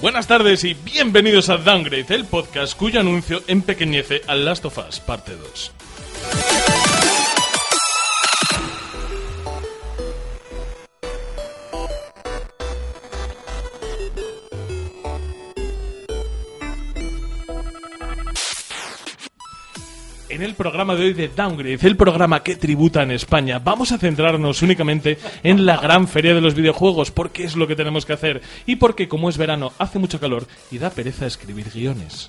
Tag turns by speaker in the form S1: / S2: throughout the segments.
S1: Buenas tardes y bienvenidos a Downgrade, el podcast cuyo anuncio empequeñece al Last of Us parte 2. En el programa de hoy de Downgrade, el programa que tributa en España, vamos a centrarnos únicamente en la gran feria de los videojuegos, porque es lo que tenemos que hacer y porque como es verano hace mucho calor y da pereza escribir guiones.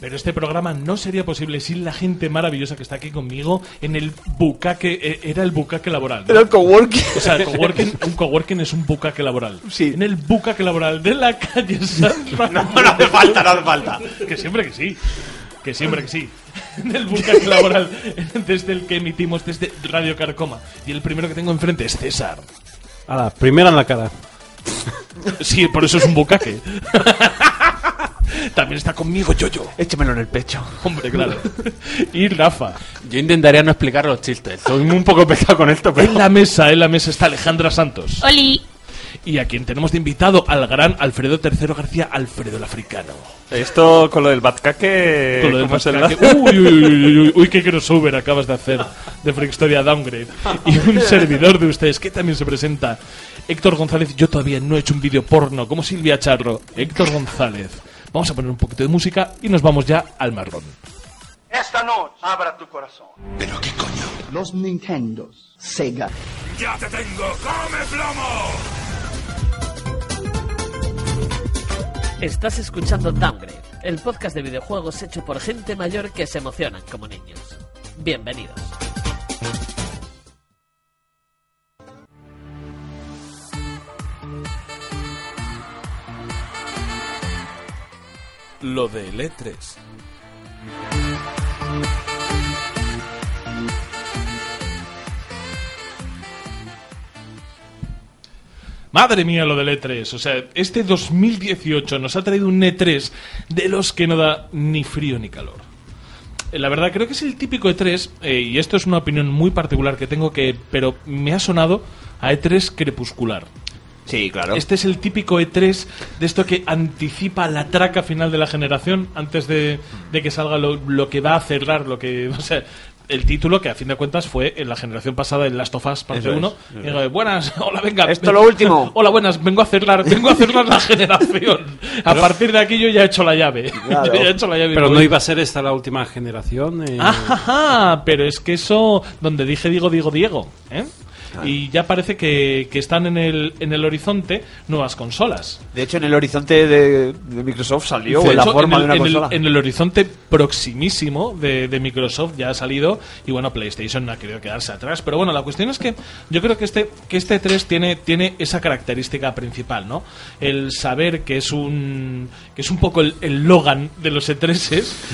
S1: Pero este programa no sería posible sin la gente maravillosa que está aquí conmigo en el bucaque, eh, era el bucaque laboral. ¿no?
S2: Era el coworking.
S1: O sea, el coworking, un coworking es un bucaque laboral.
S2: Sí.
S1: En el bucaque laboral de la calle San Ramón.
S2: No hace falta, no hace falta.
S1: Que siempre que sí. Que siempre que sí. En el bucaque laboral desde el que emitimos desde Radio Carcoma. Y el primero que tengo enfrente es César.
S3: A la primera en la cara.
S1: Sí, por eso es un bucaque. También está conmigo Yoyo.
S2: Échemelo en el pecho.
S1: Hombre, claro. Y Rafa.
S4: Yo intentaría no explicar los chistes. Soy un poco pesado con esto,
S1: En la mesa, en la mesa está Alejandra Santos.
S5: Oli.
S1: Y a quien tenemos de invitado al gran Alfredo III García, Alfredo el Africano.
S3: Esto con lo del
S4: Eh,
S3: batcaque.
S1: Con lo del
S3: ¿cómo se
S1: Pascal,
S3: enlaza?
S1: que- uy, uy, uy, uy, uy, uy, uy, qué crossover acabas de hacer de Freakstoria Downgrade. Y un servidor de ustedes que también se presenta, Héctor González. Yo todavía no he hecho un vídeo porno como Silvia Charro. Héctor González. Vamos a poner un poquito de música y nos vamos ya al marrón.
S6: Esta noche abra tu corazón.
S7: los Nintendos, Sega.
S8: Estás escuchando Downgrade, el podcast de videojuegos hecho por gente mayor que se emocionan como niños. Bienvenidos.
S4: Lo de E3.
S1: Madre mía, lo del E3. O sea, este 2018 nos ha traído un E3 de los que no da ni frío ni calor. Eh, La verdad, creo que es el típico E3, eh, y esto es una opinión muy particular que tengo que. Pero me ha sonado a E3 crepuscular.
S2: Sí, claro.
S1: Este es el típico E3 de esto que anticipa la traca final de la generación antes de, de que salga lo, lo que va a cerrar, lo que. O sea, el título que a fin de cuentas fue en la generación pasada en Last of Us parte
S3: Eso es,
S1: 1.
S3: eso
S1: Y digo, buenas, hola, venga.
S2: Esto lo último.
S1: Hola, buenas, vengo a cerrar, vengo a cerrar la generación. A partir de aquí yo ya he hecho la llave.
S2: Claro.
S1: Yo ya he hecho la llave.
S3: Pero
S1: Voy-
S3: no iba a ser esta la última generación. eh.
S1: Ajá, pero es que eso, donde dije Diego, Diego, Diego, ¿eh?
S2: Ah.
S1: Y ya parece que, que están en el, en el horizonte nuevas consolas.
S2: De hecho, en el horizonte de, de Microsoft salió
S1: De
S2: en la
S1: hecho,
S2: forma
S1: en
S2: de
S1: el,
S2: una
S1: en el-
S2: consola.
S1: en el horizonte proximísimo de, de Microsoft ya ha salido y bueno, PlayStation no ha querido quedarse atrás. Pero bueno, la cuestión es que yo creo que este, que este 3 tiene, tiene esa característica principal, ¿no? El saber que es un, que es un poco el, el Logan de los E3,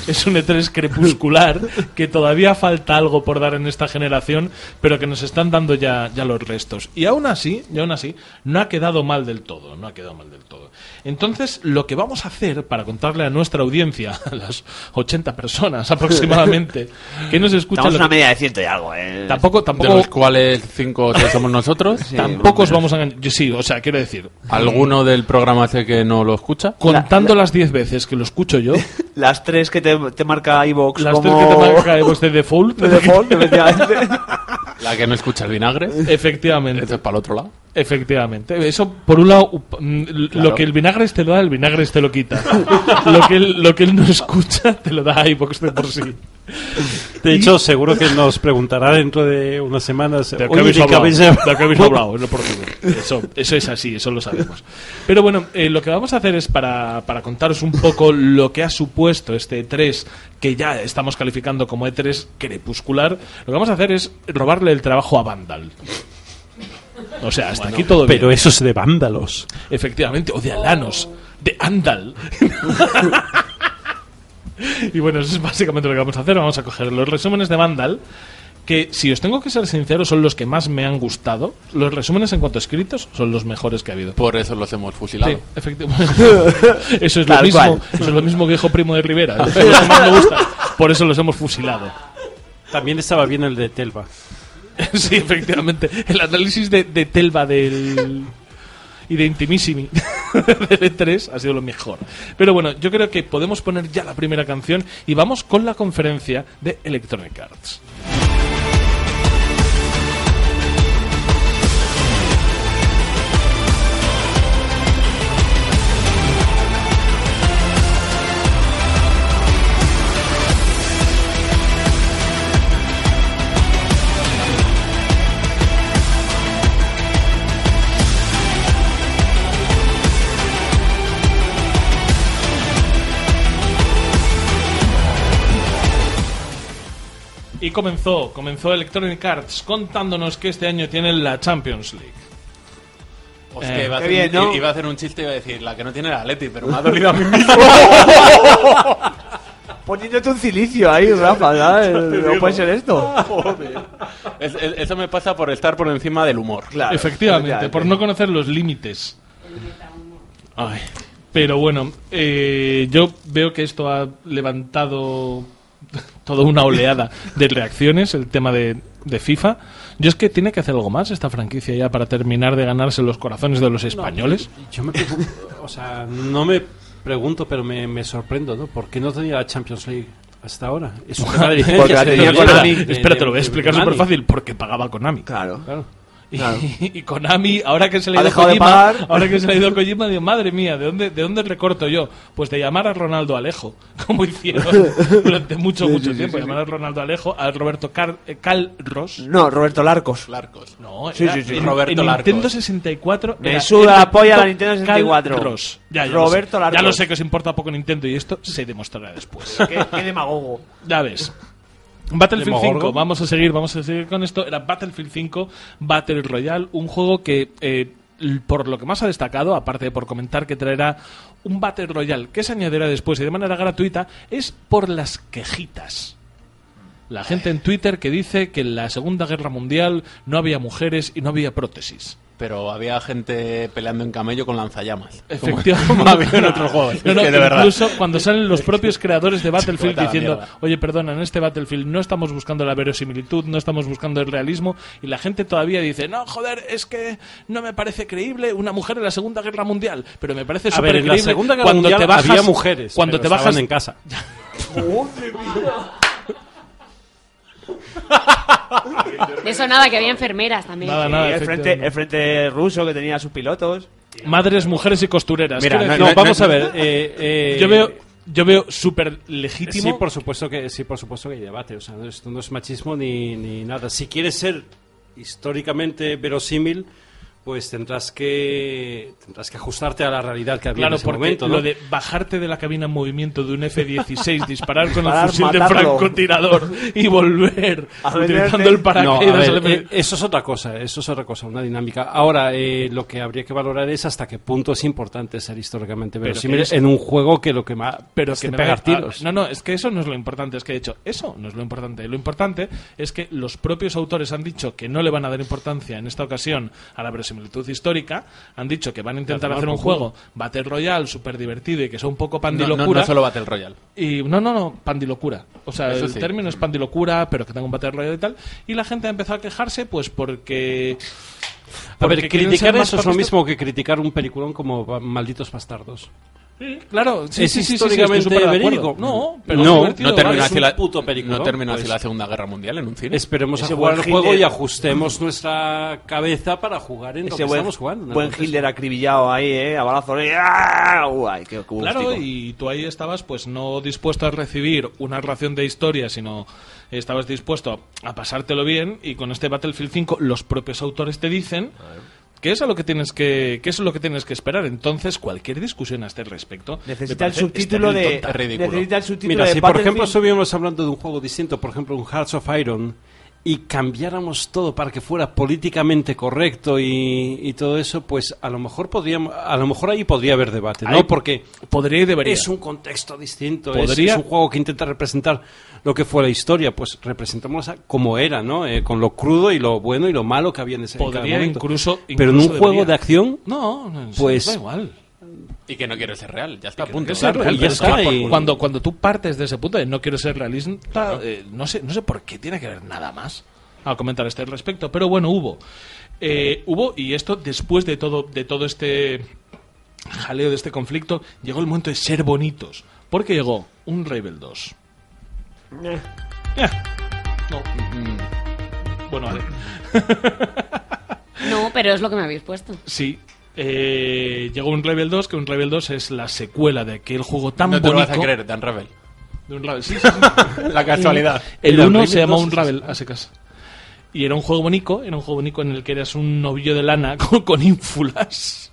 S1: es un E3 crepuscular, que todavía falta algo por dar en esta generación, pero que nos están dando ya, ya los restos. Y aún así, y aún así, no ha quedado mal del todo, no ha quedado mal del todo. Entonces, lo que vamos a hacer para contarle a nuestra audiencia, a las 80 personas aproximadamente, que nos escuchan,
S2: Estamos
S1: lo
S2: una
S1: que-
S2: media de ciento y algo, ¿eh?
S1: tampoco,
S4: De los
S1: tampoco,
S4: cuales 5 o 6 somos nosotros.
S1: tampoco os vamos a engañar. Yo sí, o sea, quiero decir,
S4: ¿Alguno del programa hace que no lo escucha?
S1: contando las 10 veces que lo escucho yo,
S2: Las tres que te, te marca iVox
S1: las
S2: como...
S1: tres que te marca Evox de default,
S2: de default, efectivamente.
S4: La que no escucha el vinagre.
S1: efectivamente.
S4: Eso es para el otro lado.
S1: Efectivamente. Eso, por un lado, up- mm, l- lo que el vinagre te lo da, el vinagre te lo quita. lo, que él, lo que él no escucha, te lo da iVox de por sí.
S3: De hecho, seguro que nos preguntará dentro de unas semanas.
S1: De lo que
S3: "Oye,
S1: habéis
S3: ¿de qué
S1: hablado.
S3: habéis
S1: de lo que habéis
S3: hablado?".
S1: hablado, es lo portugués. Eso, eso es así, eso lo sabemos. Pero bueno, eh, lo que vamos a hacer es para, para contaros un poco lo que ha supuesto este E3, que ya estamos calificando como E3 crepuscular, lo que vamos a hacer es robarle el trabajo a Vandal. O sea, hasta aquí todo bien.
S3: Pero eso es de vándalos.
S1: Efectivamente, o de Alanos, de Andal. y bueno, eso es básicamente lo que vamos a hacer. Vamos a coger los resúmenes de Vandal, que si os tengo que ser sincero, son los que más me han gustado. Los resúmenes en cuanto a escritos son los mejores que ha habido.
S4: Por eso los hemos fusilado.
S1: Sí, efectivamente. Eso es lo
S2: Tal
S1: mismo.
S2: cual.
S1: Eso es lo mismo que dijo Primo de Rivera. Eso es lo que más me gusta. Por eso los hemos fusilado.
S3: También estaba bien el de Telva.
S1: sí, efectivamente. El análisis de, de Telva del. Y de Intimissimi de 3 ha sido lo mejor. Pero bueno, yo creo que podemos poner ya la primera canción y vamos con la conferencia de Electronic Arts. Y comenzó, comenzó Electronic Arts contándonos que este año tienen la Champions League.
S4: Hostia,
S1: Eh,
S4: iba, a
S2: qué
S4: hacer,
S2: bien, ¿no?
S4: iba a hacer un chiste y iba a decir la que no tiene el Atleti, pero me ha dolido a mí mismo.
S2: Poniéndote un cilicio ahí, Rafa, ¿sabes? No puede ser esto.
S4: Es- es- eso me pasa por estar por encima del humor.
S2: Claro,
S1: Efectivamente,
S2: efectivamente.
S1: por no conocer los límites. Ay, pero bueno, eh, yo veo que esto ha levantado toda una oleada de reacciones, el tema de, de FIFA. Yo es que tiene que hacer algo más esta franquicia ya para terminar de ganarse los corazones de los españoles.
S3: Yo me pregun- o sea, no me pregunto, pero me, me sorprendo, ¿no? ¿Por qué no tenía la Champions League hasta ahora? Es un tema de licencias
S2: Porque la
S3: que
S2: tenía
S3: no
S2: Konami.
S3: llega.
S1: Espera,
S3: De-
S1: espera,
S3: de-
S1: te lo voy a
S3: de
S1: explicar
S3: Konami.
S1: súper fácil, porque pagaba Konami.
S2: Claro.
S3: Claro.
S1: Y, y Konami, ahora que se le
S2: Ha
S1: ha ido
S2: dejado de
S1: Kojima,
S2: pagar.
S1: ahora que se le ha ido Kojima, digo, madre mía, ¿de dónde, ¿de dónde recorto yo? Pues de llamar a Ronaldo Alejo, como hicieron durante mucho, mucho tiempo. Llamar a Ronaldo Alejo, a Roberto Car eh, Calros.
S2: No, Roberto Larcos.
S4: Larcos.
S1: No,
S2: Sí,
S1: era-
S2: sí, sí.
S1: en-
S4: Roberto
S1: en Nintendo
S4: Larcos.
S1: 64.
S2: Me
S1: era
S2: suda la
S1: Roberto
S2: polla la Nintendo 64.
S1: Calros. Ya, ya
S2: Roberto
S1: lo sé,
S2: Larcos.
S1: Ya lo sé que os importa poco Nintendo y esto se demostrará después.
S2: Qué, qué demagogo.
S1: Ya ves. Battlefield
S3: Demogorgon.
S1: 5, vamos a seguir, vamos a seguir con esto. Era Battlefield 5 Battle Royale, un juego que, eh, l- por lo que más ha destacado, aparte de por comentar que traerá un Battle Royale que se añadirá después y de manera gratuita, es por las quejitas. La gente en Twitter que dice que en la Segunda Guerra Mundial no había mujeres y no había prótesis.
S4: Pero había gente peleando en camello con lanzallamas.
S1: Efectivamente.
S4: Como había en otros juegos.
S1: No, no,
S4: Es que de verdad.
S1: incluso cuando salen los propios creadores de Battlefield
S4: Chicueta,
S1: diciendo,
S4: mierda.
S1: oye, perdona, en este Battlefield no estamos buscando la verosimilitud, no estamos buscando el realismo, y la gente todavía dice, no, joder, es que no me parece creíble una mujer en la Segunda Guerra Mundial, pero me parece
S3: A ver,
S1: súper
S3: en la
S1: creíble
S3: Segunda Guerra
S1: cuando
S3: Mundial
S1: te bajas,
S3: había mujeres,
S1: cuando
S3: pero
S1: te
S3: estaban
S1: bajas
S3: en casa.
S5: De eso nada, que había enfermeras también.
S1: Nada,
S2: Y
S1: nada,
S2: Eh, el, frente,
S1: efectivamente.
S2: el frente ruso que tenía a sus pilotos.
S1: Madres, mujeres y costureras.
S4: Mira,
S1: Quiero
S3: No,
S1: decir,
S3: vamos a ver. eh, eh,
S1: Yo veo, yo veo súper legítimo.
S3: Sí, por supuesto que sí, por supuesto que hay debate. O sea, no- esto no es machismo ni, ni nada. Si quieres ser históricamente verosímil, pues tendrás que tendrás que ajustarte a la realidad que había en
S1: Claro,
S3: ese
S1: porque
S3: momento. ¿no?
S1: lo de bajarte de la cabina en movimiento de un F-16, disparar con
S2: Disparar,
S1: el fusil de
S2: matarlo.
S1: francotirador y volver
S2: A
S1: utilizando
S2: venderte-
S1: el
S3: No, a
S1: paracaídas.
S3: ver,
S1: le-
S3: eh, eso es otra cosa, eso es otra cosa, una dinámica. Ahora, eh, lo que habría que valorar es hasta qué punto es importante ser históricamente verosímil
S1: eres-
S3: en un juego que lo que más
S1: pero
S3: es
S1: que
S3: de
S1: me
S3: pegar
S1: da-
S3: tiros.
S1: No, no, es que eso no es lo importante. Es que, de hecho, eso no es lo importante. Lo importante es que los propios autores han dicho que no le van a dar importancia en esta ocasión a la verosimilitud histórica. Han dicho que van a intentar
S3: Claro,
S1: hacer
S3: no,
S1: un
S3: por
S1: juego Battle Royale súper divertido y que sea un poco
S4: No, no,
S1: pandilocura.
S4: no solo Battle Royale.
S1: Y no, no, no, pandilocura. O sea,
S4: Eso
S1: el
S4: sí.
S1: término es pandilocura, pero que tenga un battle royale y tal. Y la gente ha empezado a quejarse, pues porque.
S3: a
S1: porque
S3: ver,
S1: quieren
S3: criticar
S1: ser más
S3: eso es lo
S1: papistas.
S3: mismo que criticar un peliculón como ba- Malditos Bastardos.
S1: Claro, sí,
S3: ¿Es
S1: sí, sí, sí, sí, estoy
S3: históricamente
S1: súper de acuerdo.
S3: verídico?
S1: No, pero es divertido,
S4: No
S3: No, no
S1: vale,
S4: terminó,
S3: es
S1: es
S4: así
S1: un-
S3: un
S4: la,
S3: puto película,
S4: no
S3: ¿no?
S4: terminó así
S3: Pues-
S4: la Segunda Guerra Mundial en un cine.
S3: Esperemos
S2: Ese
S3: a jugar el
S2: buen
S3: juego
S2: Hitler.
S3: y ajustemos nuestra cabeza para jugar en lo que
S2: Ese buen,
S3: estamos jugando. en el
S2: buen
S3: contexto.
S2: Hitler acribillado ahí, ¿eh? A balazos. ¿eh? ¡Ah! Uy, qué
S3: pues,
S2: acústico.
S1: Claro, y tú ahí estabas, pues no dispuesto a recibir una ración de historia, sino estabas dispuesto a pasártelo bien. Y con este Battlefield 5, los propios autores te dicen que es a lo que tienes que, que eso es lo que tienes que esperar. Entonces, cualquier discusión a este respecto me
S2: Necesita el
S1: parece
S2: subtítulo
S1: estéril,
S2: de.
S1: tonta.
S4: ridículo.
S2: Necesita el subtítulo
S3: Mira,
S2: de.
S3: si por
S2: Battlefield.
S3: ejemplo estuviéramos hablando de un juego distinto, por ejemplo un Hearts of Iron, y cambiáramos todo para que fuera políticamente correcto y, y todo eso, pues a lo mejor podríamos, a lo mejor ahí podría haber debate, ¿no?
S1: Ahí
S3: Porque
S1: Podría y debería.
S3: es un contexto distinto, es,
S1: Podría-
S3: es un juego que intenta representar lo que fue la historia, pues representémosla como era, ¿no? Eh, con lo crudo y lo bueno y lo malo que había en ese en cada
S1: Podría
S3: momento.
S1: incluso-
S3: Pero en un
S1: incluso
S3: juego
S1: debería.
S3: de acción
S1: No, no, sí,
S3: Pues-
S1: da igual.
S4: Y que no quiero ser real, ya está, punto.
S1: Que sea
S3: Claro,
S1: real,
S3: y ya
S1: pero es que
S3: está, y-
S1: Cuando, cuando tú partes de ese punto de no quiero ser realista, eh, no, sé, no sé por qué tiene que ver nada más a comentar este respecto. Pero bueno, hubo. Eh, hubo, y esto después de todo, de todo este jaleo, de este conflicto, llegó el momento de ser bonitos. Porque llegó un Rebel 2. Eh, no. Bueno, vale.
S5: No, pero es lo que me habéis puesto.
S1: Sí. Eh, llegó un Rebel 2, que un Rebel 2 es la secuela de aquel juego tan
S4: No te lo
S1: bonito.
S4: vas a creer, Dan Rebel.
S1: De un Ravel, sí, sí, sí.
S4: La casualidad.
S1: El
S3: Era
S1: 1
S3: Ravel
S1: se llama
S3: dos,
S1: un
S3: sí,
S1: Ravel, a secas. Y era un juego bonito, era un juego bonito en el que eras un novillo de lana con, con ínfulas.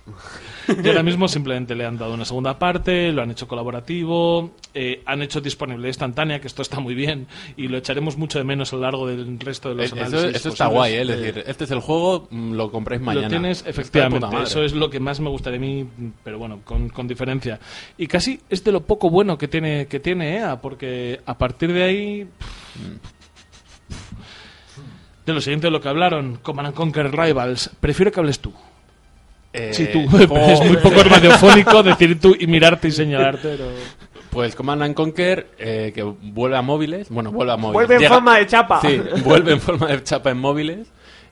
S1: Y ahora mismo simplemente le han dado una segunda parte, lo han hecho colaborativo, eh, han hecho disponible instantánea, que esto está muy bien, y lo echaremos mucho de menos a lo largo del resto de
S4: Eh,
S1: los
S4: Eso,
S1: análisis.
S4: eso está
S1: posibles.
S4: guay, ¿eh? es
S1: Eh,
S4: decir, este es el juego, mm, lo compréis mañana.
S1: lo tienes,
S4: Está de puta
S1: efectivamente.
S4: madre.
S1: Eso es lo que más me gustaría a mí, pero bueno, con, con diferencia. Y casi es de lo poco bueno que tiene, que tiene EA, porque a partir de ahí. De lo siguiente de lo que hablaron, Command and Conquer Rivals, prefiero que hables tú.
S4: Eh,
S1: Sí, tú.
S4: joder.
S1: Es muy poco radiofónico decir tú y mirarte y señalarte. pero-
S4: Pues Command and Conquer, eh, que vuelve a móviles. Bueno, vuelve a móviles.
S2: Vuelve en forma de chapa.
S4: Sí, vuelve en forma de chapa en móviles.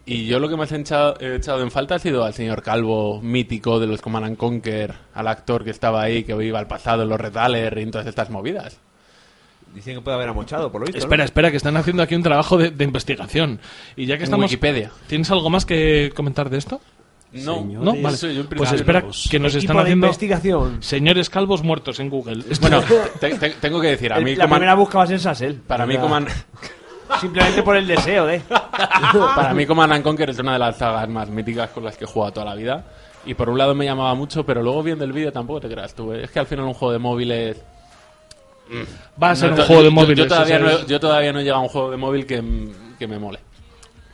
S4: Y yo lo que más he echado, he echado en falta ha sido al señor Calvo, mítico de los Command and Conquer, al actor que estaba ahí, que iba al pasado, en los retales y todas estas movidas.
S9: Dicen que puede haber amochado, por lo visto. ¿no?
S1: Espera, espera, que están haciendo aquí un trabajo de, de investigación. Y ya que
S4: En
S1: estamos.
S4: Wikipedia.
S1: ¿Tienes algo más que comentar de esto?
S4: No,
S1: No, vale.
S4: Soy un
S1: Pues
S4: principio
S1: espera,
S4: nuevo.
S1: que nos
S2: Equipo
S1: están
S2: de
S1: haciendo.
S2: investigación.
S1: Señores calvos muertos en Google.
S4: Bueno, te- te- tengo que decir, a
S2: El-
S4: mí
S2: la
S4: Command-
S2: primera busca va a ser Sassel.
S4: para mí
S2: O sea,
S4: Command...
S2: Simplemente por el deseo, ¿eh?
S4: Para mí Command and Conquer es una de las sagas más míticas con las que he jugado toda la vida. Y por un lado me llamaba mucho, pero luego viendo el vídeo tampoco te creas tú. eh. Es que al final un juego de móviles...
S1: va a ser
S4: No,
S1: un
S4: to-
S1: juego de
S4: yo-
S1: móviles.
S4: Yo, todavía
S1: o
S4: no,
S1: sea,
S4: he- yo todavía no he llegado a un juego de móvil que, m- que me mole.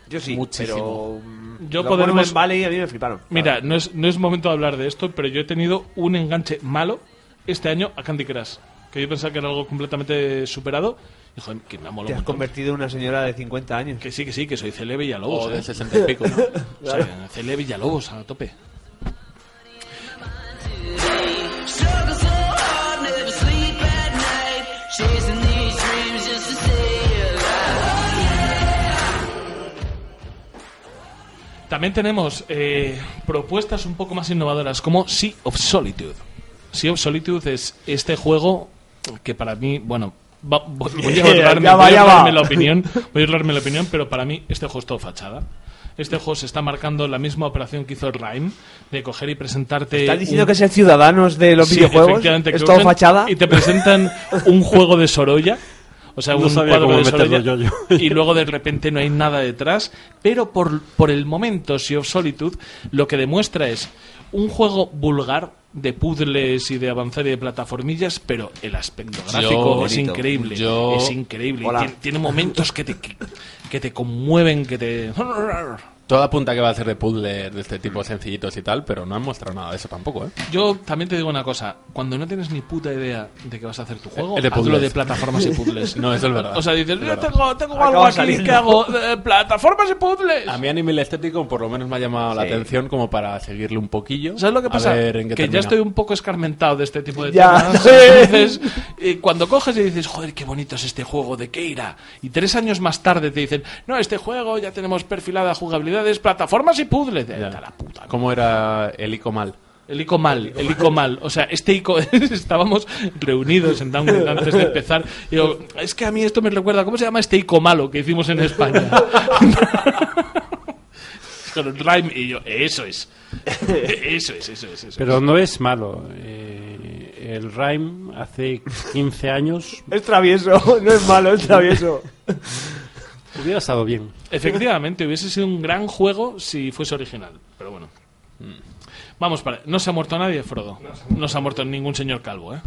S9: Yo sí,
S4: Muchísimo.
S9: pero... mm,
S1: Yo
S9: los
S1: podemos-
S9: Monument Valley a mí me fliparon.
S1: Mira, no es, no es momento de hablar de esto, pero yo he tenido un enganche malo este año a Candy Crush. Que yo pensaba que era algo completamente superado. Y joder, que me ha molado
S9: Te
S1: un
S9: has
S1: montón.
S9: convertido en una señora de 50 años.
S1: Que sí, que sí, que soy Cele y
S4: O de
S1: ¿eh?
S4: 60 y pico. ¿no?
S1: O sea, Cele Villalobos a tope. También tenemos eh, propuestas un poco más innovadoras como Sea of Solitude. Sea of Solitude es este juego que para mí, bueno, va- voy, voy a ahorrarme,
S2: Ya va,
S1: voy a
S2: ya va.
S1: ahorrarme la opinión, voy a ahorrarme la opinión, pero para mí este juego es todo fachada. Este juego se está marcando la misma operación que hizo Rhyme de coger y presentarte.
S2: ¿Estás diciendo
S1: un-
S2: que es el Ciudadanos de los
S1: Sí,
S2: videojuegos?
S1: efectivamente,
S2: ¿Es
S1: que
S2: todo
S1: usan-
S2: fachada?
S1: Y te presentan un juego de Sorolla. O sea,
S3: No
S1: un
S3: sabía
S1: cuadro
S3: cómo
S1: de
S3: meterlo
S1: Sorolla.
S3: yo, yo.
S1: Y luego de repente no hay nada detrás. Pero por, por el momento, Sea of Solitude lo que demuestra es un juego vulgar de puzzles y de avanzar y de plataformillas, pero el aspecto gráfico es
S9: bonito.
S1: increíble.
S4: Yo-
S1: Es increíble.
S9: Hola.
S1: Tiene, tiene momentos que te, que, que te conmueven, que te.
S4: Toda punta que va a ser de puzzles de este tipo sencillitos y tal, pero no han mostrado nada de eso tampoco, ¿eh?
S1: Yo también te digo una cosa, cuando no tienes ni puta idea de que vas a hacer tu juego,
S4: Es de
S1: hazlo
S4: puzzles.
S1: de plataformas y puzzles.
S4: No, eso es verdad.
S1: O sea, dices, yo tengo, tengo
S2: Acaba
S1: algo aquí
S2: saliendo.
S1: que hago, eh, plataformas y puzzles.
S4: A mí a nivel estético por lo menos me ha llamado la atención como para seguirle un poquillo.
S1: ¿Sabes lo que
S4: A
S1: pasa?
S4: ver en qué
S1: que ya
S4: termina.
S1: estoy un poco escarmentado de este tipo de
S2: Ya.
S1: temas. Entonces, eh, cuando coges y dices, joder, qué bonito es este juego, ¿de qué irá? Y tres años más tarde te dicen, no, este juego ya tenemos perfilada jugabilidades, plataformas y puzzles. Eh,
S4: Ya.
S1: Vete a la puta.
S4: ¿Cómo era el ico mal?
S1: El ico mal, el ico mal. O sea, este ico, estábamos reunidos en Downgrade antes de empezar. Y digo, es que a mí esto me recuerda, ¿cómo se llama este ico malo que hicimos en España? Con un rhyme y yo, eso es. Eso es, eso es, eso
S3: Pero no es malo. Eh, el Rhyme hace 15 años
S2: Es travieso, no es malo, es travieso.
S3: hubiera estado bien.
S1: es. Efectivamente, hubiese sido un gran juego si fuese original. Pero bueno. Vamos para. No se ha muerto nadie, Frodo. No se ha muerto ningún señor calvo, ¿eh?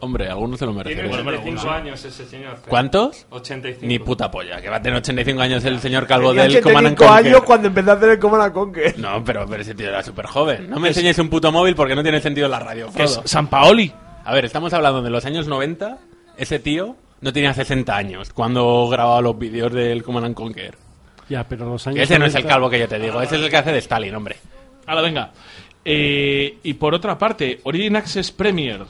S4: Hombre, algunos se lo merecen.
S1: Bueno, bueno, bueno.
S10: años ese señor.
S4: ¿Cuántos?
S10: 85.
S4: Ni puta polla, que va a tener 85 años el señor calvo
S2: Tenía
S4: del Command and
S2: 85 años
S4: Conquer.
S2: cuando empezó a hacer el Command and Conquer.
S4: No, pero, pero ese tío era súper joven. No me enseñes un puto móvil porque no tiene sentido la radio.
S1: Que es
S4: Frodo.
S1: San Paoli.
S4: A ver, estamos hablando de los años 90. Ese tío no tenía 60 años cuando grababa los vídeos del Command and Conquer.
S3: Ya, pero los años.
S4: Ese no es el
S3: 90
S4: calvo que yo te digo, ese es el que hace de Stalin, hombre.
S1: Ahora venga. Eh, y por otra parte, Origin Access Premier.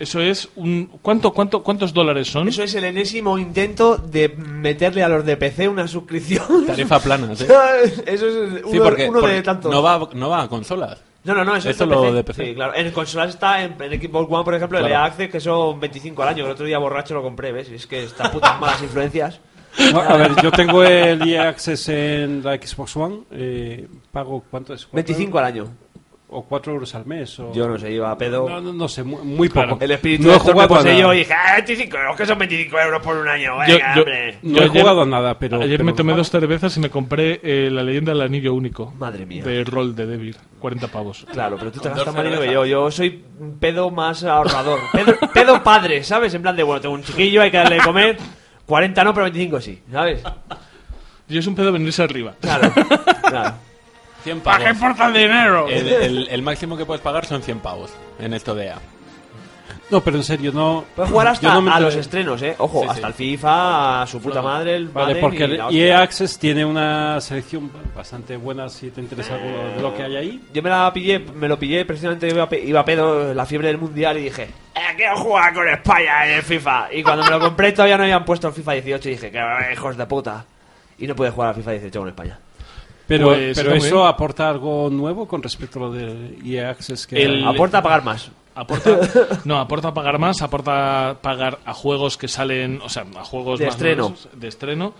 S1: Eso es un... ¿Cuánto, cuánto, ¿Cuántos dólares son?
S9: Eso es el enésimo intento de meterle a los de PC una suscripción.
S4: Tarifa plana, sí.
S9: Eso es uno,
S4: Sí, porque,
S9: uno
S4: porque
S9: de tantos.
S4: No, va, no va a consolas.
S9: No, no, no, eso
S4: Esto
S9: es
S4: lo
S9: PC.
S4: de PC.
S9: Sí, claro. En consolas está, en, en Xbox One, por ejemplo, el
S4: Claro.
S9: EA Access, que son 25 al año. El otro día borracho lo compré, ¿ves? Es que estas putas malas influencias.
S3: No, a ver, yo tengo el EA Access en la Xbox One. eh, pago, ¿cuánto es? ¿Cuatro
S9: 25 al año.
S3: ¿O 4 euros al mes? O...
S9: Yo no sé, iba a pedo.
S3: No, no, no sé, muy, muy poco.
S9: El espíritu
S3: no
S9: de
S3: he
S9: Héctor me
S3: jugado a
S9: poseyó
S3: nada.
S9: y dije, "Ah, 25 euros, que son 25 euros por un año.
S1: Yo-
S9: Venga,
S1: yo-
S9: hombre".
S3: No he
S1: ayer-
S3: jugado a nada, pero.
S1: Ayer me
S3: pero-
S1: tomé dos cervezas y me compré eh, la leyenda del anillo único.
S9: Madre mía.
S1: De rol de Devir. 40 pavos.
S9: Claro, pero tú te
S4: Con
S9: gastas
S4: dos
S9: más dinero que yo.
S4: cervezas.
S9: Yo soy un pedo más ahorrador. Pedo, pedo padre, ¿sabes? En plan de, bueno, tengo un chiquillo, hay que darle de comer. 40 no, pero 25 sí, ¿sabes?
S1: Y es un pedo venirse arriba.
S9: Claro, claro.
S4: 100 pavos.
S1: importa el dinero?
S4: El, el- el máximo que puedes pagar son 100 pavos en esto de EA.
S3: No, pero en serio, no.
S9: Puedes jugar
S3: yo
S9: hasta
S3: no me
S9: a los
S3: enteré.
S9: estrenos, ¿eh? Ojo,
S4: Sí, sí.
S9: hasta el FIFA, a su puta madre, el
S3: Vale,
S9: Madden
S3: porque
S9: y la
S3: el E
S9: hostia.
S3: EA Access tiene una selección bastante buena si te interesa algo de lo que hay ahí.
S9: Yo me la pillé, me lo pillé precisamente iba a, pe- iba a pedo la fiebre del mundial y dije, eh, quiero jugar con España en el FIFA. Y cuando me lo compré todavía no habían puesto el FIFA 18 y dije, que hijos de puta. Y no pude jugar al FIFA 18 con España.
S3: Pero,
S1: Pues, está
S3: pero
S1: muy
S3: eso
S1: bien.
S3: aporta algo nuevo con respecto a lo de EA Access que
S1: El-
S9: Aporta a pagar más.
S1: Aporta, no, aporta pagar más, aporta pagar a juegos que salen, o sea, a juegos
S9: De
S1: más
S9: estreno.
S1: nuevos, de estreno.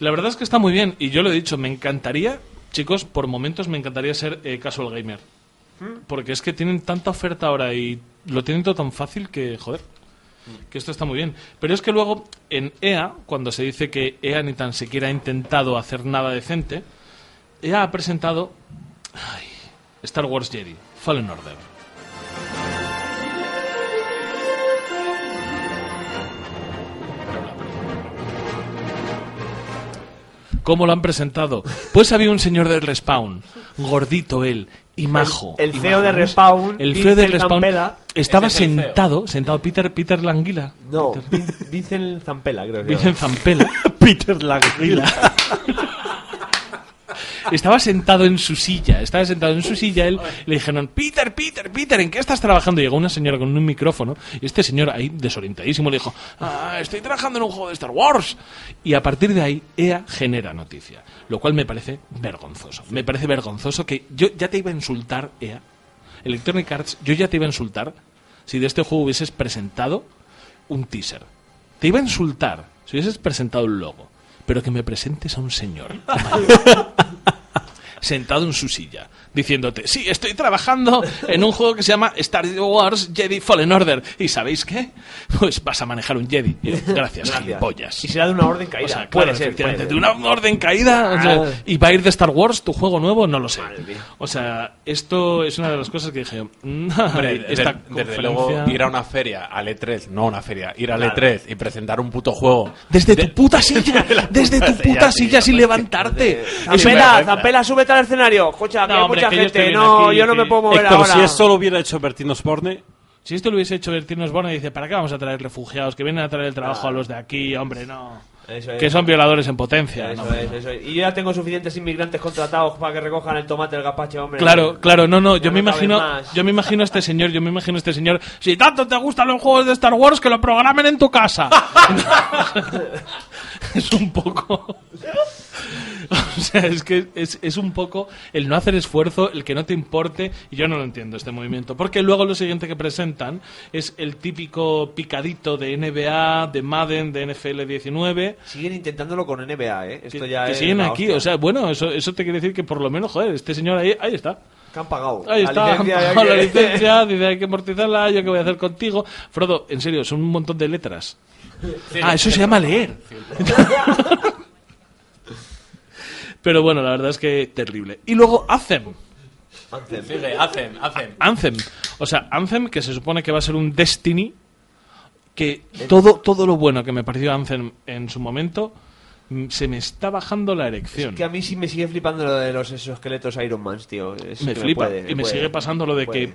S1: La verdad es que está muy bien y yo lo he dicho, me encantaría, chicos, por momentos me encantaría ser eh, casual gamer.
S9: ¿Mm?
S1: Porque es que tienen tanta oferta ahora y lo tienen todo tan fácil que, joder, que esto está muy bien. Pero es que luego en EA, cuando se dice que EA ni tan siquiera ha intentado hacer nada decente, EA ha presentado ay, Star Wars Jedi, Fallen Order. ¿Cómo lo han presentado? Pues había un señor de Respawn, gordito él, y majo.
S9: el
S1: y
S9: CEO de
S1: majo.
S9: Respawn,
S1: el CEO de
S9: Vincent
S1: Respawn,
S9: Campela.
S1: estaba
S4: Ese es el CEO.
S1: sentado, sentado Peter, Peter Languila,
S9: No, Vin- Vincent Zampela, creo que se
S1: Vincent
S9: llama.
S1: Zampella.
S3: Peter Langrila.
S1: Estaba sentado en su silla, estaba sentado en su silla, él le dijeron, Peter, Peter, Peter, ¿en qué estás trabajando? Y llegó una señora con un micrófono, y este señor ahí desorientadísimo le dijo, "Ah, estoy trabajando en un juego de Star Wars. Y a partir de ahí, EA genera noticia, lo cual me parece vergonzoso. Me parece vergonzoso que yo ya te iba a insultar, EA. Electronic Arts, yo ya te iba a insultar si de este juego hubieses presentado un teaser. Te iba a insultar si hubieses presentado un logo, pero que me presentes a un señor sentado en su silla, diciéndote, sí, estoy trabajando en un juego que se llama Star Wars Jedi Fallen Order. ¿Y sabéis qué? Pues vas a manejar un Jedi. Y yo, Gracias, gilipollas.
S9: Y será de una orden caída.
S1: O
S9: puede
S1: sea, claro,
S9: ser,
S1: efectivamente,
S9: puede
S1: de una orden caída o sea,
S9: Ah.
S1: y va a ir de Star Wars tu juego nuevo, no lo sé.
S9: mía.
S1: O sea, esto es una de las cosas que dije, mm,
S4: Hombre, de-
S1: esta
S4: desde
S1: conferencia-
S4: luego, ir a una feria, al E3, no a una feria, ir al E3 y presentar un puto juego.
S1: Desde tu puta silla, desde tu puta silla sin levantarte.
S9: ser.
S1: Es una-
S9: Zampela, Zampela, súbete al escenario. Escucha, que
S1: No,
S9: hay
S1: hombre,
S9: mucha
S1: que yo estoy
S9: gente.
S1: bien
S9: No,
S1: aquí,
S9: yo no me
S1: que-
S9: puedo mover
S3: Héctor,
S9: ahora.
S3: si esto lo hubiera hecho Bertín Osborne,
S1: Si esto lo hubiese hecho Bertín Osborne, dice, ¿para qué vamos a traer refugiados? Que vienen a traer el trabajo a los de aquí, hombre, no.
S9: Eso es.
S1: Que son violadores en potencia.
S9: Eh, Eso
S1: no,
S9: es,
S1: no.
S9: eso es. Y yo ya tengo suficientes inmigrantes contratados para que recojan el tomate del gazpacho, hombre.
S1: Claro, claro, no, no, yo
S9: Ya
S1: me
S9: no caben
S1: imagino,
S9: más.
S1: yo me imagino a este señor, yo me imagino a este señor, si tanto te gustan los juegos de Star Wars, que lo programen en tu casa. es un poco... O sea, es que es, es un poco el no hacer esfuerzo, el que no te importe, y yo no lo entiendo este movimiento. Porque luego lo siguiente que presentan es el típico picadito de NBA, de Madden, de NFL 19,
S9: Siguen intentándolo con NBA, ¿eh? Esto
S1: que,
S9: ya
S1: que
S9: es
S1: siguen
S9: la
S1: aquí.
S9: hostia.
S1: O sea, bueno, eso, eso te quiere decir que por lo menos, joder, este señor ahí, ahí está.
S9: Que han pagado.
S1: Ahí
S9: La
S1: está,
S9: licencia ya
S1: han pagado la
S9: que-
S1: licencia, dice hay que amortizarla, yo qué voy a hacer contigo. Frodo, en serio, son un montón de letras. ah, eso se llama leer. Pero bueno, la verdad es que terrible. Y luego Anthem,
S4: Sigue, hacen, hacen.
S1: Anthem. O sea, Anthem que se supone que va a ser un Destiny que todo todo lo bueno que me pareció Anthem en su momento mm, se me está bajando la erección.
S9: Que a mí sí me sigue flipando lo de los esqueletos Iron Man, tío. Es
S1: Me
S9: que
S1: flipa.
S9: puede,
S1: Y me
S9: puede,
S1: sigue pasando lo de
S9: puede.
S1: que-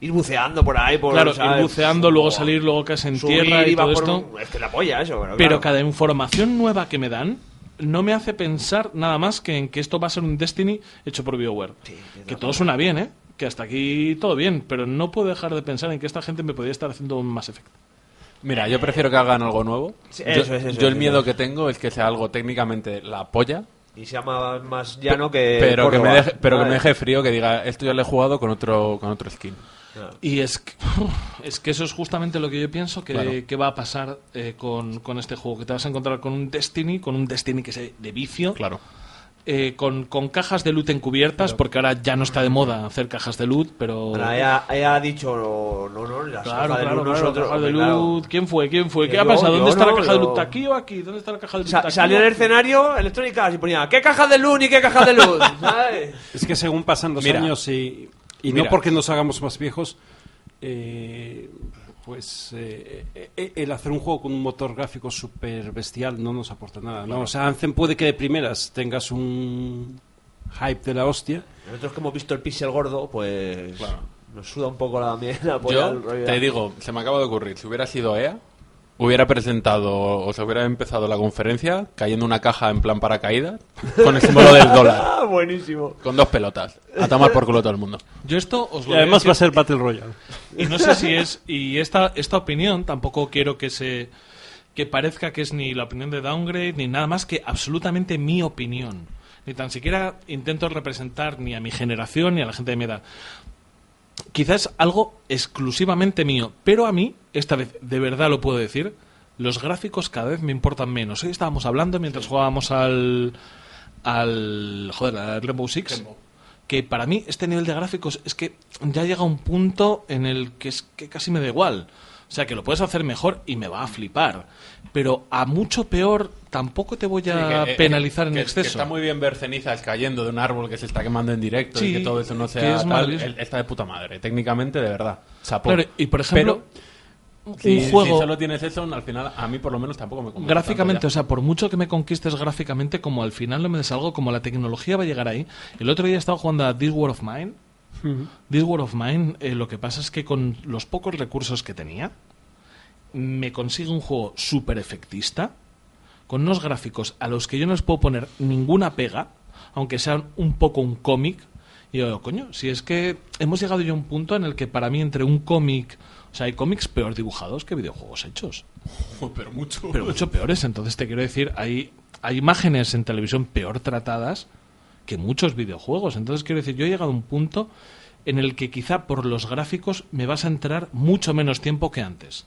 S9: Ir buceando por ahí, por.
S1: Claro,
S9: ¿sabes?
S1: ir buceando, luego
S9: Buah.
S1: salir, luego casi en
S9: Subir,
S1: tierra y
S9: vas
S1: todo
S9: por
S1: esto.
S9: un- Es que la polla, eso. Pero,
S1: Pero
S9: claro.
S1: cada información nueva que me dan no me hace pensar nada más que en que esto va a ser un Destiny hecho por BioWare. que todo suena bien, ¿eh? que hasta aquí todo bien, pero no puedo dejar de pensar en que esta gente me podría estar haciendo un Mass Effect.
S4: Mira, yo prefiero que hagan algo nuevo.
S9: Sí,
S4: yo
S9: eso es, eso
S4: yo
S9: es,
S4: el miedo
S9: eso
S4: que tengo es que sea algo técnicamente la polla,
S9: Y sea más, más llano que.
S4: pero, que me,
S9: Córdoba.
S4: deje, pero que me
S9: Vale.
S4: deje frío, que diga, esto ya lo he jugado con otro, con otro skin.
S1: Y es que, es que eso es justamente lo que yo pienso que,
S4: Claro.
S1: que va a pasar eh, con, con este juego. Que te vas a encontrar con un Destiny, con un Destiny que es de vicio,
S4: Claro.
S1: eh, con, con cajas de loot encubiertas, porque ahora ya no está de moda hacer cajas de loot, pero...
S9: Bueno, ella, ella ha dicho, no, no, las
S1: Claro,
S9: cajas de
S1: claro,
S9: luz
S1: claro,
S9: nosotros-
S1: caja de
S9: hombre, claro.
S1: loot. ¿Quién fue? ¿Quién fue?
S9: Que
S1: ¿Qué ha
S9: yo-
S1: pasado?
S9: yo
S1: ¿Dónde está
S9: no,
S1: la caja de loot?
S9: yo-
S1: ¿Aquí o aquí? ¿Dónde está la caja de loot?
S9: Sa-
S1: ¿Aquí
S9: salió
S1: o
S9: en el
S1: aquí?
S9: escenario Electronic Arts y ponía, ¿qué caja de luz y qué caja de luz? ¿Sabes?
S3: Es que según pasan los
S4: Mira.
S3: años y, y
S4: Mira.
S3: no porque nos hagamos más viejos, eh, pues eh, eh, el hacer un juego con un motor gráfico súper bestial no nos aporta nada. ¿no? O sea, Anthem puede que de primeras tengas un hype de la hostia.
S9: Nosotros que hemos visto el pixel gordo, pues nos suda un poco la mierda.
S4: Yo te digo, se me acaba de ocurrir, si hubiera sido EA, hubiera presentado o se hubiera empezado la conferencia cayendo una caja en plan paracaídas con el símbolo del dólar,
S9: Ah, buenísimo.
S4: con dos pelotas, a tomar por culo todo el mundo.
S1: Yo esto os
S3: Y
S1: lo voy a
S3: además
S1: decir-
S3: va a ser Battle Royale.
S1: Y no sé si es. Y esta, esta opinión tampoco quiero que se. que parezca que es ni la opinión de Downgrade, ni nada más que absolutamente mi opinión. Ni tan siquiera intento representar ni a mi generación ni a la gente de mi edad. Quizás algo exclusivamente mío, pero a mí, esta vez de verdad lo puedo decir, los gráficos cada vez me importan menos. Hoy estábamos hablando mientras jugábamos al. al. joder, al Rainbow Six que para mí este nivel de gráficos es que ya llega un punto en el que es que casi me da igual. O sea, que lo puedes hacer mejor y me va a flipar. Pero a mucho peor tampoco te voy a
S4: Sí, que, eh,
S1: penalizar en
S4: que- que
S1: exceso.
S4: está muy bien ver cenizas cayendo de un árbol que se está quemando en directo
S1: Sí,
S4: y que todo eso no
S1: que
S4: sea
S1: es
S4: tal,
S1: maravilloso.
S4: el- está de puta madre, técnicamente de verdad. chapó.
S1: Claro, y por ejemplo,
S4: Pero si,
S1: un
S4: si
S1: juego
S4: solo tienes eso, al final a mí por lo menos tampoco me convence
S1: gráficamente,
S4: tanto
S1: o sea, por mucho que me conquistes gráficamente, como al final no me des algo, como la tecnología va a llegar ahí. El otro día estaba jugando a This War of Mine. This War of Mine, eh, lo que pasa es que con los pocos recursos que tenía, me consigue un juego súper efectista, con unos gráficos a los que yo no les puedo poner ninguna pega, aunque sean un poco un cómic. Y yo digo, coño, si es que hemos llegado ya a un punto en el que para mí entre un cómic, o sea, hay cómics peor dibujados que videojuegos hechos
S4: ya. pero mucho.
S1: pero mucho peores. Entonces te quiero decir, hay, hay imágenes en televisión peor tratadas que muchos videojuegos. Entonces quiero decir, yo he llegado a un punto en el que quizá por los gráficos me vas a entrar mucho menos tiempo que antes.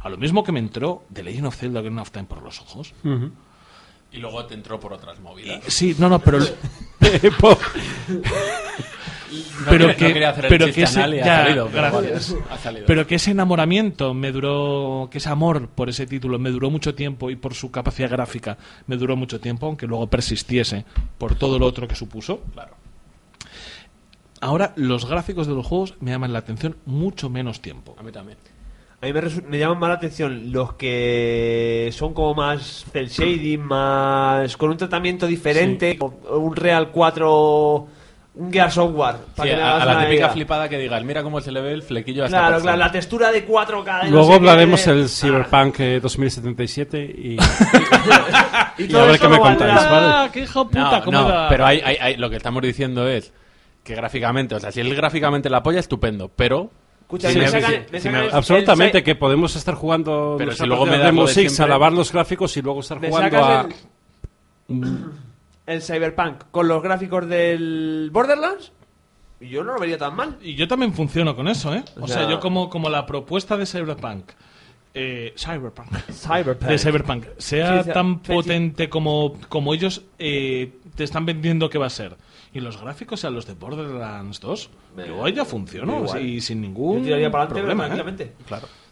S1: A lo mismo que me entró The Legend of Zelda Ocarina of Time por los ojos.
S4: Y luego te entró por otras movidas.
S1: Sí, no, no, pero...
S4: No
S1: pero
S4: quería-
S1: que,
S4: no quería hacer el
S1: pero
S4: chiste
S1: que ese,
S4: anal y ha
S1: ya,
S4: salido, pero vale,
S1: gracias.
S4: ha salido.
S1: Pero que ese enamoramiento me duró, que ese amor por ese título me duró mucho tiempo y por su capacidad gráfica me duró mucho tiempo, aunque luego persistiese por todo lo otro que supuso. Claro. Ahora los gráficos de los juegos me llaman la atención mucho menos tiempo.
S4: A mí también.
S9: A mí me, resu- me llaman más la atención los que son como más cel shading, más con un tratamiento diferente, o- o un Real 4, un Gear Software. para
S4: Sí,
S9: que me
S4: a,
S9: hagas
S4: a la
S9: una
S4: típica
S9: idea.
S4: flipada que digas, mira cómo se le ve el flequillo hasta
S9: Claro,
S4: por
S9: claro, la
S4: fuera".
S9: textura de 4K. de no
S3: Luego
S9: sé qué, Ah.
S3: hablaremos
S9: de-
S3: del Cyberpunk eh, 2077 y,
S9: Y
S3: y
S9: todo
S3: a ver
S9: eso
S3: qué me
S9: no valdrá.
S3: contáis, ¿vale?
S1: Ah, qué hijo puta,
S4: No,
S1: cómo
S4: no,
S1: era-
S4: pero hay- hay- hay- lo que estamos diciendo es que gráficamente, o sea, si él gráficamente la apoya, estupendo, pero...
S9: Escucha,
S4: si
S9: me
S4: me-
S9: sacan-
S4: si-
S9: me
S4: si
S9: sacan
S4: me-
S9: el-
S3: Absolutamente,
S9: el-
S3: que podemos estar jugando
S4: Pero
S3: nuestra
S4: si luego
S3: partida
S4: me
S3: de
S4: das lo
S3: Rainbow
S4: de
S3: Six
S4: siempre-
S3: a lavar los gráficos y luego estar
S9: Me
S3: jugando
S9: sacas
S3: a...
S9: el- el Cyberpunk con los gráficos del Borderlands y yo no lo vería tan mal.
S1: Y yo también funciono con eso, ¿eh? O
S9: O
S1: sea,
S9: sea-
S1: yo como, como la propuesta de Cyberpunk. eh, Cyberpunk.
S9: Cyberpunk.
S1: de Cyberpunk sea
S9: Sí, sí,
S1: tan
S9: sí, sí.
S1: potente como, como ellos eh, te están vendiendo que va a ser. Y los gráficos sean los de Borderlands 2, yo ahí ya funcionó
S9: igual.
S1: y sin
S9: Yo
S1: ningún
S9: tiraría para adelante
S1: problema. ¿eh?
S9: tranquilamente.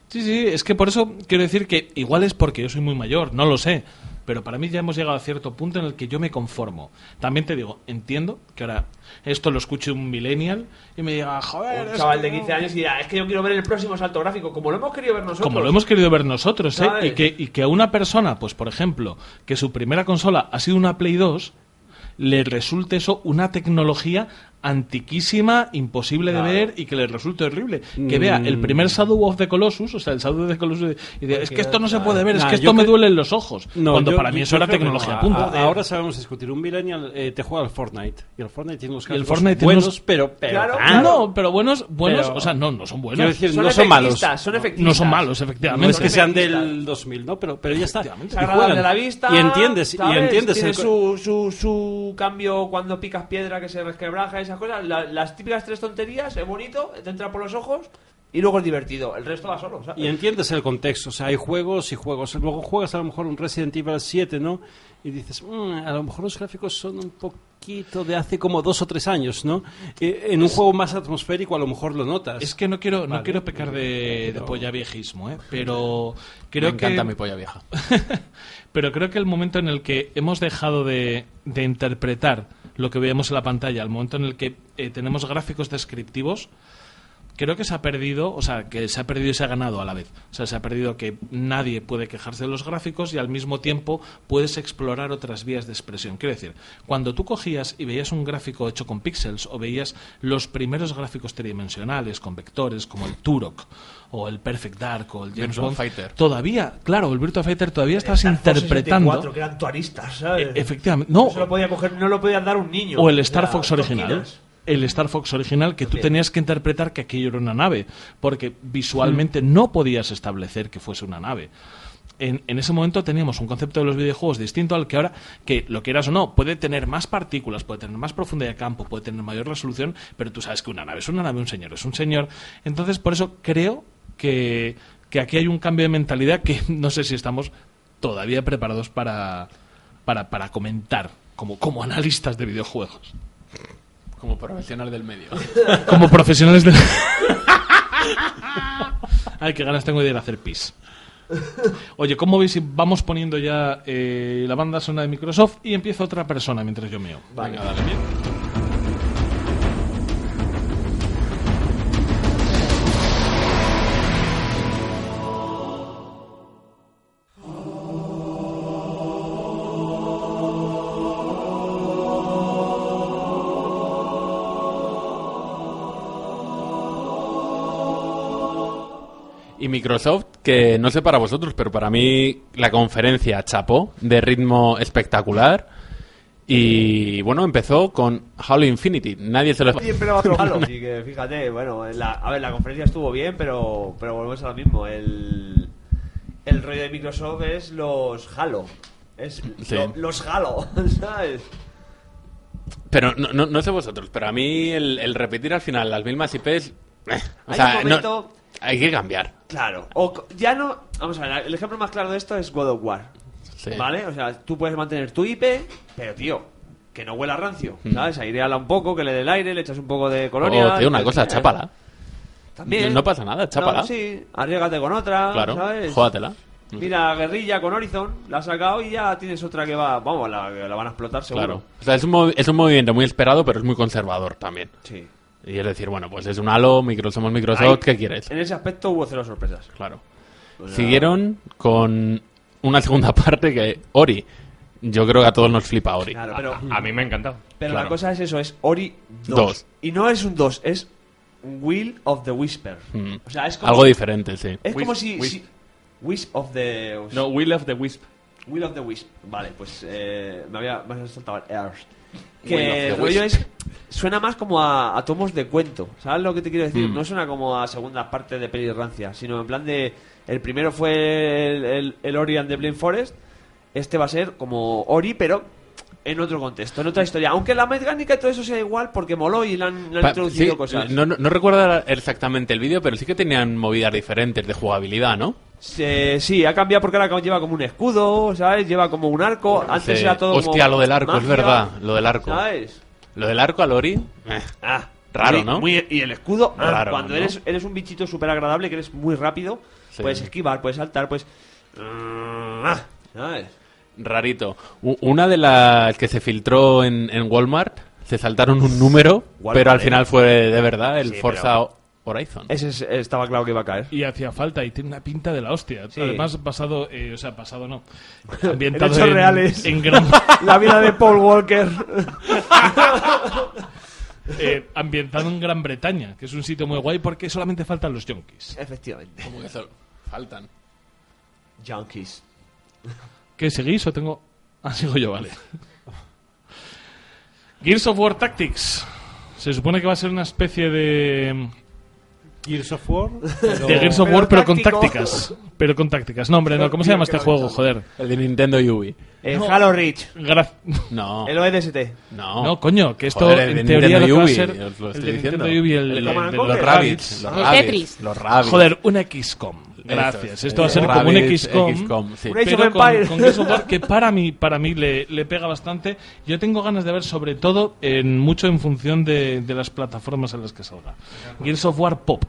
S1: Sí, sí, es que por eso quiero decir que igual es porque yo soy muy mayor, no lo sé. Pero para mí ya hemos llegado a cierto punto en el que yo me conformo. También te digo, entiendo que ahora esto lo escuche un millennial y me diga, joder,
S9: Un
S1: es
S9: chaval
S1: que
S9: de
S1: no".
S9: 15 años y dirá, es que yo quiero ver el próximo salto gráfico, como lo hemos querido ver nosotros.
S1: Como lo hemos querido ver nosotros, ¿eh?
S9: ¿Sabes?
S1: Y que, y que a una persona, pues por ejemplo, que su primera consola ha sido una Play 2, le resulte eso una tecnología antiquísima, imposible de ver y que le resulte horrible. Que vea
S3: Mm.
S1: el primer Shadow of the Colossus, o sea, el Shadow of the Colossus, y diga, es que esto no se puede ver, es
S3: Nah,
S1: que
S3: yo
S1: esto me
S3: cre-
S1: duele en los ojos.
S3: No,
S1: cuando
S3: yo-
S1: para mí
S3: yo
S1: eso era
S3: creo que
S1: tecnología
S3: no.
S1: a punto.
S3: A- a- ahora sabemos discutir. Un millennial eh, te juega al Fortnite. Y el Fortnite tiene unos
S1: Y el
S3: gráficos
S1: Fortnite tiene
S3: buenos,
S1: unos-
S3: pero... pero
S9: Claro.
S1: Ah, no, pero buenos, buenos,
S3: Pero-
S1: o sea, no, no son buenos.
S3: Quiero decir,
S9: Son
S3: no son malos.
S9: efectistas, son
S1: no
S9: efectistas.
S1: son malos,
S3: No
S1: efectivamente.
S3: es que sean
S9: efectistas.
S3: del 2000, ¿no? Pero, pero ya está. Y
S9: Es agradable
S3: juegan.
S9: a la vista.
S3: Y entiendes,
S9: ¿sabes?
S3: y entiendes.
S9: Tiene
S3: el-
S9: su, su, su cambio cuando picas piedra que se resquebraja, esas cosas. La- las típicas tres tonterías, es bonito, te entra por los ojos y luego es divertido. El resto va solo, ¿sabes?
S3: Y entiendes el contexto, o sea, hay juegos y juegos. Luego juegas a lo mejor un Resident Evil 7, ¿no? Y dices, "Mm, a lo mejor los gráficos son un poquito de hace como dos o tres años, ¿no? Eh, en un juego más atmosférico a lo mejor lo notas.
S1: Es que no quiero, no
S3: Vale.
S1: quiero pecar de, de polla viejismo, ¿eh? pero creo
S4: Me encanta
S1: que
S4: mi polla vieja.
S1: pero creo que el momento en el que hemos dejado de, de interpretar lo que veíamos en la pantalla, el momento en el que eh, tenemos gráficos descriptivos, creo que se ha perdido, o sea, que se ha perdido y se ha ganado a la vez. O sea, se ha perdido que nadie puede quejarse de los gráficos y al mismo tiempo puedes explorar otras vías de expresión. Quiero decir, cuando tú cogías y veías un gráfico hecho con píxeles o veías los primeros gráficos tridimensionales con vectores como el Turok o el Perfect Dark o el James
S4: Virtua
S1: Bond,
S4: Fighter.
S1: todavía, claro, el Virtua Fighter todavía estabas interpretando.
S9: 64, que eran tuaristas, ¿sabes?
S1: E- Efectivamente, no.
S9: No se lo podía coger, no lo podía dar un niño.
S1: O el Star
S9: sea,
S1: Fox
S9: dos
S1: original.
S9: kilos.
S1: El Star Fox original que tú tenías que interpretar que aquello era una nave, porque visualmente no podías establecer que fuese una nave. En, en ese momento teníamos un concepto de los videojuegos distinto al que ahora, que lo quieras o no, puede tener más partículas, puede tener más profundidad de campo, puede tener mayor resolución, pero tú sabes que una nave es una nave, un señor es un señor. Entonces, por eso creo que, que aquí hay un cambio de mentalidad que no sé si estamos todavía preparados para, para, para comentar como, como analistas de videojuegos.
S4: Como profesional del medio.
S1: Como profesionales de... Ay, qué ganas tengo de ir a hacer pis. Oye, ¿cómo veis si vamos poniendo ya eh, la banda sonora de Microsoft y empieza otra persona mientras yo meo?
S4: Venga, dale, bien. Y Microsoft, que no sé para vosotros, pero para mí la conferencia chapó de ritmo espectacular. Y bueno, empezó con Halo Infinity. Nadie se lo
S9: Nadie esperaba otro Halo. Así que fíjate, bueno, en la- a ver, la conferencia estuvo bien, pero, pero volvemos a lo mismo. El, el rollo de Microsoft es los Halo. Es
S4: Sí.
S9: lo- los Halo, ¿sabes?
S4: Pero no, no, no sé vosotros, pero a mí el, el repetir al final las mismas IPs. eh, o
S9: Hay
S4: sea,
S9: un
S4: no-
S9: momento-
S4: hay que cambiar.
S9: Claro. O co- ya no. Vamos a ver, el ejemplo más claro de esto es God of War.
S4: Sí.
S9: ¿Vale? O sea, tú puedes mantener tu IP, pero tío, que no huela a rancio. ¿Sabes? Aireala un poco, que le dé el aire, le echas un poco de colonia.
S4: O, Hmm. Oh, tío, una cosa,
S9: eh,
S4: chápala.
S9: También.
S4: No pasa nada, chápala.
S9: No, sí, arriégate con otra.
S4: Claro,
S9: ¿sabes?
S4: jódatela. No sé.
S9: Mira, Guerrilla con Horizon, la has sacado y ya tienes otra que va. Vamos, la, la van a explotar seguro.
S4: Claro. O sea, es un, movi- es un movimiento muy esperado, pero es muy conservador también.
S9: Sí.
S4: Y es decir, bueno, pues es un Halo, micro, somos Microsoft,
S9: Ahí, Eh.
S4: ¿qué quieres?
S9: En ese aspecto hubo cero sorpresas.
S4: Claro. Siguieron con una segunda parte que Ori. Yo creo que a todos nos flipa Ori.
S9: Claro, pero,
S10: A mí me ha encantado.
S9: pero
S4: claro.
S9: la cosa es eso: es Ori 2.
S4: Dos.
S9: Y no es un 2, es Will of the Whisper.
S4: Mm.
S9: O sea, es como,
S4: Algo diferente, sí.
S9: es como
S10: Wisp,
S9: si.
S10: wisp.
S9: si- Wisp of the.
S10: No, Will of the Wisp.
S9: Will of the Wisp. Vale, pues eh, me había me había saltado el Earth.
S4: Will of the
S9: Que el rollo
S4: Wisp.
S9: es. Suena más como a, a tomos de cuento. ¿Sabes lo que te quiero decir? No suena como a segunda parte de Peli Rancia, sino en plan de. El primero fue el, el, el Ori and the Blind Forest. Este va a ser como Ori, pero en otro contexto, en otra historia. Aunque la mecánica y todo eso sea igual porque moló y le han, le han
S4: Pa-
S9: introducido
S4: sí,
S9: cosas.
S4: No, no- no recuerdo exactamente el vídeo, pero sí que tenían movidas diferentes de jugabilidad, ¿no?
S9: Se- sí, ha cambiado porque ahora lleva como un escudo, ¿sabes? Lleva como un arco. Antes
S4: Sí.
S9: era todo. como
S4: Hostia, lo del arco, es
S9: magia,
S4: verdad. Lo del arco.
S9: ¿Sabes?
S4: Lo del arco al Ori. eh,
S9: Ah,
S4: Raro,
S9: muy-
S4: ¿no?
S9: muy- y el escudo, ah,
S4: Raro,
S9: cuando
S4: ¿no?
S9: eres, eres un bichito súper agradable, que eres muy rápido,
S4: Sí.
S9: puedes esquivar, puedes saltar, puedes... Mm, ah, ¿sabes?
S4: Rarito. U- Una de las que se filtró en, en Walmart, se saltaron un número,
S9: Walmart,
S4: pero al
S9: eh.
S4: final fue de verdad
S9: Sí,
S4: el Forza Horizon.
S9: Ese es- estaba claro que iba a caer.
S1: Y hacía falta, y tiene una pinta de la hostia.
S9: Sí.
S1: Además, basado, eh, o sea, pasado no. Ambientado
S9: hechos
S1: en,
S9: reales.
S1: en gran-
S9: La vida de Paul Walker.
S1: eh, ambientado en Gran Bretaña, que es un sitio muy guay porque solamente faltan los yonkis.
S9: Efectivamente.
S4: Como que solo faltan.
S9: Junkies.
S1: ¿Qué seguís o tengo.? Ah, sigo yo, vale. Gears of War Tactics. Se supone que va a ser una especie de.
S3: Gears of War.
S1: de Gears of War,
S9: pero
S1: pero con
S9: táctico.
S1: tácticas. Pero con tácticas. No, hombre, no. ¿Cómo se llama este juego? Joder.
S4: El de Nintendo y Ubi.
S9: El Eh, Halo Reach.
S1: Gra-
S4: No.
S9: El E ODST.
S4: No.
S1: No, coño, que esto
S4: Joder, el
S1: en
S4: de
S1: teoría
S4: Nintendo
S1: lo que va a
S4: Yubi,
S1: ser.
S4: os lo
S1: el
S4: estoy
S1: de
S4: diciendo.
S1: Nintendo Yubi, el,
S9: El
S1: de-
S9: Command
S1: de
S9: Conquer.
S4: Los Rabbits. Los
S5: El
S4: Rabbids,
S5: Tetris.
S4: Los eh, Rabbids.
S1: Joder, un XCOM. Gracias.
S4: Eso es.
S1: Esto va a
S4: Los
S1: ser como un
S4: Rabbids,
S1: XCOM.
S4: sí.
S9: Un Age
S1: pero
S9: of
S1: con-
S9: Empires.
S1: con Gears of War, que para mí, para mí le, le pega bastante. Yo tengo ganas de ver, sobre todo, en mucho en función de, de las plataformas en las que salga. Gears of War Pop.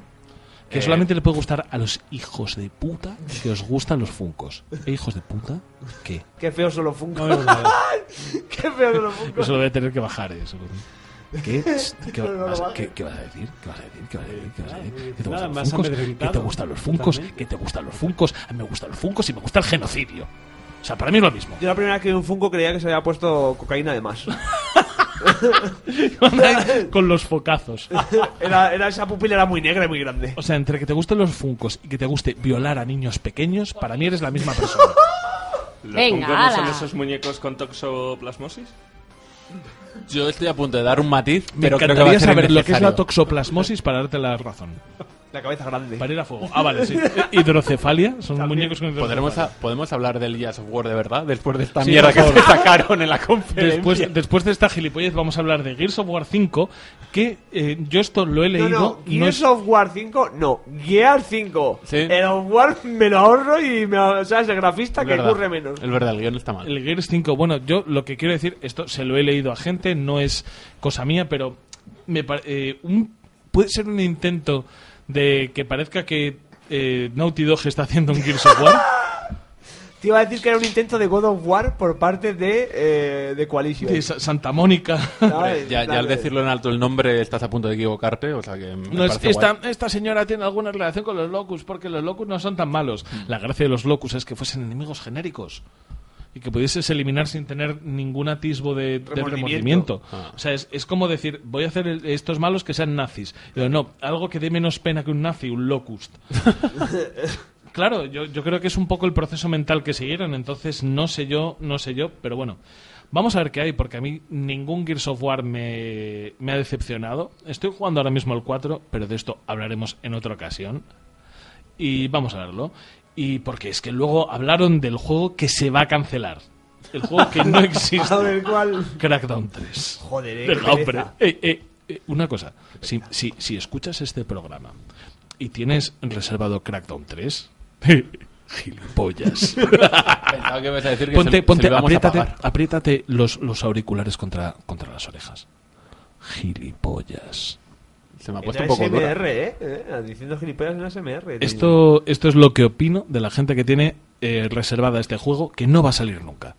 S1: Que solamente le puede gustar a los hijos de puta que os gustan los funcos. ¿Eh, hijos de puta? ¿Qué?
S9: Qué feo son los Funko. Qué feo son los Funko.
S1: Yo se lo voy a tener que bajar, eh, seguro. ¿Qué? Tss, ¿Qué, vas, qué- qué vas a decir? ¿Qué vas a decir? ¿Qué vas a decir? ¿Qué vas a decir? ¿Qué te
S3: Nada,
S1: gustan
S3: me
S1: los
S3: has
S1: funcos? ¿Qué te
S3: amedrentado
S1: gustan los funcos?
S3: totalmente.
S1: ¿Qué te gustan los funcos? A mí me gustan los funcos y me gusta el genocidio. O sea, para mí lo mismo.
S9: Yo la primera vez que vi un Funko creía que se había puesto cocaína de más.
S1: Con los focazos.
S9: Era, era- esa pupila era muy negra y muy grande.
S1: O sea, entre que te gusten los funcos y que te guste violar a niños pequeños, para mí eres la misma persona.
S10: ¿Los
S5: Venga,
S10: Funko no son
S5: ala.
S10: esos muñecos con toxoplasmosis?
S4: Yo estoy a punto de dar un matiz,
S1: Me
S4: pero creo que va a
S1: encantaría
S4: ser
S1: saber lo que es la
S4: innecesario.
S1: toxoplasmosis para darte la razón.
S9: La cabeza grande.
S1: Para ir a fuego. Ah, vale, sí. Hidrocefalia. Son muñecos con hidrocefalia.
S4: ¿Podremos, a- ¿Podemos hablar del Jazz of War de verdad? Después de esta
S1: Sí,
S4: mierda
S1: por
S4: que
S1: favor.
S4: se sacaron en la conferencia.
S1: Después, después de esta gilipollez vamos a hablar de Gears of War 5, que eh, yo esto lo he
S9: No,
S1: leído.
S9: no,
S1: no
S9: Gears
S1: es-
S9: of War 5, no, Gear 5.
S4: Sí.
S9: El of War me lo ahorro y me, o sea, es el grafista
S4: Es
S9: que
S4: verdad.
S9: curre menos.
S4: Es verdad, el guión está mal.
S1: El Gears 5, bueno, yo lo que quiero decir, esto se lo he leído a gente, no es cosa mía, pero me pa- eh, un- puede ser un intento de que parezca que eh, Naughty Dog está haciendo un Gears of War.
S9: Te iba a decir que era un intento de God of War por parte de, eh, de Coalition.
S1: de Sa- Santa Mónica.
S9: ¿Sabes?
S4: Ya, ya al decirlo en alto el nombre estás a punto de equivocarte, o sea que me
S1: No, es-
S4: parece guay.
S1: esta, esta señora tiene alguna relación con los locus, porque los locus no son tan malos.
S4: Mm.
S1: La gracia de los locus es que fuesen enemigos genéricos y que pudieses eliminar sin tener ningún atisbo de, de remordimiento.
S9: Remordimiento.
S4: Ah.
S1: O sea, es, es como decir, voy a hacer el- estos malos que sean nazis. Pero no, algo que dé menos pena que un nazi, un locust. Claro, yo, yo creo que es un poco el proceso mental que siguieron, entonces no sé yo, no sé yo, pero bueno. Vamos a ver qué hay, porque a mí ningún Gears of War me, me ha decepcionado. Estoy jugando ahora mismo el 4, pero de esto hablaremos en otra ocasión. Y vamos a verlo. Y porque es que luego hablaron del juego que se va a cancelar. El juego que no existe.
S9: A ver cuál.
S1: Crackdown 3.
S9: Joder, eh,
S1: Venga,
S9: qué
S1: hombre.
S9: pereza.
S1: Eh, eh, eh, una cosa, si, si, si escuchas este programa y tienes reservado Crackdown 3, gilipollas.
S4: Pensaba que ibas a decir que se-
S1: ponte,
S4: se lo
S1: ponte,
S4: íbamos a
S1: apriétate,
S4: pagar.
S1: apriétate los, los auriculares contra, contra las orejas. Gilipollas.
S4: Se me ha puesto
S9: En
S4: un poco dura.
S9: SMR, ¿eh? ¿eh? Diciendo gilipollas en SMR.
S1: Esto, esto es lo que opino de la gente que tiene eh, reservada este juego que no va a salir nunca.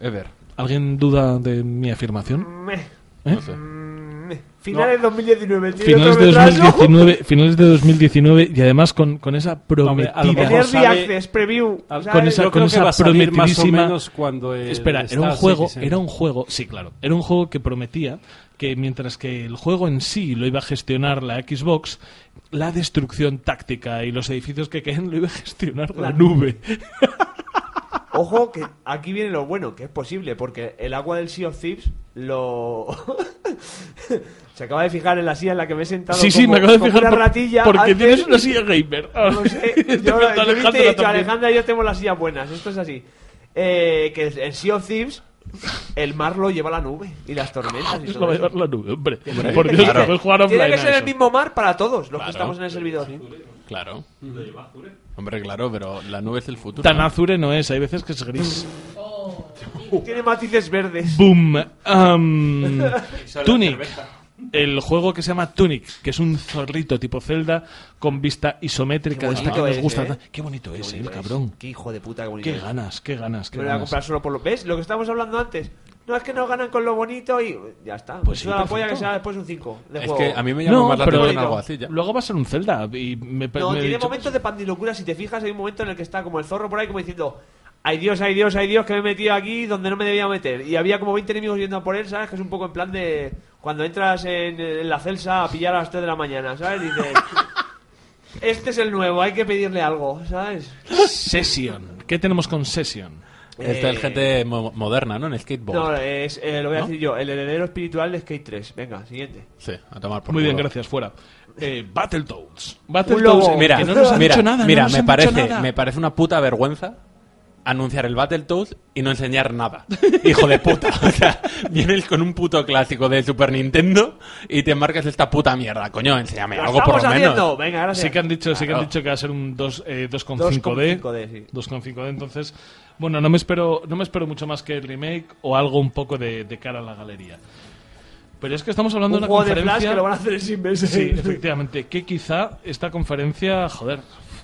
S4: Ever,
S1: ¿Alguien duda de mi afirmación?
S9: Meh,
S1: ¿Eh?
S9: mm,
S4: no sé.
S9: meh. Finales 2019. tiene
S1: finales
S9: otro
S1: de
S9: retraso.
S1: 2019 finales de 2019 y además con, con esa
S3: Hombre, a
S1: prometida
S3: lo mejor
S9: Tener
S3: sabe-
S9: Early Access, preview.
S3: Al-
S9: ¿sabes?
S1: con esa-
S3: yo creo que
S1: esa
S3: va a salir más o
S1: prometidísima-
S3: menos cuando el
S1: espera era un
S3: Star
S1: juego
S3: Citizen.
S1: era un juego sí claro era un juego que prometía que mientras que el juego en sí lo iba a gestionar la Xbox la destrucción táctica y los edificios que caen lo iba a gestionar la, nube
S9: Ojo, que aquí viene lo bueno, que es posible, porque el agua del Sea of Thieves lo. Se acaba de fijar en la silla en la que me he sentado.
S1: sí sí
S9: como-
S1: me acabo de
S9: como
S1: fijar
S9: Una
S1: por-
S9: ratilla
S1: porque
S9: antes.
S1: tienes una silla gamer
S9: No sé, yo-
S1: Te
S9: yo,
S1: falta
S9: te he dicho,
S1: Alejandra también.
S9: Alejandra, yo tengo las sillas buenas. Esto es así. Eh, que en Sea of Thieves, el mar lo lleva la nube y las tormentas y
S1: Eso lo
S9: todo
S1: va a
S9: eso.
S1: llevar la nube hombre por Dios
S4: claro.
S1: que puedes jugar
S9: Tiene
S1: offline
S9: que
S1: a
S9: ser el
S1: eso.
S9: mismo mar para todos los
S4: Claro.
S9: que estamos en el servidor.
S4: Claro. Hombre, claro, pero la nube es el futuro.
S1: tan azure no es hay veces que es gris
S9: Tiene matices verdes.
S1: Boom. Am, Tunic. El juego que se llama Tunic, que es un zorrito tipo Zelda con vista isométrica de esta que
S9: bonito
S1: nos
S9: es,
S1: gusta.
S9: ¿eh?
S1: tan- Qué bonito es, eh, el cabrón.
S9: Qué hijo de puta, qué bonito.
S1: Qué
S9: es.
S1: ganas, qué ganas, qué
S9: Me lo voy a
S1: ganas.
S9: comprar solo por lo. ¿Ves? Lo que estábamos hablando antes. No es que nos ganan con lo bonito y. Ya está.
S1: Pues
S9: es
S1: sí,
S9: una
S1: perfecto.
S9: polla que sea después un 5. De
S4: Es
S9: juego.
S4: que a mí me llama
S1: No,
S4: más la
S1: pero
S4: atención algo así ya.
S1: luego va a ser un Zelda y me,
S9: No,
S1: me he
S9: tiene
S1: dicho-
S9: momentos de pandilocura. Si te fijas, hay un momento en el que está como el zorro por ahí, como diciendo: Ay Dios, ay Dios, ay Dios, que me he metido aquí donde no me debía meter. Y había como 20 enemigos yendo a por él, ¿sabes? Que es un poco en plan de cuando entras en, en la celsa a pillar a las 3 de la mañana, ¿sabes? Dices, este es el nuevo, hay que pedirle algo, ¿sabes?
S1: Session. ¿Qué tenemos con Session?
S4: Esta es gente mo- moderna, ¿no? En skateboard.
S9: No, es, eh, lo voy a
S4: ¿No?
S9: decir yo, el heredero espiritual de Skate 3. Venga, siguiente.
S4: Sí, a tomar por
S1: Muy bien,
S4: culo.
S1: gracias, fuera. Eh, Battletoads.
S9: Un
S1: Battletoads,
S9: lobo.
S1: eh,
S4: Mira,
S1: que no nos han
S4: mira,
S1: dicho nada. no
S4: mira,
S1: nos
S4: me
S1: han
S4: parece,
S1: dicho nada.
S4: me parece una puta vergüenza anunciar el Battletoads y no enseñar nada. Hijo de puta. O sea, vienes con un puto clásico de Super Nintendo y te marcas esta puta mierda. Coño, enséñame
S9: ¡Lo
S4: algo por
S9: estamos
S4: lo menos.
S9: haciendo! Venga, gracias.
S1: Sí que han dicho, sí que han
S4: Claro.
S1: dicho que va a ser un dos, eh, 2,5D.
S9: 2,5D, sí.
S1: 2,5D, entonces, bueno, no me espero no me espero mucho más que el remake o algo un poco de, de cara a la galería. Pero es que estamos hablando
S9: Un
S1: de una
S9: juego de
S1: conferencia
S9: Flash que lo van a hacer en 6 meses.
S1: Sí, efectivamente. Que quizá esta conferencia, joder,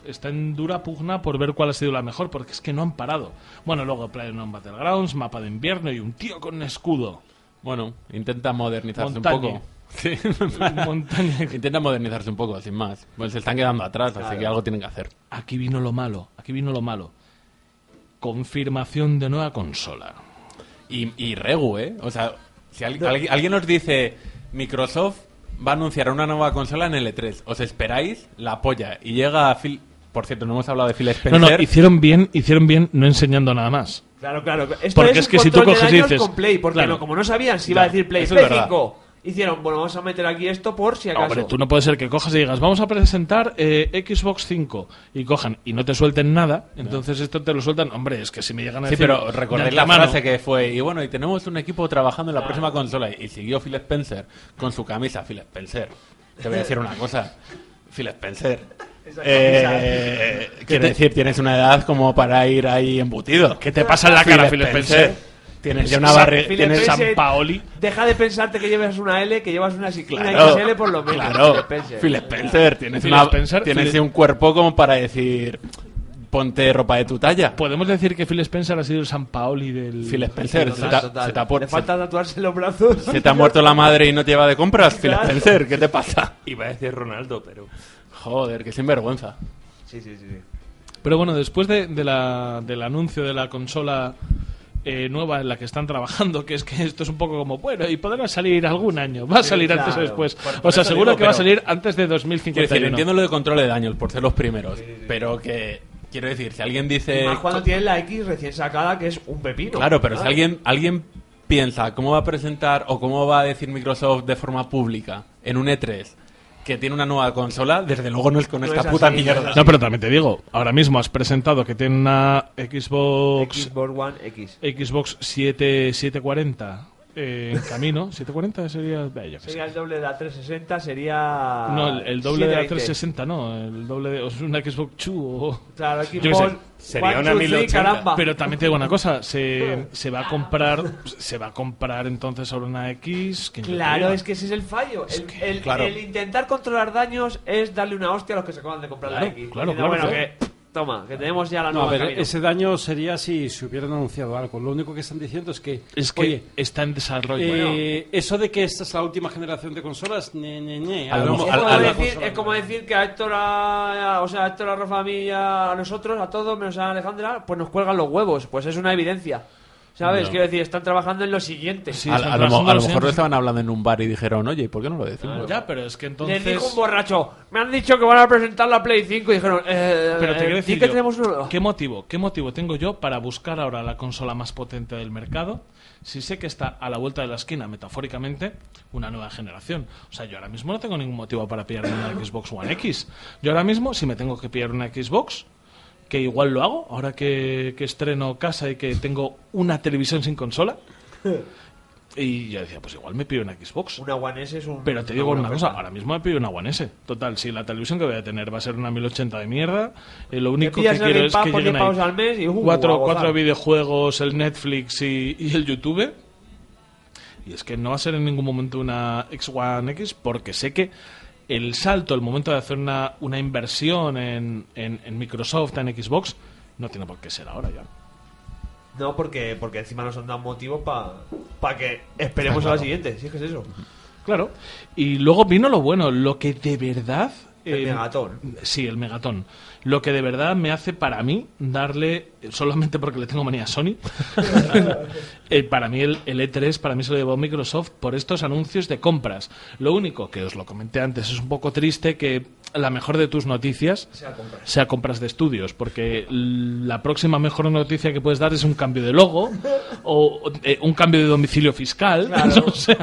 S1: está en dura pugna por ver cuál ha sido la mejor, porque es que no han parado. Bueno, luego PlayerUnknown's Battlegrounds, mapa de invierno y un tío con un escudo.
S4: Bueno, intenta modernizarse
S1: Montaña.
S4: un poco. Sí.
S1: Montaña.
S4: intenta modernizarse un poco, sin más. Pues se están quedando atrás, así que algo tienen que hacer.
S1: Aquí vino lo malo, aquí vino lo malo. Confirmación de nueva consola.
S4: Y, y Regu, ¿eh? O sea, si al- al- alguien nos dice Microsoft va a anunciar una nueva consola en L3, ¿os esperáis? La polla. Y llega Phil... Por cierto, no hemos hablado de Phil
S1: No,
S4: Spencer.
S1: no, hicieron bien, hicieron bien no enseñando nada más.
S9: Claro, claro. Esto
S1: Porque
S9: es,
S1: es
S9: un
S1: que si tú
S9: control de
S1: coges y
S9: daños
S1: dices-
S9: con Play, porque
S1: claro.
S9: no, como no sabían si iba a
S4: Claro,
S9: decir Play,
S4: eso es
S9: Play
S4: verdad.
S9: 5. Hicieron, bueno, vamos a meter aquí esto por si acaso.
S1: Hombre, tú no puedes ser que cojas y digas, vamos a presentar eh, Xbox 5 y cojan y no te suelten nada, entonces esto te lo sueltan. Hombre, es que si me llegan a
S4: Sí,
S1: decir
S4: pero recordáis
S1: de
S4: la
S1: antemano-
S4: frase que fue, y bueno, y tenemos un equipo trabajando en la próxima consola, y siguió Phil Spencer con su camisa, Phil Spencer. Te voy a decir una cosa, Phil Spencer. eh, quiero decir, tienes una edad como para ir ahí embutido.
S1: ¿Qué te pasa en la cara, Phil Spencer?
S4: Tienes ya una
S1: San-
S4: barriga.
S9: Phil
S1: tienes
S9: Spencer,
S1: San Paoli.
S9: Deja de pensarte que llevas una L, que llevas una, cicla- una XL por lo menos.
S4: Claro.
S9: Phil Spencer.
S4: Phil Spencer, tienes,
S1: Phil
S4: una-
S1: Spencer,
S4: tienes
S1: Phil-
S4: un cuerpo como para decir, ponte ropa de tu talla.
S10: Pues,
S1: Podemos decir que Phil Spencer ha sido el San Paoli del.
S4: Phil Spencer,
S1: del-
S4: se te
S9: Total,
S4: ha-
S9: total.
S4: se te ha puesto-
S9: Le falta tatuarse los brazos.
S4: Se te ha muerto la madre y no te lleva de compras, Phil
S9: Claro.
S4: Spencer, ¿qué te pasa?
S10: Iba a decir Ronaldo, pero.
S4: Joder, qué sinvergüenza.
S9: Sí, sí, sí. sí.
S1: Pero bueno, después de, de la- del anuncio de la consola eh, nueva en la que están trabajando, que es que esto es un poco como, bueno, y podrá salir algún año, va a salir antes o
S9: claro.
S1: después.
S4: Por- por
S1: Os
S4: eso
S1: aseguro
S4: digo,
S1: que va a
S4: pero-
S1: salir antes de
S4: Quiero
S1: 2051.
S4: decir, entiendo lo de control de daños por ser los primeros, pero que quiero decir, si alguien
S9: Y
S4: dice
S9: más cuando tienes la X recién sacada, que es un pepino.
S4: Eh, Claro, pero si
S9: ¿sabes?
S4: alguien alguien piensa cómo va a presentar o cómo va a decir Microsoft de forma pública en un E3 que tiene una nueva consola, desde luego no es con
S9: No
S4: esta
S9: es así,
S4: puta
S9: no es
S4: mierda.
S9: así.
S1: No, pero también te digo, ahora mismo has presentado que tiene una Xbox
S9: Xbox One X.
S1: Xbox 7, 740 eh, en camino. 740 sería. eh, yo qué sé.
S9: Sería el doble de la 360, sería...
S1: No, el, el doble de la
S9: 720.
S1: 360, no. El doble de. Es una Xbox Chu o.
S9: Claro,
S1: Yo
S9: Xbox...
S1: qué sé.
S10: Sería
S9: One,
S10: una
S9: two, three,
S10: 1080.
S9: caramba.
S1: Pero también te digo una cosa, se, se va a comprar, se va a comprar entonces ahora una X. que yo te
S9: Claro,
S1: diga.
S9: es que ese es el fallo. el, el-
S4: claro.
S9: el intentar controlar daños es darle una hostia a los que se acaban de comprar
S1: Claro,
S9: la X.
S1: claro,
S9: Diciendo,
S1: claro,
S9: bueno, que toma, que tenemos ya la
S3: No,
S9: nueva.
S3: a ver,
S9: camino.
S3: ese daño sería si se hubieran anunciado algo. Lo único que están diciendo es que.
S1: Es que
S3: oye,
S1: está en desarrollo.
S3: eh, eso de que esta es la última generación de consolas, ne, ne, ne.
S4: A lo
S9: es,
S4: mejor-
S3: mejor
S9: como
S4: al-
S3: la
S9: decir,
S3: consola
S9: es como
S3: no.
S9: decir que a Héctor, a, o sea, a Héctor, a Rafa, a mí, y a a nosotros, a todos, menos a Alejandra, pues nos cuelgan los huevos. Pues es una evidencia. ¿Sabes? Quiero decir, están trabajando en lo siguiente.
S1: Sí,
S4: a,
S1: están
S4: a lo, mo-
S1: trabajando
S4: a lo
S1: los
S4: mejor lo
S1: años.
S4: estaban hablando en un bar y dijeron, oye, ¿y ¿por qué no lo decimos?
S1: Ah, Ya, pero es que
S9: Les
S1: entonces.
S9: dijo un borracho, me han dicho que van a presentar la Play 5 y dijeron, eh,
S1: Pero
S9: eh,
S1: te quiero
S9: di
S1: decir
S9: que
S1: yo,
S9: tenemos uno.
S1: ¿qué motivo, ¿qué motivo tengo yo para buscar ahora la consola más potente del mercado si sé que está a la vuelta de la esquina, metafóricamente, una nueva generación? O sea, yo ahora mismo no tengo ningún motivo para pillar una Xbox One X. Yo ahora mismo, si me tengo que pillar una Xbox, que igual lo hago, ahora que, que estreno casa y que tengo una televisión sin consola. Y yo decía, pues igual me pido una Xbox.
S9: Una One S es un...
S1: Pero te digo
S9: una
S1: una cosa, ahora mismo me pido una One S. Total, si la televisión que voy a tener va a ser una 1080 de mierda, eh, lo único que
S9: pillas el
S1: quiero
S9: Game
S1: es
S9: Pass
S1: que
S9: por
S1: lleguen
S9: 10 pavos
S1: ahí
S9: al mes y, uh, a
S1: cuatro,
S9: gozar.
S1: cuatro videojuegos, el Netflix y, y el YouTube. Y es que no va a ser en ningún momento una X One X porque sé que el salto, el momento de hacer una, una inversión en, en- en Microsoft, en Xbox, no tiene por qué ser ahora ya.
S9: No, porque, porque encima nos han dado motivos para que esperemos a la siguiente, si es que es eso.
S1: Claro. Y luego vino lo bueno, lo que de verdad...
S9: El
S1: eh,
S9: megatón.
S1: Sí, el megatón. Lo que de verdad me hace para mí darle solamente porque le tengo manía a Sony. Eh, para mí el, el E3 para mí se lo llevó Microsoft por estos anuncios de compras. Lo único que os lo comenté antes es un poco triste que la mejor de tus noticias sea compras, de estudios, porque l- la próxima mejor noticia que puedes dar es un cambio de logo o o, eh, un cambio de domicilio fiscal. O sea,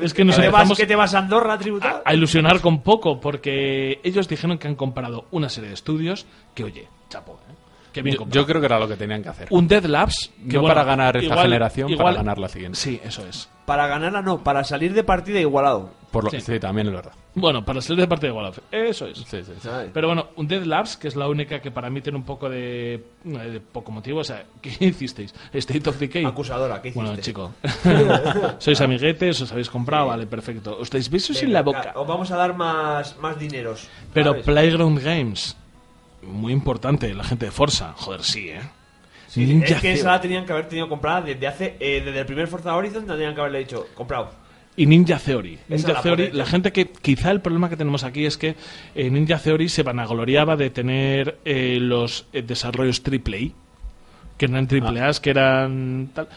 S1: es que nos
S9: ¿Te vas,
S1: empezamos
S9: ¿Que te vas a Andorra a tributar?
S1: a ilusionar con poco, porque ellos dijeron que han comprado una serie de estudios que, oye, chapo, ¿eh? que bien
S4: Yo,
S1: comprado.
S4: yo creo que era lo que tenían que hacer.
S1: Un Dead Labs que
S4: No
S1: bueno,
S4: para ganar esta
S1: igual-
S4: generación,
S1: igual-
S4: para ganar la siguiente.
S1: Sí, eso es.
S9: Para ganarla no, para salir de partida igualado.
S4: Por lo
S1: Sí.
S4: que sí, también es verdad.
S1: Bueno, para salir de parte de Wolof. Eso es.
S4: Sí, sí, sí.
S1: Pero bueno, un Dead Labs, que es la única que para mí tiene un poco de, eh, de poco motivo. O sea, ¿qué hicisteis? State of Decay.
S9: Acusadora, ¿qué
S1: Bueno,
S9: hiciste?
S1: chico. Sois amiguetes, os habéis comprado, vale, perfecto. Os dais besos en la boca.
S9: Os vamos a dar más, más dineros.
S1: Pero
S9: ¿sabes?
S1: Playground Games, muy importante, la gente de Forza. Joder, sí, ¿eh?
S9: Sí, es
S1: Ninja
S9: que
S1: Theory.
S9: esa la tenían que haber tenido comprada desde hace eh, desde el primer Forza Horizon la tenían que haberle dicho comprado.
S1: Y Ninja Theory.
S9: Esa
S1: Ninja
S9: la
S1: Theory,
S9: ponéis.
S1: la gente que quizá el problema que tenemos aquí es que eh, Ninja Theory se vanagloriaba de tener eh, los eh, desarrollos AAA, que eran triple
S9: Ah.
S1: A's, que eran tal,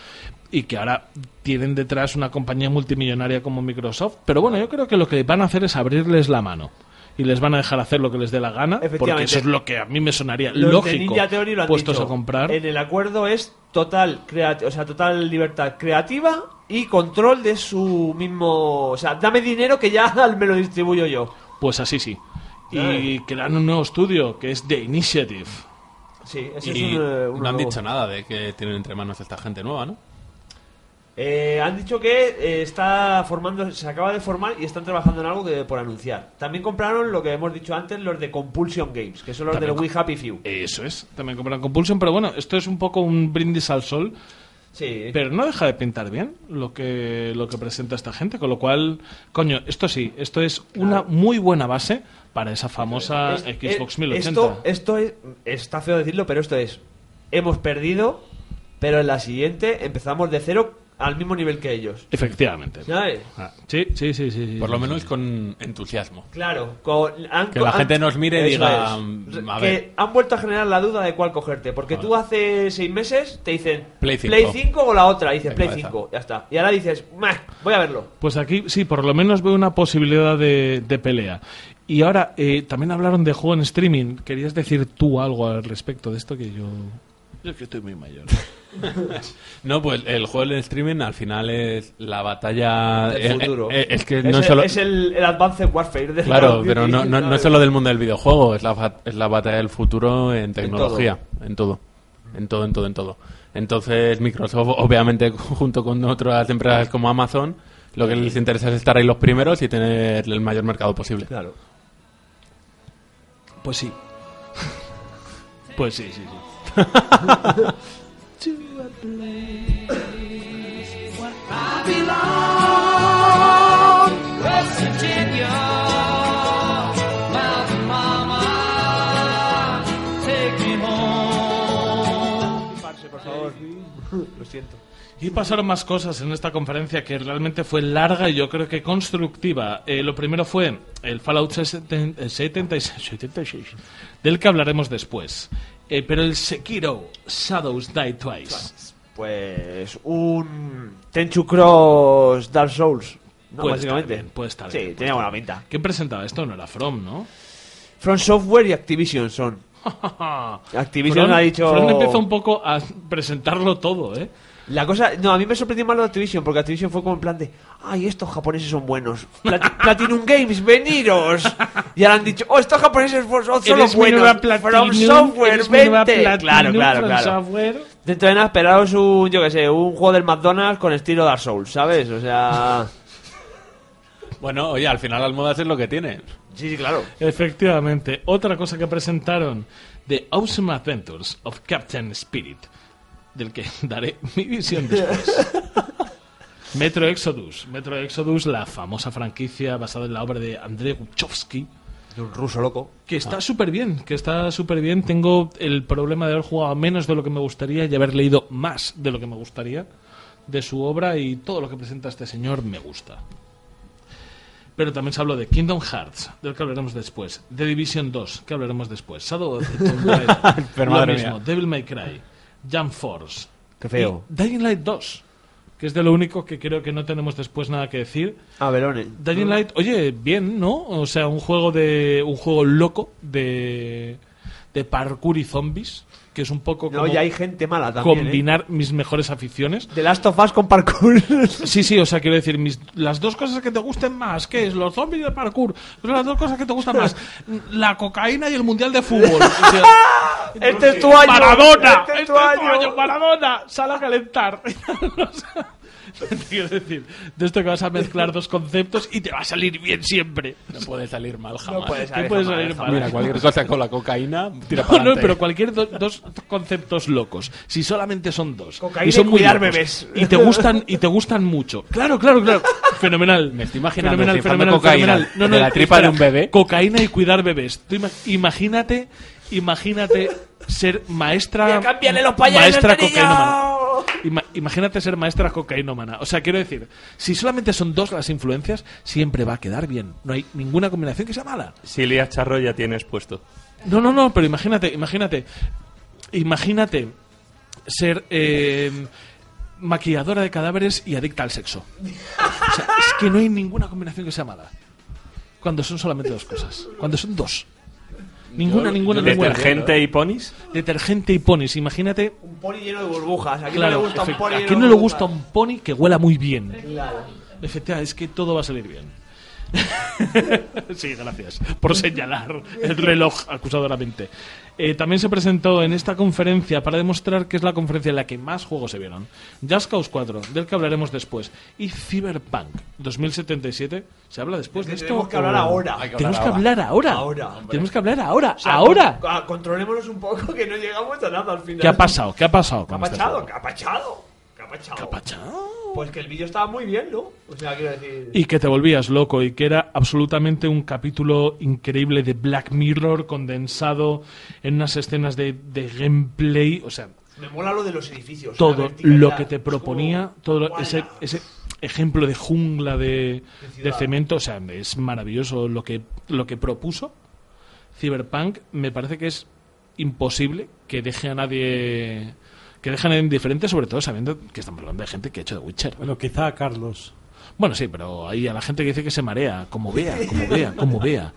S1: y que ahora tienen detrás una compañía multimillonaria como Microsoft. Pero bueno, yo creo que lo que van a hacer es abrirles la mano. Y les van a dejar hacer lo que les dé la gana, porque
S9: Efectivamente.
S1: eso es lo que a mí me sonaría
S9: Los de
S1: lógico,
S9: Ninja Theory lo han
S1: puestos
S9: dicho.
S1: a comprar.
S9: En el acuerdo es total creati- o sea, total libertad creativa y control de su mismo, o sea, dame dinero que ya me lo distribuyo yo.
S1: Pues así sí. Y
S9: Claro.
S1: crean un nuevo estudio que es The Initiative.
S9: Sí, ese
S4: Y
S9: es un, eh, un
S4: no han
S9: nuevo-
S4: dicho nada de que tienen entre manos esta gente nueva, ¿no?
S9: Eh, han dicho que eh, está formando, se acaba de formar y están trabajando en algo que por anunciar. También compraron lo que hemos dicho antes, los de Compulsion Games, que son los
S1: También
S9: del We Happy Few.
S1: Eso es, también compraron Compulsion, pero bueno, esto es un poco un brindis al sol,
S9: Sí.
S1: pero no deja de pintar bien lo que, lo que presenta esta gente, con lo cual, coño, esto sí, esto es una muy buena base para esa famosa
S9: Es-
S1: Xbox
S9: es-
S1: 1080.
S9: Esto, esto es, está feo decirlo, pero esto es. Hemos perdido, pero en la siguiente empezamos de cero al mismo nivel que ellos.
S1: Efectivamente.
S9: ¿Sabes?
S1: Ah, sí, sí, sí, sí, sí,
S4: Por lo
S1: sí,
S4: menos
S1: sí.
S4: con entusiasmo.
S9: Claro, con- han-
S4: Que la
S9: han-
S4: gente nos mire y
S9: eso
S4: diga,
S9: es.
S4: mm, a
S9: que
S4: ver.
S9: han vuelto a generar la duda de cuál cogerte. Porque tú hace seis meses te dicen
S4: Play cinco.
S9: o la otra. Y dices
S4: Venga,
S9: Play
S4: esa.
S9: 5, ya está. Y ahora dices, "Meh, voy a verlo.
S1: Pues aquí sí, por lo menos veo una posibilidad de, de pelea. Y ahora, eh, también hablaron de juego en streaming. ¿Querías decir tú algo al respecto de esto que yo... Yo es que estoy muy mayor.
S4: No, pues el juego del streaming al final es la batalla.
S9: Del
S4: eh,
S9: futuro.
S4: eh, eh, es que
S9: Es,
S4: no
S9: el,
S4: es solo.
S9: es el, el Advanced Warfare. de Call
S4: Claro,
S9: of
S4: pero
S9: Duty,
S4: no, no, no es
S9: ¿sabes?
S4: solo del mundo del videojuego, es la, fa- es la batalla del futuro en tecnología, en todo. en todo, en todo, en todo. Entonces Microsoft, obviamente, junto con otras empresas como Amazon, lo que les interesa es estar ahí los primeros y tener el mayor mercado posible.
S9: Claro.
S1: Pues sí. Pues sí, sí, sí.
S9: Lo siento.
S1: Y pasaron más cosas en esta conferencia que realmente fue larga y yo creo que constructiva. Eh, lo primero fue el Fallout 60 eh, 76, 76, del que hablaremos después. Eh, pero el Sekiro Shadows Die Twice.
S9: Pues un Tenchu Cross Dark Souls, ¿no?
S1: Puede
S9: básicamente.
S1: estar bien, puede estar
S9: sí,
S1: bien, puede
S9: tenía buena pinta.
S1: ¿Quién presentaba esto? No era From, ¿no?
S9: From Software y Activision son. Activision
S1: From-
S9: ha dicho-
S1: From empezó un poco a presentarlo todo, ¿eh?
S9: La cosa, no, a mí me sorprendió más lo de Activision, porque Activision fue como en plan de, ay, estos japoneses son buenos. Plat- Platinum Games, veniros. Y ahora han dicho, oh, estos japoneses son son los
S1: Eres mi
S9: buenos.
S1: nueva
S9: From
S1: Platinum,
S9: Software,
S1: eres mi nueva
S9: vente. Claro,
S1: Platinum
S9: claro,
S1: From
S9: claro.
S1: Software.
S9: Dentro de nada, esperaos un, yo que sé, un juego del McDonald's con estilo Dark Souls, ¿sabes? O sea...
S4: Bueno, oye, al final Almodas es lo que tiene.
S9: Sí, sí, claro.
S1: Efectivamente, otra cosa que presentaron, The Awesome Adventures of Captain Spirit, del que daré mi visión después. Metro Exodus, Metro Exodus, la famosa franquicia basada en la obra de Andrei Wachowski,
S9: De un ruso loco.
S1: que está súper bien, que está súper bien. Tengo el problema de haber jugado menos de lo que me gustaría y haber leído más de lo que me gustaría de su obra y todo lo que presenta este señor me gusta. Pero también se habló de Kingdom Hearts, del que hablaremos después. The Division 2, que hablaremos después. Shadow of the Tomb Raider,
S4: Pero
S1: lo
S4: madre
S1: mismo.
S4: mía.
S1: Devil May Cry. Jump Force.
S9: Qué feo.
S1: Y Dying Light 2, que es de lo único que creo que no tenemos después nada que decir.
S9: A Verone.
S1: Dying Light, oye, bien, ¿no? O sea, un juego de un juego loco de de parkour y zombies, que es un poco
S9: No,
S1: como
S9: y hay gente mala también.
S1: combinar mis mejores aficiones.
S9: ¿eh? The Last of Us con parkour. Este
S1: Sí, sí, o sea, quiero decir, mis- las dos cosas que te gusten más, ¿qué es? Los zombies y el parkour. Son las dos cosas que te gustan más. La cocaína y el mundial de fútbol. O sea,
S9: este es tu año.
S1: Maradona,
S9: Este es tu
S1: Este es tu
S9: año.
S1: año, Maradona, sal a calentar. O sea, Quiero decir, de esto que vas a mezclar dos conceptos y te va a salir bien siempre.
S4: No puede salir mal jamás.
S9: No puede
S1: ¿Qué
S9: salir
S1: puede
S9: jamás,
S1: salir
S9: jamás.
S1: mal?
S4: Mira, cualquier cosa con la cocaína, tira
S1: No,
S4: para
S1: no, pero cualquier do- dos conceptos locos. Si solamente son dos.
S9: Cocaína
S1: y son
S9: y cuidar
S1: locos,
S9: bebés.
S1: Y te gustan, y te gustan mucho. Claro, claro, claro. Fenomenal.
S4: Me estoy imaginando rifando cocaína de la tripa de un bebé.
S1: Cocaína y cuidar bebés. Tú ima- imagínate, imagínate ser maestra.
S9: Mira, cámbiale los pañales
S1: Maestra
S9: al niño.
S1: cocainómana. Ima- imagínate ser maestra cocainómana. O sea, quiero decir, si solamente son dos las influencias, siempre va a quedar bien. No hay ninguna combinación que sea mala.
S10: Si lías charro ya tienes puesto.
S1: No, no, no, pero imagínate, imagínate. Imagínate ser eh, maquilladora de cadáveres y adicta al sexo. O sea, es que no hay ninguna combinación que sea mala. Cuando son solamente dos cosas. Cuando son dos. Ninguna, ninguna, ninguna.
S10: Detergente y ponis.
S1: Detergente y ponis. Imagínate,
S9: Un pony lleno de burbujas. Aquí
S1: claro,
S9: no le gusta un
S1: efe-
S9: pony.
S1: ¿a
S9: lleno
S1: quién
S9: de
S1: no le
S9: burbujas?
S1: gusta un pony que huela muy bien? Efectivamente, es que todo va a salir bien. sí, gracias por señalar el reloj acusadoramente. Eh, también se presentó en esta conferencia para demostrar que es la conferencia en la que más juegos se vieron. Just Cause 4, del que hablaremos después, y Cyberpunk 2077. ¿Se habla después de
S9: Que
S1: esto?
S9: tenemos que hablar
S1: o-
S9: ahora.
S4: Hay que
S1: Tenemos que
S4: hablar
S1: hablar ahora.
S9: Ahora, hombre.
S1: Tenemos que hablar ahora.
S9: O sea,
S1: ahora.
S9: con- ah, Controlémonos un poco que no llegamos a nada al final.
S1: ¿Qué ha pasado? ¿Qué ha pasado?
S9: ¿Qué ha
S1: con este
S9: pachado?
S1: juego?
S9: ¿Qué ha pachado? ¿Qué ha pachado?
S1: ¿Qué ha pasado?
S9: Pues que el vídeo estaba muy bien, ¿no? O sea, quiero decir...
S1: Y que te volvías loco y que era absolutamente un capítulo increíble de Black Mirror condensado en unas escenas de, de gameplay, o sea,
S9: Me mola lo de los edificios. la
S1: todo
S9: verticalidad.
S1: lo que te
S9: Es
S1: proponía,
S9: como-
S1: todo lo-
S9: ¡Guala!
S1: ese, ese ejemplo de jungla de,
S9: De ciudad.
S1: de cemento, o sea, es maravilloso lo que, lo que propuso Cyberpunk, me parece que es imposible que deje a nadie que deje a nadie indiferente, sobre todo sabiendo que estamos hablando de gente que ha hecho de Witcher.
S3: Bueno, quizá a Carlos.
S1: Bueno, sí, pero hay a la gente que dice que se marea, como vea, como vea, como vea.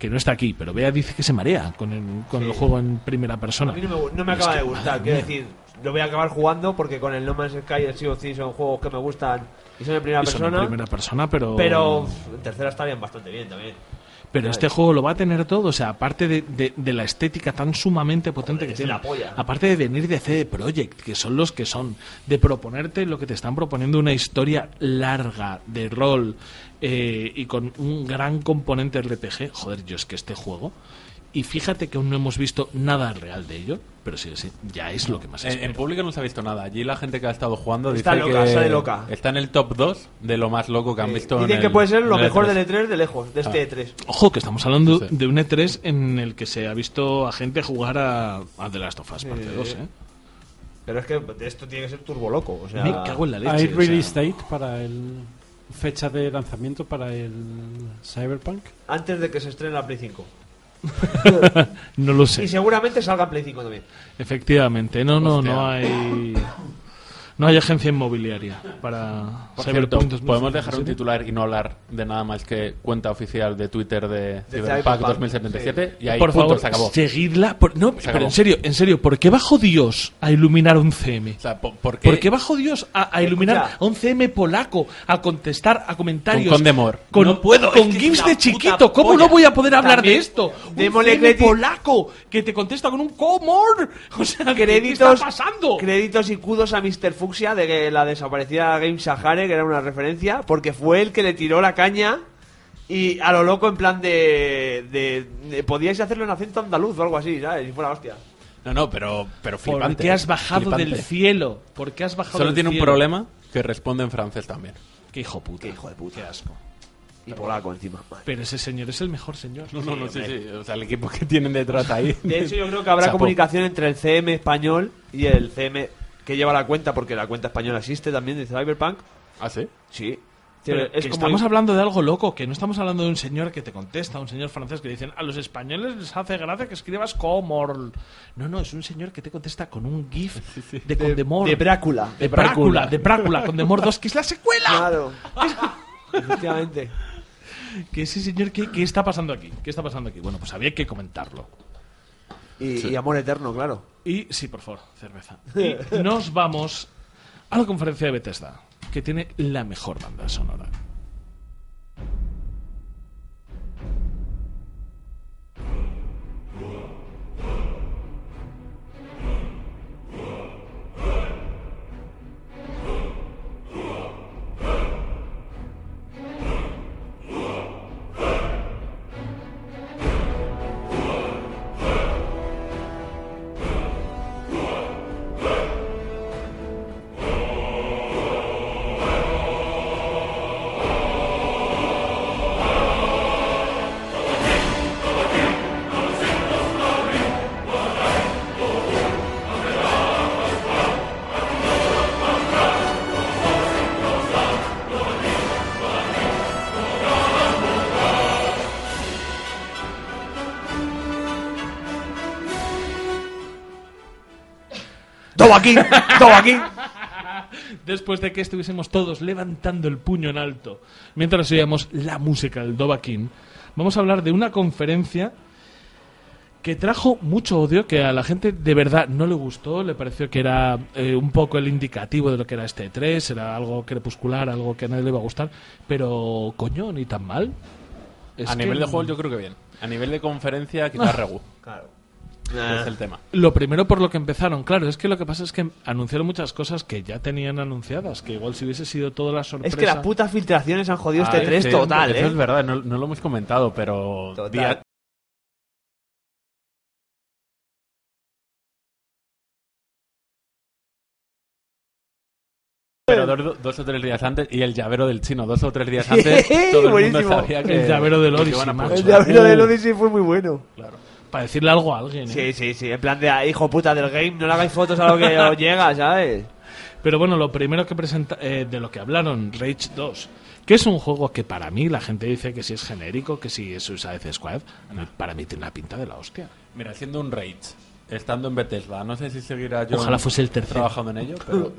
S1: Que no está aquí, pero vea dice que se marea con el, con el juego en primera persona.
S9: A mí no me, gu- no me
S1: Es
S9: acaba
S1: que,
S9: de gustar,
S1: madre
S9: quiero
S1: mía.
S9: decir... Lo voy a acabar jugando porque con el No Man's Sky y el Sea of Thieves son juegos que me gustan y son en primera
S1: Y son en
S9: persona.
S1: primera persona, pero,
S9: Pero uf, en tercera estarían bastante bien también.
S1: pero este juego lo va a tener todo. O sea, aparte de, de- de la estética tan sumamente potente
S9: Joder,
S1: que
S9: es
S1: tiene,
S9: la polla.
S1: aparte de venir de CD Projekt, que son los que son, de proponerte lo que te están proponiendo, una historia larga de rol eh, y con un gran componente RPG. Joder, yo es que este juego. Y fíjate que aún no hemos visto nada real de ello, pero sí, sí, ya es lo que más
S4: En, en
S1: espero.
S4: público no eh, se ha visto nada. Allí la gente que ha estado jugando
S9: Está
S4: dice
S9: loca,
S4: que
S9: sale loca. Eh,
S4: está en el top 2 de lo más loco que han visto. en
S9: Dicen que
S4: el-
S9: puede ser lo
S4: en el E
S1: E
S9: mejor
S4: E3.
S9: del E3 de lejos, de
S1: Ah.
S9: este E3.
S1: Ojo, que estamos hablando
S4: Sí.
S1: de un E3 en el que se ha visto a gente jugar a, a The Last of Us parte 2, ¿eh?
S9: Pero es que de esto tiene que ser turbo loco. O sea,
S1: Me cago en la leche.
S3: Hay
S1: o sea.
S3: release date para el... Fecha de lanzamiento para el Cyberpunk.
S9: antes de que se estrene la Play 5.
S1: No lo
S9: Y
S1: sé.
S9: seguramente salga en Play 5 también.
S1: Efectivamente, no, no,
S4: Hostia.
S1: no hay. No hay agencia inmobiliaria para
S4: Por
S1: saber
S4: cierto,
S1: puntos-
S4: podemos dejar un titular y no hablar de nada más que cuenta oficial de Twitter de Cyberpunk
S9: Cyberpunk,
S4: 2077 y ahí
S1: Por
S4: punto,
S1: favor,
S4: se acabó.
S1: seguidla. por- No,
S4: Se
S1: pero
S4: acabó.
S1: en serio, en serio, ¿por qué bajó Dios a iluminar un CM?
S4: O sea, po- ¿por qué?
S1: ¿Por qué bajó Dios a, a iluminar
S9: Escucha.
S1: a un CM polaco, a contestar a comentarios?
S4: Con Condemor.
S1: Con,
S4: No
S1: puedo, con GIFs de chiquito. ¿Cómo no voy a poder hablar de esto? Un
S9: démosle
S1: CM
S9: crédito-
S1: polaco que te contesta con un comor. O sea, ¿qué- ¿qué
S9: Créditos,
S1: está pasando?
S9: créditos y cudos a Mr. Fuxia de que la desaparecida Game Sahare, que era una referencia, porque fue el que le tiró la caña y a lo loco en plan de... de, de- podíais hacerlo en acento andaluz o algo así, ¿sabes? Y fuera hostia.
S4: No, no, pero, pero
S1: ¿Por
S4: flipante.
S1: qué has bajado
S4: flipante.
S1: del cielo? ¿Por qué has bajado
S4: Solo
S1: del
S4: tiene un
S1: cielo?
S4: problema que responde en francés también.
S1: Qué hijo puta.
S9: Qué hijo de puta.
S1: Qué asco.
S9: Y polaco encima. madre.
S1: Pero ese señor es el mejor señor.
S4: No, no, no, sí, sí. O sea, el equipo que tienen detrás ahí.
S9: De hecho, yo creo que habrá
S4: Chapo.
S9: comunicación entre el CM español y el CM que lleva la cuenta, porque la cuenta española existe también de Cyberpunk.
S4: ¿Ah, sí?
S9: Sí.
S1: Pero
S9: es
S1: que
S9: como-
S1: estamos hablando de algo loco, que no estamos hablando de un señor que te contesta, un señor francés que le dicen a los españoles les hace gracia que escribas como. Orl". No, no, es un señor que te contesta con un GIF de Condemor.
S2: de Brácula.
S1: De Brácula, de Brácula, Condemor 2, que es la secuela.
S2: Claro. Efectivamente.
S1: Que ese señor, ¿qué, qué está pasando aquí? ¿Qué está pasando aquí? Bueno, pues había que comentarlo.
S2: Y, y amor eterno, claro.
S1: Y, sí, por favor, cerveza. Y nos vamos a la conferencia de Bethesda, que tiene la mejor banda sonora.
S2: ¡Todo aquí! ¡Todo aquí!
S1: Después de que estuviésemos todos levantando el puño en alto mientras oíamos la música del Dovahkiin, vamos a hablar de una conferencia que trajo mucho odio, que a la gente de verdad no le gustó, le pareció que era eh, un poco el indicativo de lo que era este 3, era algo crepuscular, algo que a nadie le iba a gustar, pero coño, ni tan mal. Es
S4: a
S1: que- Ah.
S4: nivel de juegos yo creo que bien. A nivel de conferencia, quizás Regu. Ese es el tema.
S1: Lo primero por lo que empezaron, claro, es que lo que pasa es que anunciaron muchas cosas que ya tenían anunciadas, que igual si hubiese sido toda la sorpresa...
S9: Es que las putas filtraciones han jodido
S4: Ah,
S9: este 3
S4: sí,
S9: total,
S4: Eso es
S9: ¿eh?
S4: verdad, no, no lo hemos comentado, pero...
S9: Total.
S4: día- Pero
S1: Pues-
S4: dos, dos o tres días antes, y el llavero del chino, dos o tres días antes, todo el
S2: Buenísimo.
S4: mundo sabía que...
S1: El llavero del
S4: que
S1: Odyssey,
S4: iban a por
S1: macho.
S4: eso.
S2: El llavero del Odyssey fue muy bueno.
S1: Para decirle algo a alguien. ¿eh?
S9: Uh. Sí, sí, sí. En plan de, ah, hijo puta del game, no le hagáis fotos a lo que os llega, ¿sabes?
S1: Pero bueno, lo primero que presenta, eh, de lo que hablaron, Rage 2, que es un juego que para mí la gente dice que si es genérico, que si es Suicide Squad, para mí tiene una pinta de la hostia.
S4: Mira, siendo un Rage, estando en Bethesda, no sé si seguirá yo
S1: Ojalá fuese el tercero.
S4: trabajando en ello, pero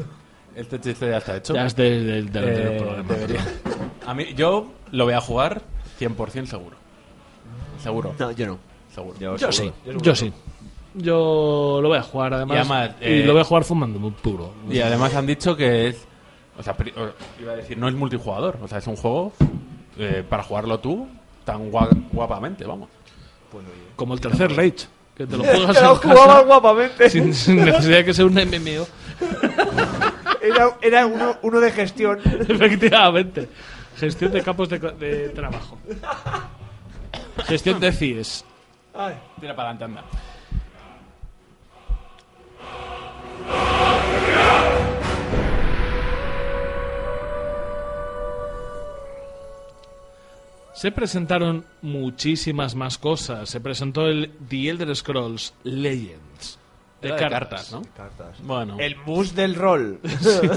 S4: este chiste ya está hecho.
S1: Ya es del del- del
S4: Eh,
S1: anterior programa.
S4: debería- A mí, yo lo voy a jugar 100% seguro. Seguro,
S2: No, yo no.
S4: seguro.
S1: Yo sí, yo sí. Yo lo voy a jugar además.
S4: Y además,
S1: y
S4: eh,
S1: lo voy a jugar fumando muy puro.
S4: Y además han dicho que es... O sea, pri- o- iba a decir, no es multijugador. O sea, es un juego eh, para jugarlo tú tan gua- guapamente, vamos.
S1: Como el tercer Rage, que te lo juegas
S2: Lo
S1: en
S2: jugaba
S1: casa
S2: guapamente.
S1: sin, sin necesidad de que sea un MMO.
S2: Era, era uno, uno de gestión.
S1: Efectivamente. Gestión de campos de, co- de trabajo. Gestión de CIES.
S4: Tira para adelante, anda.
S1: Se presentaron muchísimas más cosas. Se presentó el The Elder Scrolls Legends.
S4: Era de cartas, ¿no? Bueno.
S9: El mus del rol.